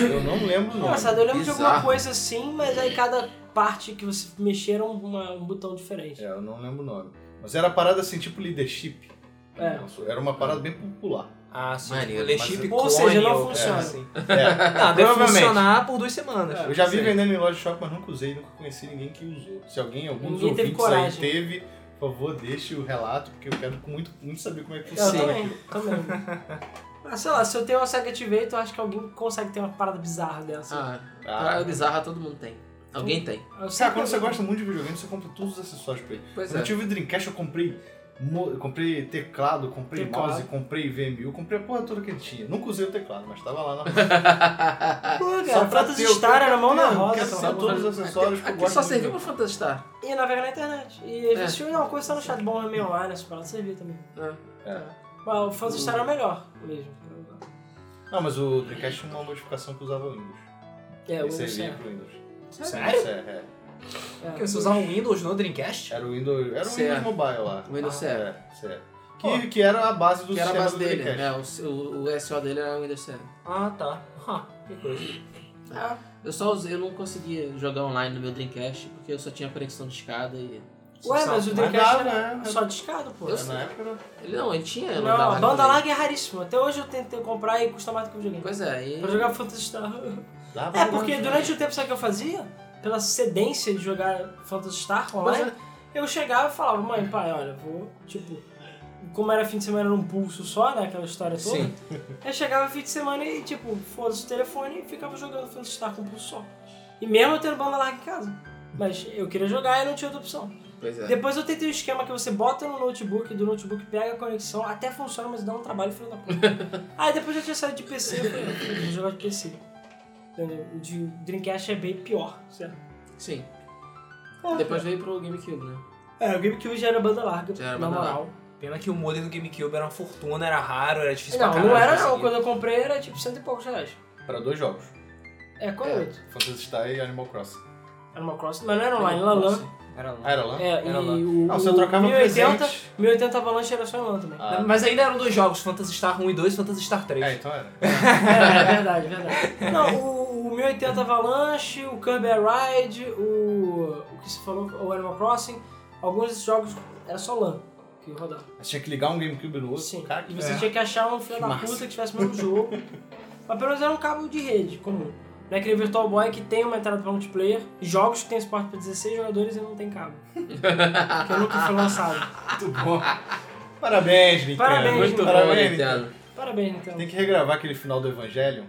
Speaker 3: Eu não- eu não lembro o nome.
Speaker 2: Engraçado, eu lembro de alguma
Speaker 4: bizarro.
Speaker 2: coisa assim, mas aí cada parte que você mexer era um- uma- um botão diferente.
Speaker 3: É, eu não lembro o nome. Mas era parada assim, tipo leadership.
Speaker 2: É.
Speaker 3: Era uma parada bem popular.
Speaker 1: Ah, sim.
Speaker 4: Maneiro,
Speaker 1: Tipo, Leadership
Speaker 3: mas-
Speaker 1: Clone,
Speaker 2: Ou seja, não
Speaker 1: ou-
Speaker 2: funciona.
Speaker 1: é, assim.
Speaker 3: É,
Speaker 1: Não, deve
Speaker 3: Provavelmente.
Speaker 1: funcionar por duas semanas.
Speaker 3: Eu já vi
Speaker 1: Sim.
Speaker 3: vendendo em loja de shopping, mas nunca usei, nunca conheci ninguém que usou. Se alguém, algum dos
Speaker 2: Ninguém teve
Speaker 3: ouvintes aí
Speaker 2: coragem.
Speaker 3: teve, por favor, deixe o relato, porque eu quero muito, muito saber como é que
Speaker 2: Eu
Speaker 4: Sim.
Speaker 3: funciona.
Speaker 2: também, também. Ah, sei lá, se eu tenho uma Sega Activate, eu acho que alguém consegue ter uma parada bizarra dessa.
Speaker 4: Ah,
Speaker 3: Ah,
Speaker 4: parada bizarra todo mundo tem. Alguém tem.
Speaker 2: Eu
Speaker 3: cara,
Speaker 2: sempre-
Speaker 3: quando você gosta muito de videogame, você compra todos os acessórios pra ele.
Speaker 4: Pois
Speaker 3: Quando
Speaker 4: é.
Speaker 3: eu tive o Dreamcast, eu comprei, mo- eu comprei teclado, comprei
Speaker 2: Teclado.
Speaker 3: mouse, comprei VMU, comprei a porra toda que ele tinha. Nunca usei o teclado, mas tava lá na Só
Speaker 2: Pô, cara,
Speaker 3: pra
Speaker 2: Phantasy
Speaker 3: ter, eu
Speaker 2: Star era mão na
Speaker 3: Eu
Speaker 2: roda.
Speaker 3: quero
Speaker 2: cara.
Speaker 3: ser todos os acessórios que eu
Speaker 4: Aqui
Speaker 3: gosto
Speaker 4: só
Speaker 3: de
Speaker 4: serviu
Speaker 3: videogame.
Speaker 4: pra Fantastar.
Speaker 2: E navegar na internet. E às
Speaker 4: É.
Speaker 2: vezes tinha uma coisa no chat bom, meio online, essas paradas servia também.
Speaker 3: É.
Speaker 2: Mas o Phantasy Star era melhor mesmo.
Speaker 3: Não, mas o Dreamcast tinha uma modificação que usava o Windows.
Speaker 2: É, o
Speaker 3: Ele servia
Speaker 2: Sério?
Speaker 3: pro Windows.
Speaker 1: Sério?
Speaker 3: É, é.
Speaker 1: Porque Você usava o Windows no Dreamcast?
Speaker 3: Era o Windows, era o
Speaker 4: Certo.
Speaker 3: Windows Mobile lá.
Speaker 4: O Windows
Speaker 3: Ah,
Speaker 4: Server.
Speaker 3: é, certo. Que, que era a base do
Speaker 4: Que era a
Speaker 3: sistema
Speaker 4: base
Speaker 3: do
Speaker 4: dele,
Speaker 3: Dreamcast.
Speaker 4: né? O, o, o SO dele era o Windows 7.
Speaker 1: Ah, tá. Ah, que coisa.
Speaker 2: Ah,
Speaker 4: Eu só usei, eu não conseguia jogar online no meu Dreamcast, porque eu só tinha conexão de escada e.
Speaker 2: Ué, mas o
Speaker 3: Mas
Speaker 2: Dreamcast
Speaker 3: dava,
Speaker 2: era
Speaker 3: né?
Speaker 2: só discado, pô.
Speaker 4: Eu
Speaker 3: É, Na época era...
Speaker 4: Ele não, ele tinha.
Speaker 2: Não,
Speaker 4: banda
Speaker 2: a banda
Speaker 4: também.
Speaker 2: larga é raríssimo. Até hoje eu tentei comprar e custa mais do que o videogame.
Speaker 4: Pois é, e.
Speaker 2: Pra jogar Phantasy Star.
Speaker 3: dava pra-
Speaker 2: É,
Speaker 3: né?
Speaker 2: porque durante o tempo, sabe o que eu fazia? Pela cedência de jogar Phantasy Star online, eu chegava e falava, mãe, pai, olha, vou, tipo... Como era fim de semana num pulso só, né, aquela história toda.
Speaker 4: Sim.
Speaker 2: Eu chegava fim de semana e, tipo, foda-se o telefone e ficava jogando Phantasy Star com um pulso só. E mesmo eu tendo banda larga em casa. Mas eu queria jogar e não tinha outra opção.
Speaker 4: Pois é.
Speaker 2: Depois eu tentei um esquema que você bota no notebook, do notebook pega a conexão, até funciona, mas dá um trabalho filho da puta. Aí depois eu tinha saído de PC, eu falei, "Ah, filho, vou jogar de PC. Entendeu? O de Dreamcast é bem pior, certo?
Speaker 4: Sim.
Speaker 2: É,
Speaker 4: Depois veio pro GameCube, né?
Speaker 2: É, o GameCube já era banda larga,
Speaker 4: Já era
Speaker 2: na
Speaker 4: banda
Speaker 2: moral.
Speaker 1: Pena que o modem do GameCube era uma fortuna, era raro, era difícil
Speaker 2: Não,
Speaker 1: pra
Speaker 2: não
Speaker 1: caralho assim,
Speaker 2: era não.
Speaker 1: conseguir.
Speaker 2: Quando eu comprei era tipo cento e poucos reais.
Speaker 3: Pra dois jogos.
Speaker 2: É, qual é o outro?
Speaker 3: Phantasy Star e Animal Crossing.
Speaker 2: Animal Crossing, mas não era online, era LAN.
Speaker 1: Era lá.
Speaker 3: Ah, era lá?
Speaker 2: É,
Speaker 1: Era
Speaker 2: e
Speaker 1: LAN.
Speaker 2: o,
Speaker 3: Não, você trocava
Speaker 2: 1080,
Speaker 3: presente.
Speaker 2: 1080 Avalanche era só em LAN também.
Speaker 3: Ah,
Speaker 1: Mas ainda eram dois jogos, Phantasy Star 1 e 2 e Phantasy Star 3.
Speaker 3: é, então era.
Speaker 2: É, é verdade, é verdade. Não, o, o 1080 Avalanche, o Kirby Air Ride, o. O que você falou, o Animal Crossing, alguns desses jogos era só LAN que rodava.
Speaker 3: Mas tinha que ligar um GameCube no outro.
Speaker 2: Sim.
Speaker 3: Cara, que
Speaker 2: E você
Speaker 3: é.
Speaker 2: tinha que achar um filho
Speaker 3: Que
Speaker 2: da
Speaker 3: massa.
Speaker 2: puta que tivesse o mesmo jogo. Mas pelo menos era um cabo de rede comum. Não é aquele Virtual Boy que tem uma entrada pra multiplayer, jogos que tem suporte pra 16 jogadores e não tem cabo. que nunca foi lançado.
Speaker 3: Muito bom. Parabéns, Nintendo.
Speaker 2: Parabéns,
Speaker 4: Muito bom,
Speaker 3: Parabéns, Nintendo.
Speaker 4: Nintendo.
Speaker 2: Parabéns, então.
Speaker 3: Tem que regravar aquele final do Evangelion.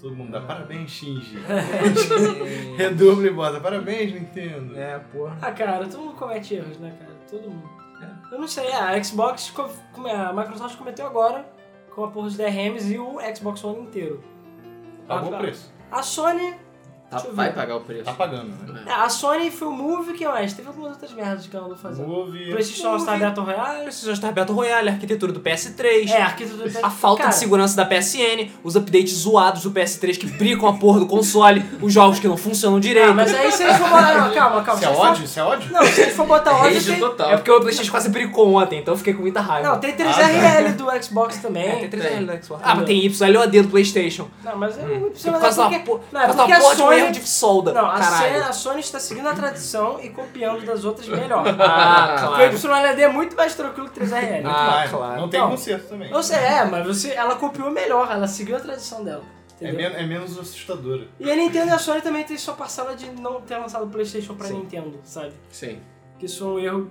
Speaker 3: Todo mundo dá
Speaker 2: Ah.
Speaker 3: parabéns, Shinji.
Speaker 2: É.
Speaker 3: Redubla e bota parabéns, Nintendo.
Speaker 1: É, porra.
Speaker 2: Ah, cara, todo mundo comete erros, né, cara? Todo mundo. É. Eu não sei, a Xbox, co- come- a Microsoft cometeu agora com a porra dos DRMs e o Xbox One inteiro.
Speaker 3: Pagou
Speaker 2: Ah,
Speaker 3: o
Speaker 2: tá.
Speaker 3: preço.
Speaker 2: A Sony
Speaker 4: Tá-
Speaker 2: Deixa eu
Speaker 4: vai
Speaker 2: ver.
Speaker 4: pagar o preço.
Speaker 3: Tá pagando, né?
Speaker 2: É, a Sony foi o Move, que mais? Teve algumas outras merdas que ela andou fazendo.
Speaker 3: Move.
Speaker 2: PlayStation All-Star Battle Royale.
Speaker 1: Precisou estar Battle Royale, a arquitetura do PS3.
Speaker 2: É, arquitetura...
Speaker 1: A falta
Speaker 2: Cara,
Speaker 1: de segurança da PSN, os updates zoados do PS3 que bricam a porra do console, os jogos que não funcionam direito.
Speaker 2: Ah, mas aí se eles for botar... não, Calma, calma.
Speaker 3: Isso
Speaker 2: se
Speaker 3: é
Speaker 2: eles for-
Speaker 3: ódio? Isso é ódio?
Speaker 2: Não, se eles for botar ódio,
Speaker 4: Rage
Speaker 2: tem...
Speaker 4: total.
Speaker 1: É porque o PlayStation quase bricou ontem, então eu fiquei com muita raiva.
Speaker 2: Não, tem
Speaker 3: Ah, tá.
Speaker 2: 3RL do Xbox
Speaker 1: É, tem
Speaker 2: também.
Speaker 1: três
Speaker 4: Tem.
Speaker 1: anos do Xbox. Ah, mas tem YLOD do PlayStation.
Speaker 2: Não, mas eu
Speaker 3: Hum.
Speaker 2: não preciso
Speaker 1: Por
Speaker 2: mandar
Speaker 1: causa da
Speaker 2: porque...
Speaker 1: por- por
Speaker 2: Não, é
Speaker 1: causa da
Speaker 2: porque a
Speaker 1: porra de um
Speaker 2: Sony-
Speaker 1: erro de solda.
Speaker 2: Não, a
Speaker 1: caralho.
Speaker 2: Sony, é- a Sony está seguindo a tradição e copiando das outras melhor.
Speaker 1: Ah,
Speaker 2: Porque o
Speaker 1: claro.
Speaker 2: YLD é muito mais tranquilo que o 3RL.
Speaker 1: Ah,
Speaker 3: Claro.
Speaker 1: claro.
Speaker 3: É Não tem
Speaker 2: Não.
Speaker 3: conserto também.
Speaker 2: Não sei, é, mas você, ela copiou melhor, ela seguiu a tradição dela.
Speaker 3: É,
Speaker 2: Entendeu?
Speaker 3: men- é menos assustadora.
Speaker 2: E a Nintendo e a Sony também tem sua parcela de não ter lançado o PlayStation pra Nintendo, sabe?
Speaker 4: Sim.
Speaker 2: Que isso é um erro.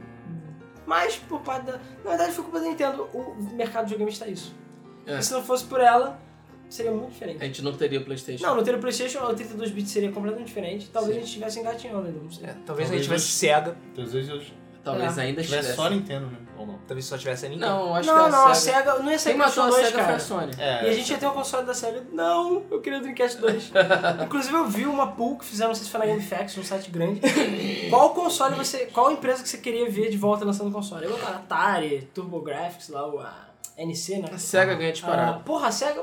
Speaker 2: Mas por parte da. Na verdade, foi culpa da Nintendo. O mercado de videogames tá isso.
Speaker 4: É.
Speaker 2: E se não fosse por ela, seria muito diferente.
Speaker 4: A gente não teria o PlayStation.
Speaker 2: Não, não ter o PlayStation, o 32 bits seria completamente diferente. Talvez
Speaker 4: Sim.
Speaker 2: a gente estivesse engatinhando ainda, não sei.
Speaker 1: É, talvez a
Speaker 3: Talvez
Speaker 1: gente tivesse
Speaker 3: hoje-
Speaker 1: cega,
Speaker 3: Então, Às vezes eu
Speaker 4: Talvez
Speaker 2: É.
Speaker 4: ainda
Speaker 3: tivesse
Speaker 4: estivesse.
Speaker 3: só Nintendo, né? Ou não.
Speaker 1: talvez só tivesse a Nintendo.
Speaker 4: Não, acho que
Speaker 2: não,
Speaker 4: é
Speaker 2: não,
Speaker 4: a
Speaker 2: a Sega. Não ia sair
Speaker 4: Quem
Speaker 2: o
Speaker 4: matou a
Speaker 2: PlayStation 2,
Speaker 4: Sega foi
Speaker 2: cara.
Speaker 4: a Sony.
Speaker 3: É.
Speaker 2: E a gente ia ter um console da Sega. Não, eu queria o Dreamcast 2. Inclusive, eu vi uma pool que fizeram, não sei se foi na GameFAQs, um site grande. Qual console você. Qual empresa que você queria ver de volta lançando console? Eu, a Atari, TurboGrafx, lá, o a NC, né?
Speaker 4: A SEGA ganha
Speaker 2: Ah,
Speaker 4: disparado.
Speaker 2: porra, a SEGA.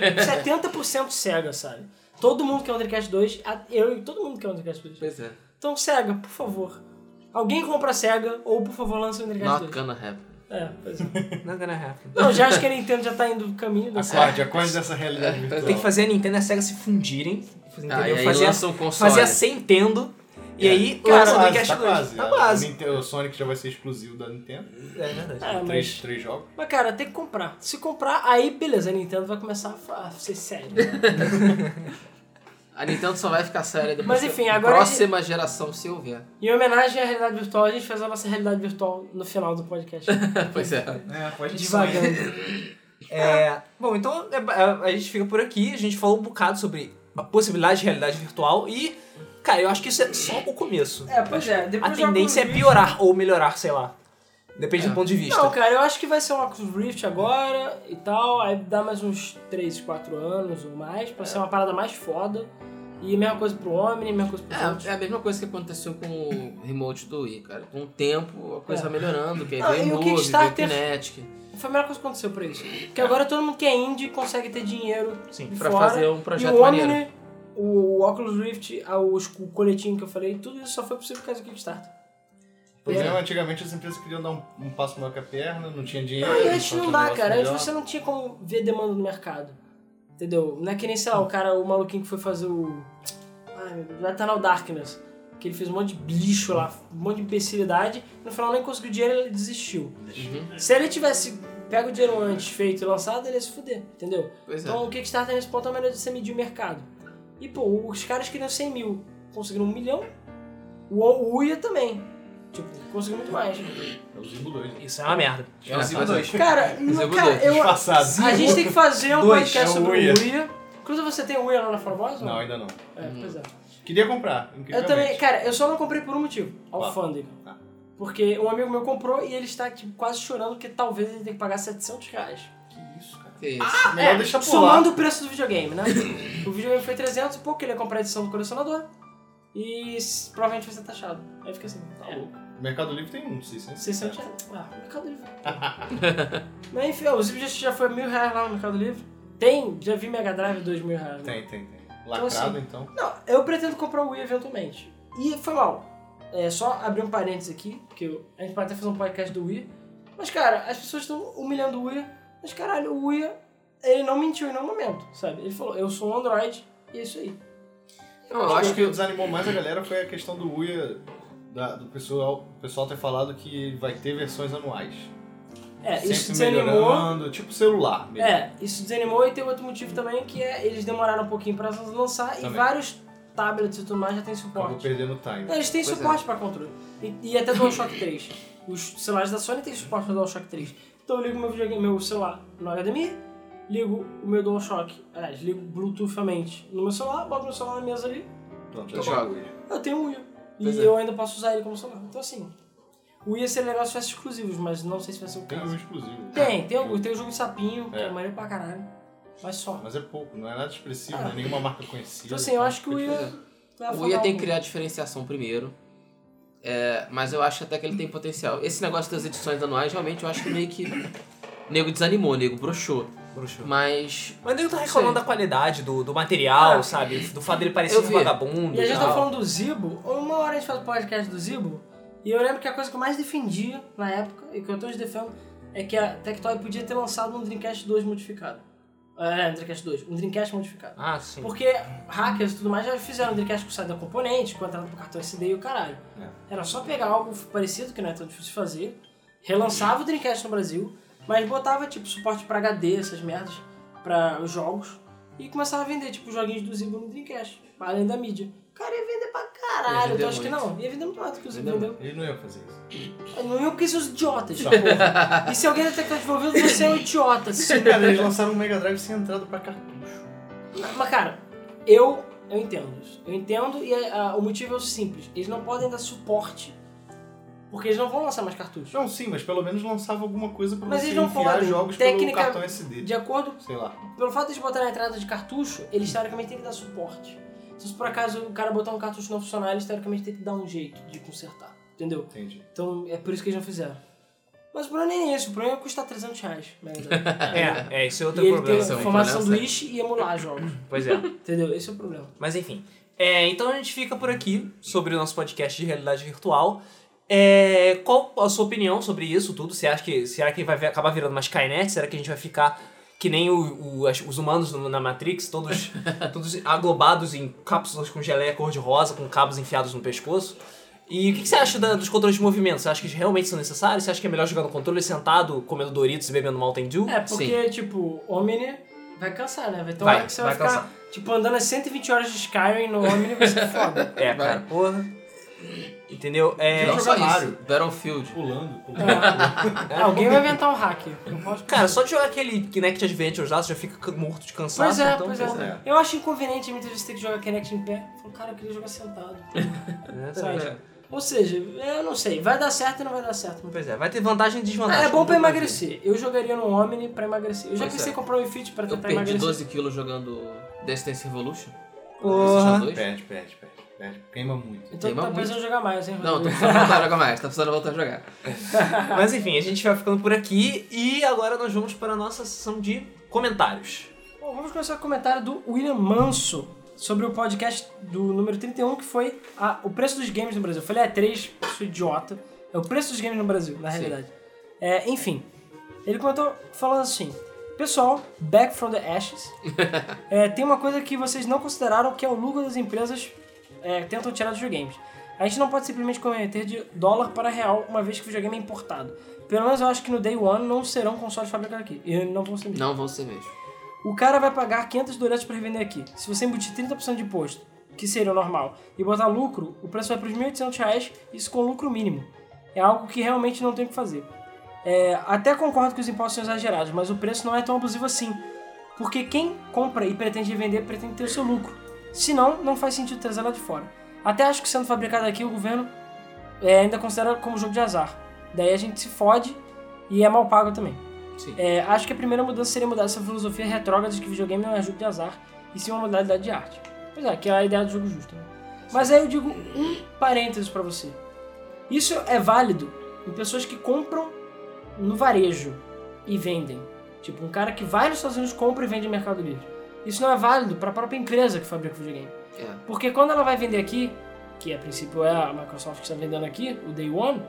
Speaker 2: 70% SEGA, sabe? Todo mundo quer um Dreamcast 2. a- Eu e todo mundo quer um Dreamcast 2.
Speaker 4: Pois é.
Speaker 2: Então, SEGA, por favor. Alguém compra a SEGA ou, por favor, lança um Dreamcast
Speaker 4: Not
Speaker 2: 2.
Speaker 4: gonna happen.
Speaker 2: É, pois é.
Speaker 1: Not gonna happen.
Speaker 2: Não, já acho que a Nintendo já tá indo do caminho da SEGA.
Speaker 3: Acorde, acorde dessa realidade virtual.
Speaker 1: Tem que fazer a Nintendo e a Sega se fundirem. Entendeu?
Speaker 4: Ah, e aí
Speaker 1: fazer,
Speaker 4: lança um console.
Speaker 1: fazer a Sentendo. E
Speaker 3: É.
Speaker 1: aí
Speaker 2: Cara,
Speaker 1: lança o
Speaker 3: Quase,
Speaker 1: Dreamcast
Speaker 3: tá
Speaker 1: 2.
Speaker 3: quase.
Speaker 1: Tá
Speaker 3: É,
Speaker 1: quase.
Speaker 3: o Ninte- O Sonic já vai ser exclusivo da Nintendo.
Speaker 1: É verdade.
Speaker 2: É, mas-
Speaker 3: Três, três jogos.
Speaker 2: Mas, cara, tem que comprar. Se comprar, aí beleza, a Nintendo vai começar a fa- a ser né? séria.
Speaker 4: A Nintendo só vai ficar séria depois.
Speaker 2: assim. Mas,
Speaker 4: que-
Speaker 2: enfim, agora
Speaker 4: Próxima geração, se houver.
Speaker 2: em homenagem à realidade virtual, a gente fez a nossa realidade virtual no final do podcast.
Speaker 4: pois é.
Speaker 3: É, pode
Speaker 2: Devagar.
Speaker 1: É, bom, então é, é, a gente fica por aqui. A gente falou um bocado sobre a possibilidade de realidade virtual e, cara, eu acho que isso é só o começo.
Speaker 2: É, pois é. Depois
Speaker 1: a
Speaker 2: do Oculus
Speaker 1: tendência é
Speaker 2: Rift-
Speaker 1: piorar ou melhorar, sei lá. Depende do ponto de vista.
Speaker 2: Não, cara, eu acho que vai ser um Oculus Rift agora e tal. Aí dá mais uns 3, 4 anos ou mais pra ser uma parada mais foda. E a mesma coisa pro Omni, a mesma coisa pro outros.
Speaker 4: É, é a mesma coisa que aconteceu com o remote do Wii, cara. Com o tempo, a coisa
Speaker 2: É.
Speaker 4: vai melhorando, que aí
Speaker 2: Ah, e
Speaker 4: veio
Speaker 2: o
Speaker 4: o Move, veio o
Speaker 2: Kickstarter-
Speaker 4: Kinetic,
Speaker 2: Foi a melhor coisa que aconteceu pra isso. Porque agora todo mundo que é indie consegue ter dinheiro
Speaker 1: Sim,
Speaker 2: de
Speaker 4: pra
Speaker 2: fora.
Speaker 4: fazer um
Speaker 2: E
Speaker 4: projeto
Speaker 2: o né?
Speaker 4: maneiro.
Speaker 2: Omni, o Oculus Rift, ah, os- o coletinho que eu falei, tudo isso só foi possível por causa do Kickstarter.
Speaker 3: Pois
Speaker 2: É.
Speaker 3: é, antigamente as empresas queriam dar um, um passo maior que a perna, não tinha dinheiro.
Speaker 2: Aí Ah, antes
Speaker 3: só que
Speaker 2: não
Speaker 3: o
Speaker 2: dá,
Speaker 3: negócio
Speaker 2: cara. Antes
Speaker 3: melhor.
Speaker 2: você não tinha como ver demanda no mercado. Entendeu? Não é que nem, sei lá, o cara, o maluquinho que foi fazer o. Ai, meu Deus, o Eternal Darkness. Que ele fez um monte de lixo lá, um monte de imbecilidade. No final nem conseguiu dinheiro ele desistiu.
Speaker 4: Uhum.
Speaker 2: Se ele tivesse pego o dinheiro antes, feito e lançado, ele ia se fuder, entendeu?
Speaker 4: Pois é.
Speaker 2: Então o Kickstarter nesse ponto é melhor de você medir o mercado. E pô, os caras queriam 100 mil, conseguiram um milhão. O, o Uia também. Tipo, conseguiu muito mais.
Speaker 3: É o Zimbo 2. né?
Speaker 1: Isso é uma merda.
Speaker 3: É o Zimbo
Speaker 4: mas-
Speaker 3: 2.
Speaker 2: Cara,
Speaker 4: Mas eu
Speaker 2: não,
Speaker 4: vou
Speaker 2: cara,
Speaker 4: dois.
Speaker 2: eu,
Speaker 3: Disfarçado.
Speaker 2: a gente tem que fazer um
Speaker 3: Dois,
Speaker 2: podcast
Speaker 3: é o
Speaker 2: sobre o
Speaker 3: Uia.
Speaker 2: Uia. Inclusive, você tem o Uia lá na Formosa?
Speaker 3: Não, ainda não.
Speaker 2: É, pois é.
Speaker 3: Queria comprar,
Speaker 2: Eu
Speaker 3: incrivelmente.
Speaker 2: também, cara, eu só não comprei por um motivo.
Speaker 3: Qual?
Speaker 2: Alfândega.
Speaker 3: Ah.
Speaker 2: Porque um amigo meu comprou e ele está tipo, quase chorando porque talvez ele tenha que pagar 700 reais.
Speaker 3: Que isso, cara.
Speaker 4: Que isso.
Speaker 3: Melhor
Speaker 2: É,
Speaker 3: deixar por lá.
Speaker 2: somando o preço do videogame, né? o videogame foi 300 e pouco, ele ia comprar a edição do colecionador. E s- provavelmente vai ser taxado. Aí fica assim,
Speaker 3: Tá
Speaker 2: é,
Speaker 3: louco. O Mercado Livre tem um, 600.
Speaker 2: 600 reais. Ah, Mercado Livre. Mas enfim, ó, o Zip já foi mil reais lá no Mercado Livre. Tem, já vi Mega Drive dois mil reais. né?
Speaker 3: Tem, tem, tem.
Speaker 2: assim,
Speaker 3: Lacrado, então.
Speaker 2: Não, eu pretendo comprar o Wii eventualmente. E foi mal. É, só abrir um parênteses aqui, porque eu- a gente pode até fazer um podcast do Wii. Mas, cara, as pessoas estão humilhando o Wii. Mas, caralho, o Wii, ele não mentiu em nenhum momento, sabe? Ele falou, eu sou um Android e é isso aí.
Speaker 4: Não, eu acho
Speaker 3: O
Speaker 4: que
Speaker 3: que desanimou mais a galera foi a questão do Uia, da- do pessoal, o pessoal ter falado que vai ter versões anuais.
Speaker 2: É, isso
Speaker 3: Sempre
Speaker 2: desanimou.
Speaker 3: melhorando, tipo celular mesmo.
Speaker 2: É, isso desanimou e tem outro motivo também, que é eles demoraram um pouquinho pra lançar e
Speaker 3: Também.
Speaker 2: vários tablets e tudo mais já tem
Speaker 3: Acabou
Speaker 2: suporte.
Speaker 3: perdendo o time.
Speaker 2: Não, eles têm
Speaker 4: Pois
Speaker 2: suporte pra controle. E, e até DualShock 3. Os celulares da Sony têm suporte pra DualShock 3. Então eu ligo meu, videogame- meu celular no HDMI, ligo o meu DualShock, aliás, ligo bluetoothamente no meu celular, boto meu celular na mesa ali,
Speaker 3: Pronto,
Speaker 4: Tá
Speaker 3: já
Speaker 4: bom.
Speaker 3: joga.
Speaker 2: eu tenho um Wii.
Speaker 4: Pois
Speaker 2: E
Speaker 4: é.
Speaker 2: eu ainda posso usar ele como celular. Então assim, o Wii seria legal se fosse exclusivos, mas não sei se vai ser o
Speaker 3: Tem
Speaker 2: caso.
Speaker 3: um exclusivo.
Speaker 2: Tem, tem, o- tem o jogo de sapinho, que
Speaker 3: É.
Speaker 2: é maneiro pra caralho. Mas só.
Speaker 3: Mas é pouco, não é nada expressivo,
Speaker 2: Ah.
Speaker 3: não é nenhuma marca conhecida.
Speaker 2: Então assim, eu acho que o Ia. vai
Speaker 4: O Ia
Speaker 2: afogar
Speaker 4: tem
Speaker 2: um-
Speaker 4: que criar diferenciação primeiro. É, mas eu acho até que ele tem potencial. Esse negócio das edições anuais, realmente, eu acho que meio que. O nego desanimou, o nego broxou.
Speaker 1: Bruxo.
Speaker 4: Mas.
Speaker 1: Mas eu tô reclamando
Speaker 4: Sei.
Speaker 1: da qualidade do, do material,
Speaker 2: Ah.
Speaker 1: sabe? Do fato dele parecer
Speaker 4: Eu
Speaker 1: um
Speaker 4: vi.
Speaker 1: vagabundo.
Speaker 2: E a gente
Speaker 1: tal.
Speaker 2: tá falando do Zibo, uma hora a gente faz o podcast do Zibo, e eu lembro que a coisa que eu mais defendia na época, e que eu tô defendo, é que a Tectoy podia ter lançado um Dreamcast 2 modificado. É, um Dreamcast 2, um Dreamcast modificado.
Speaker 1: Ah, sim.
Speaker 2: Porque hackers e tudo mais já fizeram Dreamcast com saída componente, com entrada pro cartão SD e o caralho. Era só pegar algo parecido, que não é tão difícil de fazer, relançava o Dreamcast no Brasil, mas botava, tipo, suporte pra HD, essas merdas, pra os jogos, e começava a vender, tipo, joguinhos do Zibo no Dreamcast, além da mídia. O cara ia vender pra
Speaker 4: Ia
Speaker 2: caralho,
Speaker 4: vender
Speaker 2: então acho que
Speaker 4: muito.
Speaker 2: não. Ia vender muito mais do que o Zibo
Speaker 4: Vendeu
Speaker 2: vendeu.
Speaker 3: Ele não ia fazer isso.
Speaker 2: Não iam porque seus idiotas,
Speaker 3: Tá.
Speaker 2: porra. E se alguém até que tá desenvolvendo, você é um idiota.
Speaker 3: Sim, cara, eles lançaram um Mega Drive sem entrada pra cartucho.
Speaker 2: Mas, cara, eu, eu entendo isso. Eu entendo e ah, o motivo é o simples. Eles não podem dar suporte, porque eles não vão lançar mais cartuchos.
Speaker 3: Não, sim, mas pelo menos lançava alguma coisa pra
Speaker 2: Mas
Speaker 3: você
Speaker 2: eles não
Speaker 3: enfiar
Speaker 2: podem.
Speaker 3: jogos
Speaker 2: Técnica-
Speaker 3: pelo cartão SD.
Speaker 2: De acordo
Speaker 3: Sei lá.
Speaker 2: Pelo fato de botar na entrada de cartucho, eles teoricamente têm que dar suporte. Então, se por acaso o cara botar um cartucho não funcionar, eles teoricamente têm que dar um jeito de consertar. Entendeu?
Speaker 3: Entendi.
Speaker 2: Então é por isso que eles não fizeram. Mas o problema nem é esse, o problema é custar 300 reais. Né?
Speaker 1: É, é, esse é
Speaker 2: e
Speaker 1: outro
Speaker 2: ele
Speaker 1: problema.
Speaker 2: tem
Speaker 4: São
Speaker 2: formato
Speaker 4: problemas,
Speaker 2: sanduíche e emular jogos.
Speaker 1: Pois é.
Speaker 2: Entendeu? Esse é o problema.
Speaker 1: Mas enfim. É, então a gente fica por aqui sobre o nosso podcast de realidade virtual. É, qual a sua opinião sobre isso tudo? Você acha que será que vai ver- acabar virando uma Skynet? Será que a gente vai ficar que nem o- o- as- os humanos no- na Matrix, todos, todos aglobados em cápsulas com geleia cor-de-rosa, com cabos enfiados no pescoço? E o que que você acha da- dos controles de movimento? Você acha que eles realmente são necessários? Você acha que é melhor jogar no controle sentado, comendo Doritos e bebendo Mountain Dew?
Speaker 2: É, porque, tipo, Omni vai cansar, né? Vai ter uma
Speaker 1: Vai,
Speaker 2: hora que você vai,
Speaker 1: vai
Speaker 2: ficar, tipo, andando as 120 horas de Skyrim no Omni vai ser foda.
Speaker 1: É,
Speaker 4: Vai.
Speaker 1: cara, porra. Entendeu? É,
Speaker 4: não só
Speaker 3: jogar Mario.
Speaker 4: isso. Battlefield.
Speaker 3: Pulando, pulando.
Speaker 2: É. Alguém vai inventar um hack. Eu posso
Speaker 1: Cara, só de jogar aquele Kinect Adventures lá, você já fica c- morto de cansaço.
Speaker 2: Pois é,
Speaker 1: então,
Speaker 2: pois é.
Speaker 3: é.
Speaker 2: Eu acho inconveniente muitas vezes ter que jogar Kinect em pé. Eu falo, cara, eu queria jogar sentado.
Speaker 1: É,
Speaker 2: Sabe?
Speaker 1: também.
Speaker 2: Ou seja, eu não sei, vai dar certo ou não vai dar certo. mas-
Speaker 1: Pois é, vai ter vantagem e desvantagem.
Speaker 2: é bom pra
Speaker 1: como tudo
Speaker 2: emagrecer. Eu jogaria no Omni pra emagrecer. Eu já
Speaker 4: Pois
Speaker 2: pensei
Speaker 4: é.
Speaker 2: em comprar um Fit pra
Speaker 4: Eu
Speaker 2: tentar
Speaker 4: perdi
Speaker 2: emagrecer.
Speaker 4: 12 quilos jogando Dance Dance Revolution.
Speaker 1: Porra.
Speaker 4: PlayStation
Speaker 2: É.
Speaker 4: 2.
Speaker 3: Perde, perde, perde, perde. Queima muito.
Speaker 2: Então
Speaker 4: Queima
Speaker 2: tá pensando em jogar mais, hein,
Speaker 4: Não, tô
Speaker 2: Rodrigo?
Speaker 4: precisando voltar a jogar mais, tá precisando voltar a jogar.
Speaker 1: na vida. Mas enfim, a gente vai ficando por aqui e agora nós vamos para a nossa sessão de comentários.
Speaker 2: Bom, vamos começar com o comentário do William Manso sobre o podcast do número 31, que foi a- o preço dos games no Brasil. Eu falei, é 3, sou idiota. É o preço dos games no Brasil, na
Speaker 4: Sim.
Speaker 2: realidade. É, enfim, ele comentou falando assim, pessoal, back from the ashes, é, tem uma coisa que vocês não consideraram que é o lucro das empresas é, tentam tirar dos videogames. A gente não pode simplesmente converter de dólar para real, uma vez que o videogame é importado. Pelo menos eu acho que no day one não serão consoles fabricados aqui. E não vão ser mesmo.
Speaker 4: Não vão ser mesmo.
Speaker 2: O cara vai pagar 500 doletas para revender aqui. Se você embutir 30% de imposto, que seria o normal, e botar lucro, o preço vai para os 1.800 reais, isso com lucro mínimo. É algo que realmente não tem o que fazer. É, até concordo que os impostos são exagerados, mas o preço não é tão abusivo assim. Porque quem compra e pretende vender, pretende ter o seu lucro. Senão, não faz sentido trazer lá de fora. Até acho que sendo fabricado aqui, o governo é, ainda considera como jogo de azar. Daí a gente se fode e é mal pago também.
Speaker 4: Sim.
Speaker 2: É, acho que a primeira mudança seria mudar essa filosofia retrógrada de que videogame não é jogo de azar e sim uma modalidade de arte. Pois é, que é a ideia do jogo justo. Né? Mas aí eu digo um parênteses pra você. Isso é válido em pessoas que compram no varejo e vendem. Tipo, um cara que vai nos Estados Unidos, compra e vende no Mercado Livre. Isso não é válido pra própria empresa que fabrica o videogame.
Speaker 4: É.
Speaker 2: Porque quando ela vai vender aqui, que a princípio é a Microsoft que está vendendo aqui, o Day One,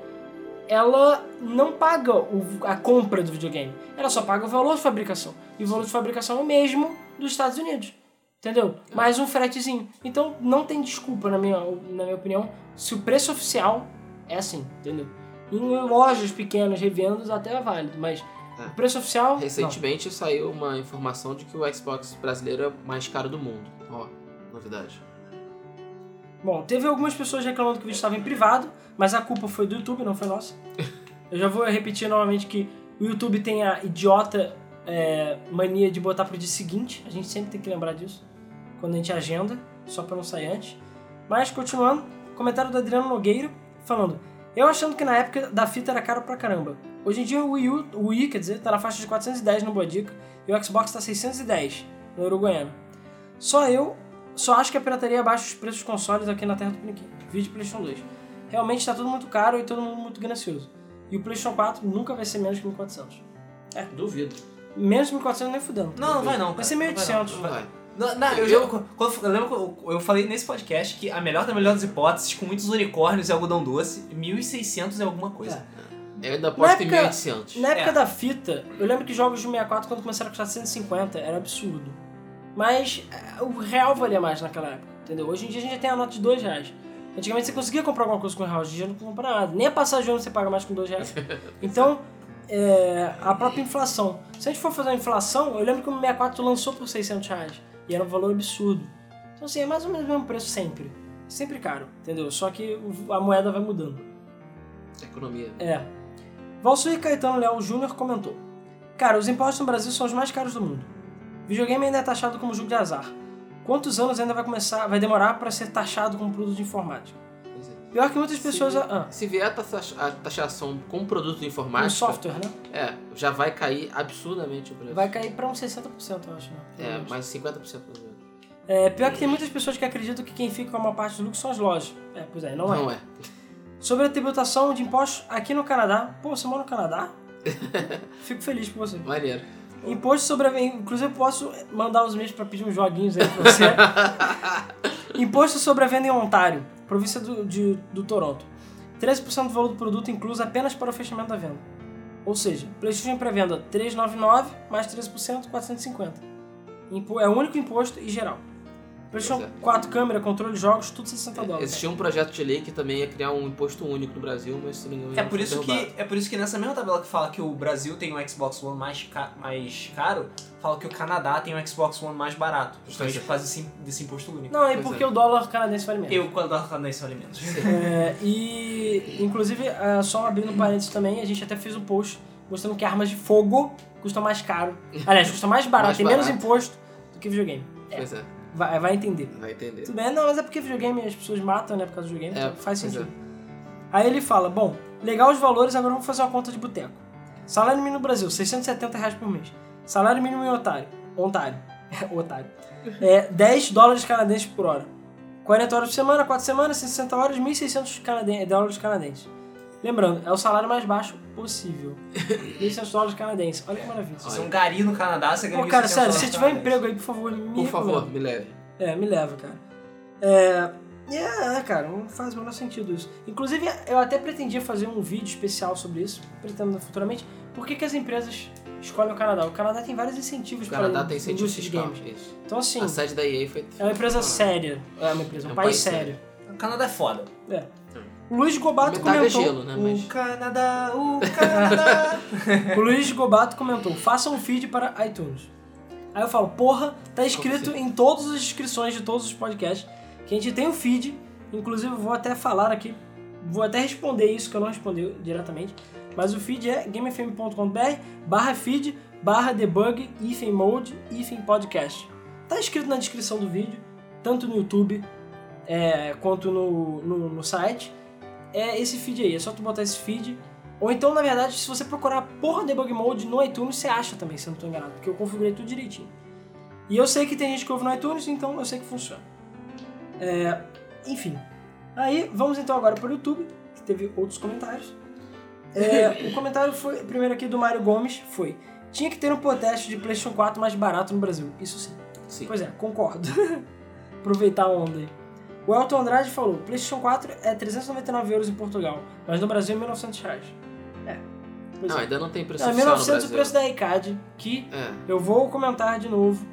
Speaker 2: ela não paga o- a compra do videogame. Ela só paga o valor de fabricação. E o valor de fabricação é o mesmo dos Estados Unidos. Entendeu? Mais um fretezinho. Então não tem desculpa, na minha, na minha opinião, se o preço oficial é assim, entendeu? Em lojas pequenas, revendas, até é válido, mas
Speaker 4: É.
Speaker 2: o preço oficial. não.
Speaker 4: Recentemente saiu uma informação de que o Xbox brasileiro é o mais caro do mundo. Ó, novidade.
Speaker 2: Bom, teve algumas pessoas reclamando que o vídeo estava em privado, mas a culpa foi do YouTube, não foi nossa. Eu já vou repetir novamente que o YouTube tem a idiota é, mania de botar pro dia seguinte. A gente sempre tem que lembrar disso quando a gente agenda, só pra não sair antes. Mas, continuando, comentário do Adriano Nogueira falando: Eu achando que na época da fita era caro pra caramba. Hoje em dia o Wii, U, o Wii, quer dizer, tá na faixa de 410 no Boa Dica e o Xbox tá 610 no Uruguaiano. Só eu, só acho que a pirataria abaixa os preços dos consoles aqui na terra do Piniquim. Vídeo PlayStation 2. Realmente tá tudo muito caro e todo mundo muito ganancioso. E o PlayStation 4 nunca vai ser menos que 1400.
Speaker 4: Duvido.
Speaker 2: Menos que 1400 nem fudendo.
Speaker 1: Não, não vai não.
Speaker 2: Vai ser
Speaker 1: cara. Não não,
Speaker 2: 1.800.
Speaker 1: não
Speaker 4: Não vai.
Speaker 1: Não, não, eu,
Speaker 4: Eu-
Speaker 1: já- quando- eu lembro que eu, eu falei nesse podcast que a melhor da melhor das hipóteses, com muitos unicórnios e algodão doce, 1.600 é alguma coisa.
Speaker 4: Eu ainda aposto
Speaker 2: Na
Speaker 4: em
Speaker 2: época-
Speaker 4: 1800.
Speaker 2: Na época
Speaker 1: É.
Speaker 2: da fita, eu lembro que jogos de 64 quando começaram a custar 150 era absurdo. Mas eh, o real valia mais naquela época, entendeu? Hoje em dia a gente já tem a nota de 2 reais. Antigamente você conseguia comprar alguma coisa com real, hoje em dia não compra nada. Nem a passagem de ano você paga mais com 2 reais. Então, eh, a própria inflação. Se a gente for fazer a inflação, eu lembro que o 64 lançou por 600 reais. E era um valor absurdo. Então assim, é mais ou menos o mesmo preço sempre. Sempre caro, entendeu? Só que o- a moeda vai mudando.
Speaker 4: Economia.
Speaker 2: É. Valsir Caetano Léo Júnior comentou: Cara, os impostos no Brasil são os mais caros do mundo. Videogame ainda é taxado como jogo de azar. Quantos anos ainda vai começar, vai demorar para ser taxado como produto de informática?
Speaker 4: Pois é.
Speaker 2: Pior que muitas pessoas,
Speaker 4: Sim.
Speaker 2: ah,
Speaker 4: Se vier a taxa- a taxação com produto de
Speaker 2: um
Speaker 4: informática,
Speaker 2: software, né?
Speaker 4: é, já vai cair absurdamente o preço.
Speaker 2: Vai cair para uns 60%, eu acho, né?
Speaker 4: É, mais 50% do jogo.
Speaker 2: É, pior que tem muitas pessoas que acreditam que quem fica com a maior parte do lucro são as lojas. É, pois é, não, é.
Speaker 4: Não é.
Speaker 2: Sobre a tributação de impostos aqui no Canadá. Pô, você mora no Canadá? Fico feliz por você.
Speaker 4: Maneiro.
Speaker 2: Imposto sobre a... Inclusive, eu posso mandar os meus pra pedir uns joguinhos aí pra você. Imposto sobre a venda em Ontário, província do, de- do Toronto. 13% do valor do produto incluso apenas para o fechamento da venda. Ou seja, PlayStation em pré-venda 399 mais 13%, 450. Impo- É o único imposto e geral. PlayStation
Speaker 4: Pois é.
Speaker 2: 4, câmera, controle, jogos, tudo 60 dólares.
Speaker 4: Existia um projeto de lei que também ia criar um imposto único no Brasil, mas se não me engano,
Speaker 1: É por,
Speaker 4: foi
Speaker 1: isso que,
Speaker 4: derrubado.
Speaker 1: é por isso que nessa mesma tabela que fala que o Brasil tem um Xbox One mais, ca- mais caro, fala que o Canadá tem um Xbox One mais barato. Justamente
Speaker 4: Pois é.
Speaker 1: por causa desse, desse imposto único.
Speaker 2: Não, é
Speaker 4: Pois
Speaker 2: porque
Speaker 4: é.
Speaker 2: o dólar canadense vale menos.
Speaker 1: Eu, quando eu falando isso, alimentos.
Speaker 2: É, e, inclusive, ah, só abrindo parênteses também, a gente até fez um post mostrando que armas de fogo custam mais caro. Aliás, custa mais barato,
Speaker 4: Mais
Speaker 2: tem menos
Speaker 4: barato.
Speaker 2: imposto do que videogame.
Speaker 4: Pois é,
Speaker 2: Vai, vai entender.
Speaker 4: vai entender.
Speaker 2: Tudo bem, não, mas é porque videogame as pessoas matam, né, por causa do videogame,
Speaker 4: É,
Speaker 2: então faz
Speaker 4: pois
Speaker 2: sentido. Aí ele fala, bom, legal os valores, agora vamos fazer uma conta de boteco. Salário mínimo no Brasil, 670 reais por mês. Salário mínimo em otário, ontário, otário, é 10 dólares canadenses por hora. 40 horas por semana, 4 semanas, 160 horas, 1.600 canaden- dólares canadenses. Lembrando, é o salário mais baixo possível. 1.600 dólares canadenses, olha que maravilha.
Speaker 1: Se você é um gari no Canadá, você ganha
Speaker 2: Pô, cara,
Speaker 1: 1.600
Speaker 4: é
Speaker 2: sério, se você
Speaker 1: dólares
Speaker 2: tiver um
Speaker 1: cada
Speaker 2: emprego aí, por favor, me
Speaker 4: um Por
Speaker 2: recomenda.
Speaker 4: favor, me leve.
Speaker 2: É, me leva, cara. É, e é, é, cara, não faz o menor sentido isso. Inclusive, eu até pretendia fazer um vídeo especial sobre isso, pretendo futuramente. Por que, que as empresas escolhem o Canadá? O Canadá tem vários incentivos
Speaker 4: O Canadá
Speaker 2: para
Speaker 4: tem
Speaker 2: indústria
Speaker 4: incentivo
Speaker 2: de
Speaker 4: fiscal.
Speaker 2: games.
Speaker 4: Isso.
Speaker 2: Então, assim,
Speaker 4: A sede da EA foi.
Speaker 2: é uma empresa séria. É uma empresa, um,
Speaker 4: É um
Speaker 2: país,
Speaker 4: país
Speaker 2: sério.
Speaker 1: vez. O Canadá é foda.
Speaker 2: É. O Luiz Gobato
Speaker 4: Metade é
Speaker 2: comentou.
Speaker 4: gelo, né?
Speaker 1: O
Speaker 4: Mas.
Speaker 1: Canadá, o Canadá.
Speaker 2: O Luiz Gobato comentou: faça um feed para iTunes. Aí eu falo: porra, tá escrito em todas as descrições de todos os podcasts que a gente tem um feed. Inclusive, eu vou até falar aqui, vou até responder isso que eu não respondi diretamente. Mas o feed é gamefm.com.br barra feed barra debug hífen mode hífen podcast. Tá escrito na descrição do vídeo, tanto no YouTube é, quanto no, no, no site. É esse feed aí, é só tu botar esse feed ou então, na verdade, se você procurar por debug mode no iTunes, você acha também, se eu não tô enganado, porque eu configurei tudo direitinho. E eu sei que tem gente que ouve no iTunes, então eu sei que funciona. É, enfim. Aí, vamos então agora para o YouTube, que teve outros comentários. É, o comentário foi, primeiro aqui do Mário Gomes, foi... Tinha que ter um podcast de PlayStation 4 mais barato no Brasil. Isso sim.
Speaker 4: Sim.
Speaker 2: Pois é, concordo. Aproveitar a onda aí. O Elton Andrade falou: PlayStation 4 é 399 euros em Portugal, mas no Brasil é 1.900 reais. É. Pois
Speaker 4: Não,
Speaker 2: é.
Speaker 4: ainda não tem preço
Speaker 2: Não, é
Speaker 4: oficial no
Speaker 2: 1.900 o
Speaker 4: Brasil.
Speaker 2: preço da iCAD, que
Speaker 4: É,
Speaker 2: eu vou comentar de novo,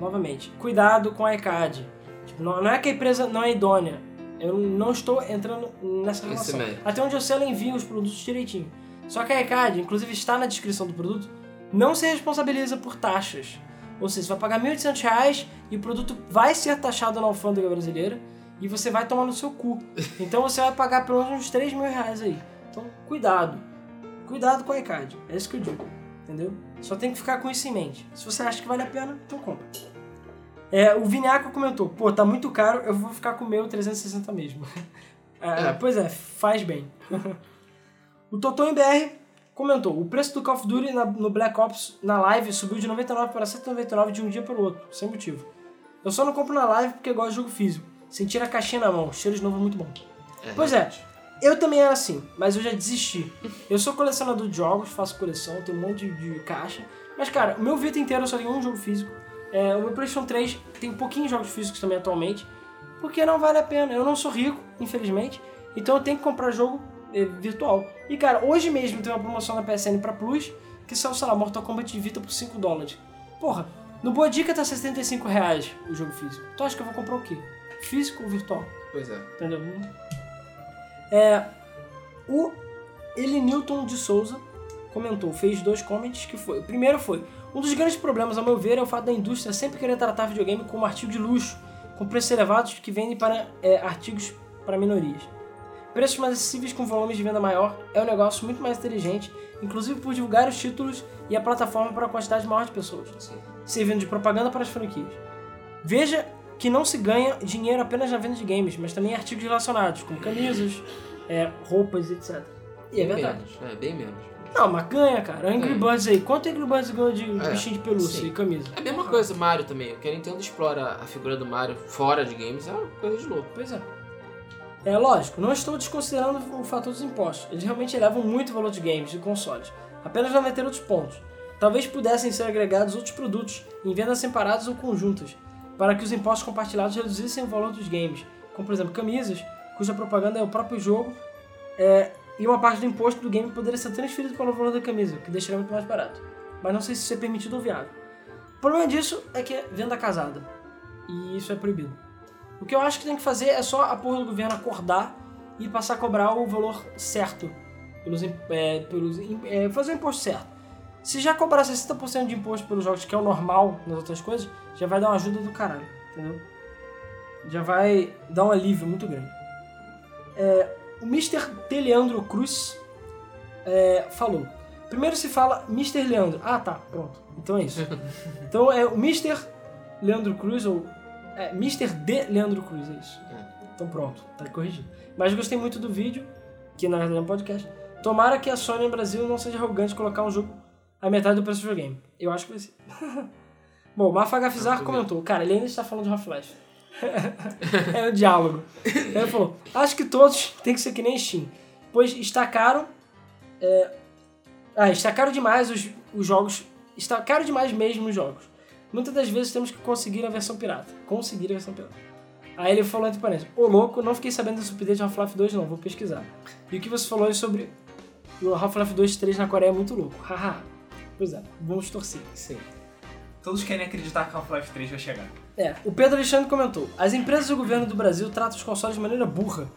Speaker 2: novamente. Cuidado com a iCAD. Tipo, não, não é que a empresa não é idônea. Eu não estou entrando nessa
Speaker 4: esse
Speaker 2: relação.
Speaker 4: médio.
Speaker 2: Até onde eu sei, ela envia os produtos direitinho. Só que a iCard, inclusive está na descrição do produto, não se responsabiliza por taxas. Ou seja, você vai pagar R$ 1.800 reais e o produto vai ser taxado na alfândega brasileira e você vai tomar no seu cu. Então você vai pagar pelo menos uns 3 mil reais aí. Então, cuidado. Cuidado com a iCard. É isso que eu digo. Entendeu? Só tem que ficar com isso em mente. Se você acha que vale a pena, então compra. É, o Vinaco comentou, pô, tá muito caro, eu vou ficar com o meu 360 mesmo. É,
Speaker 4: É.
Speaker 2: Pois é, faz bem. o Toton BR comentou: o preço do Call of Duty na- no Black Ops na live subiu de 99 para 199 de um dia para o outro, sem motivo. Eu só não compro na live porque gosto de jogo físico. Sentir a caixinha na mão, cheiro de novo é muito bom. Pois é, eu também era assim, mas eu já desisti. Eu sou colecionador de jogos, faço coleção, tenho um monte de, de caixa. Mas, cara, o meu Vita inteiro eu só tenho um jogo físico. É, o meu PlayStation 3 tem pouquinhos jogos físicos também atualmente, porque não vale a pena. Eu não sou rico, infelizmente, então eu tenho que comprar jogo eh, virtual. E, cara, hoje mesmo tem uma promoção na PSN pra Plus, que são, sei lá, Mortal Kombat Vita por 5 dólares. Porra, no Boa Dica tá 75 reais o jogo físico. Tu acha que eu vou comprar o quê? Físico ou virtual?
Speaker 4: Pois é.
Speaker 2: Entendeu? É, o Eli Newton de Souza comentou, fez dois comments que foi. O primeiro foi: um dos grandes problemas, a meu ver, é o fato da indústria sempre querer tratar videogame como artigo de luxo, com preços elevados que vendem para é, artigos para minorias. Preços mais acessíveis com volumes de venda maior é um negócio muito mais inteligente, inclusive por divulgar os títulos e a plataforma para a quantidade maior de pessoas
Speaker 4: Sim.
Speaker 2: servindo de propaganda para as franquias. Veja que não se ganha dinheiro apenas na venda de games, mas também artigos relacionados, como camisas, é, roupas, etc. E é
Speaker 4: Bem
Speaker 2: verdade.
Speaker 4: Menos, é, bem menos.
Speaker 2: Não, mas ganha, cara. Angry
Speaker 4: Ganha.
Speaker 2: Birds aí. Quanto Angry Birds ganhou de
Speaker 4: É,
Speaker 2: bichinho de pelúcia
Speaker 4: sim.
Speaker 2: e camisa?
Speaker 4: É a mesma coisa, Mario também. O que a Nintendo explora a figura do Mario fora de games é uma coisa de louco.
Speaker 2: Pois é. É lógico, não estou desconsiderando o fator dos impostos. Eles realmente elevam muito o valor de games e consoles. Apenas não vai ter outros pontos. Talvez pudessem ser agregados outros produtos em vendas separadas ou conjuntas, para que os impostos compartilhados reduzissem o valor dos games, como por exemplo camisas, cuja propaganda é o próprio jogo, é, e uma parte do imposto do game poderia ser transferido para o valor da camisa, o que deixaria muito mais barato. Mas não sei se isso é permitido ou viável. O problema disso é que é venda casada, e isso é proibido. O que eu acho que tem que fazer é só a porra do governo acordar e passar a cobrar o valor certo. Pelos, im- é, pelos, im- é, fazer o imposto certo. Se já cobrar 60% de imposto pelos jogos, que é o normal nas outras coisas, já vai dar uma ajuda do caralho, entendeu? Já vai dar um alívio muito grande. É, o Mr. Teleandro Cruz é, falou. Primeiro se fala Mr. Leandro. Ah, tá, pronto. Então é isso. Então é o Mr. Leandro Cruz, ou é, Mr. D. Leandro Cruz, é isso. Então pronto, tá corrigido. Mas gostei muito do vídeo, que na verdade é um podcast. Tomara que a Sony no Brasil não seja arrogante e colocar um jogo a metade do preço do videogame. Eu acho que vai ser. Bom, Mafagafizar comentou, cara, ele ainda está falando de Half-Life. é o diálogo. Ele falou, acho que todos têm que ser que nem Steam, pois está caro... é, Ah, está caro demais os, os jogos... Está caro demais mesmo os jogos. Muitas das vezes temos que conseguir a versão pirata. Conseguir a versão pirata. Aí ele falou entre parênteses, ô louco, não fiquei sabendo desse update de Half-Life 2 não, vou pesquisar. E o que você falou aí sobre o Half-Life 2 e 3 na Coreia é muito louco, haha. Pois é, vamos torcer.
Speaker 4: Sim.
Speaker 5: Todos querem acreditar que Half-Life 3 vai chegar.
Speaker 2: É, o Pedro Alexandre comentou, as empresas e o governo do Brasil tratam os consoles de maneira burra.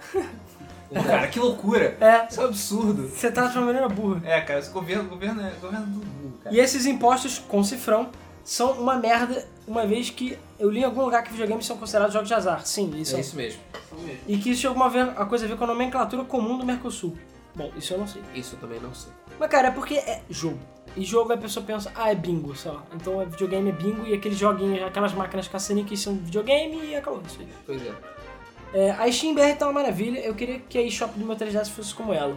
Speaker 4: Um
Speaker 5: Pô, cara, que loucura!
Speaker 2: É,
Speaker 5: Isso é um absurdo.
Speaker 2: você trata de uma maneira burra.
Speaker 5: É, cara, esse governo, governo é governo do burro, cara.
Speaker 2: E esses impostos com cifrão são uma merda, uma vez que eu li em algum lugar que videogames são considerados jogos de azar. Sim, isso
Speaker 4: É
Speaker 2: é.
Speaker 4: isso mesmo.
Speaker 2: E que isso tinha alguma ver- a coisa a ver com a nomenclatura comum do Mercosul. Bom, isso eu não sei.
Speaker 4: Isso eu também não sei.
Speaker 2: Mas, cara, é porque é jogo. E jogo a pessoa pensa, ah, é bingo, sei lá. Então é videogame é bingo e aqueles joguinhos, aquelas máquinas caçaniques são videogame e acabou. Isso aí.
Speaker 4: Pois é.
Speaker 2: É, a Steam BR tá uma maravilha, eu queria que a eShop do meu 3DS fosse como ela.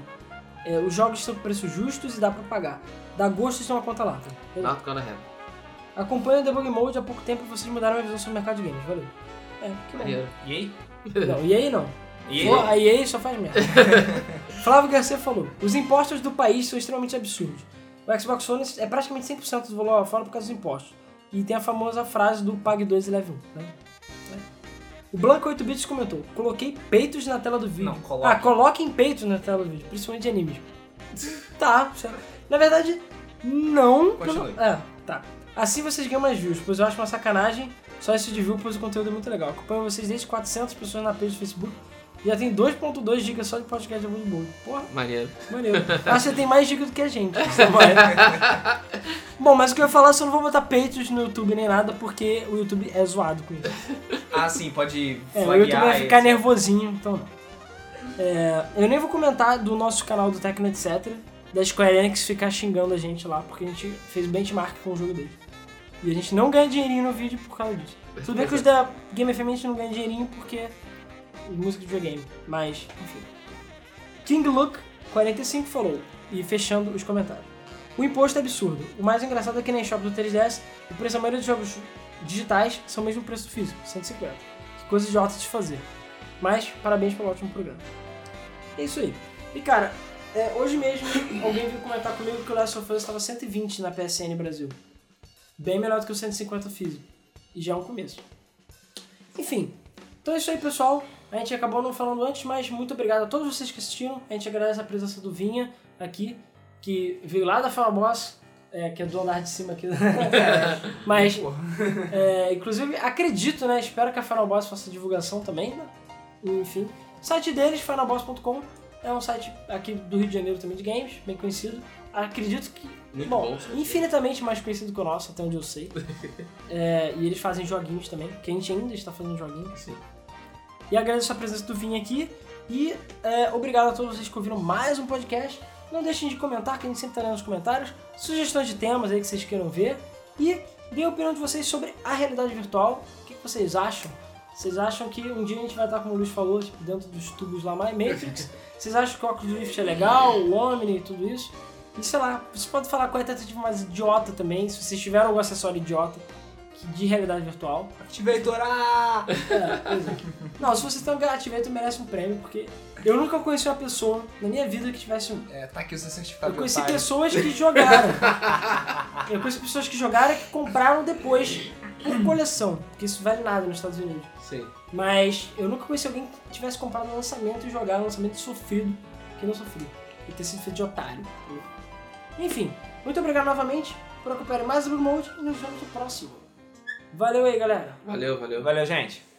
Speaker 2: É, os jogos são preços justos e dá pra pagar. Dá gosto e são uma conta larga.
Speaker 4: Not gonna happen.
Speaker 2: Acompanho o Debug Mode há pouco tempo e vocês mudaram a visão sobre o mercado de games, valeu. É, que bom.
Speaker 4: Maneiro.
Speaker 5: E aí?
Speaker 2: Não, e aí não.
Speaker 5: E
Speaker 2: Pô, a EA só faz merda. Flávio Garcia falou: os impostos do país são extremamente absurdos. O Xbox One é praticamente 100% do valor lá fora por causa dos impostos. E tem a famosa frase do Pague 2 e Leve 1, né? É. O Blanco 8 Bits comentou: coloquei peitos na tela do vídeo.
Speaker 5: Não, coloque.
Speaker 2: Ah, coloquem peitos na tela do vídeo, principalmente de animes. tá, certo. Na verdade, não.
Speaker 5: Continue.
Speaker 2: É, tá. Assim vocês ganham mais views, pois eu acho uma sacanagem só esse de view, pois o conteúdo é muito legal. Acompanho vocês desde 400 pessoas na page do Facebook. Já tem 2.2 gigas só de podcast de Mundo Bom. Porra,
Speaker 4: Maneiro.
Speaker 2: maneiro. Ah, você tem mais gigas do que a gente. Isso vai. Bom, mas o que eu ia falar, eu só não vou botar peitos no YouTube nem nada, porque o YouTube é zoado com isso.
Speaker 5: Ah, sim, pode
Speaker 2: É,
Speaker 5: flaguear.
Speaker 2: o YouTube vai ficar
Speaker 5: esse-
Speaker 2: nervosinho, então não. É, eu nem vou comentar do nosso canal do Tecno etc. Da Square Enix ficar xingando a gente lá, porque a gente fez benchmark com o jogo dele. E a gente não ganha dinheirinho no vídeo por causa disso. Tudo bem que os da Game FM a gente não ganha dinheirinho porque é música de videogame, mas, enfim. King Luke 45 falou, e fechando os comentários. O imposto é absurdo. O mais engraçado é que na eShop do 3DS, o preço da maioria dos jogos digitais são o mesmo preço do físico, 150. Que coisa idiota de fazer. Mas, parabéns pelo ótimo programa. É isso aí. E cara, é, hoje mesmo alguém veio comentar comigo que o Last of Us estava 120 na PSN Brasil. Bem melhor do que o 150 físico. E já é um começo. Enfim, então é isso aí, pessoal. A gente acabou não falando antes, mas muito obrigado a todos vocês que assistiram. A gente agradece a presença do Vinha aqui, que veio lá da Fama Boss, é, que é do andar de cima aqui. mas, é, inclusive, acredito, né? Espero que a Final Boss faça divulgação também. né? Enfim, o site deles, finalboss.com, é um site aqui do Rio de Janeiro também de games, bem conhecido. Acredito que,
Speaker 4: Muito
Speaker 2: bom,
Speaker 4: bom, né? sim.
Speaker 2: infinitamente mais conhecido que o nosso, até onde eu sei. É, e eles fazem joguinhos também, que a gente ainda está fazendo joguinhos.
Speaker 4: Sim.
Speaker 2: E agradeço a presença do Vim aqui. E é, obrigado a todos vocês que ouviram mais um podcast. Não deixem de comentar, que a gente sempre está nos comentários. Sugestões de temas aí que vocês queiram ver. E dê a opinião de vocês sobre a realidade virtual. O que, que vocês acham? Vocês acham que um dia a gente vai estar, como o Luiz falou, tipo, dentro dos tubos lá, mais Matrix? Vocês acham que o Oculus Rift é legal, o Omni e tudo isso? E sei lá, vocês podem falar qual é a tentativa mais idiota também, se vocês tiveram algum acessório idiota que- de realidade virtual.
Speaker 1: Activator, ah!
Speaker 2: É, pois é. Não, se você tem um Galativeto, merece um prêmio, porque eu nunca conheci uma pessoa na minha vida que tivesse um.
Speaker 5: É, tá aqui o seu certificado
Speaker 2: Eu conheci
Speaker 5: de otário.
Speaker 2: pessoas que jogaram. Eu conheci pessoas que jogaram e que compraram depois por coleção, porque isso vale nada nos Estados Unidos.
Speaker 4: Sim.
Speaker 2: Mas eu nunca conheci alguém que tivesse comprado no lançamento e jogado no lançamento sofrido, que não sofreu. E ter sido feito de otário. Enfim, muito obrigado novamente por acompanhar mais o Blue Mode e nos vemos no próximo. Valeu aí, galera!
Speaker 4: Valeu, valeu.
Speaker 1: Valeu, gente.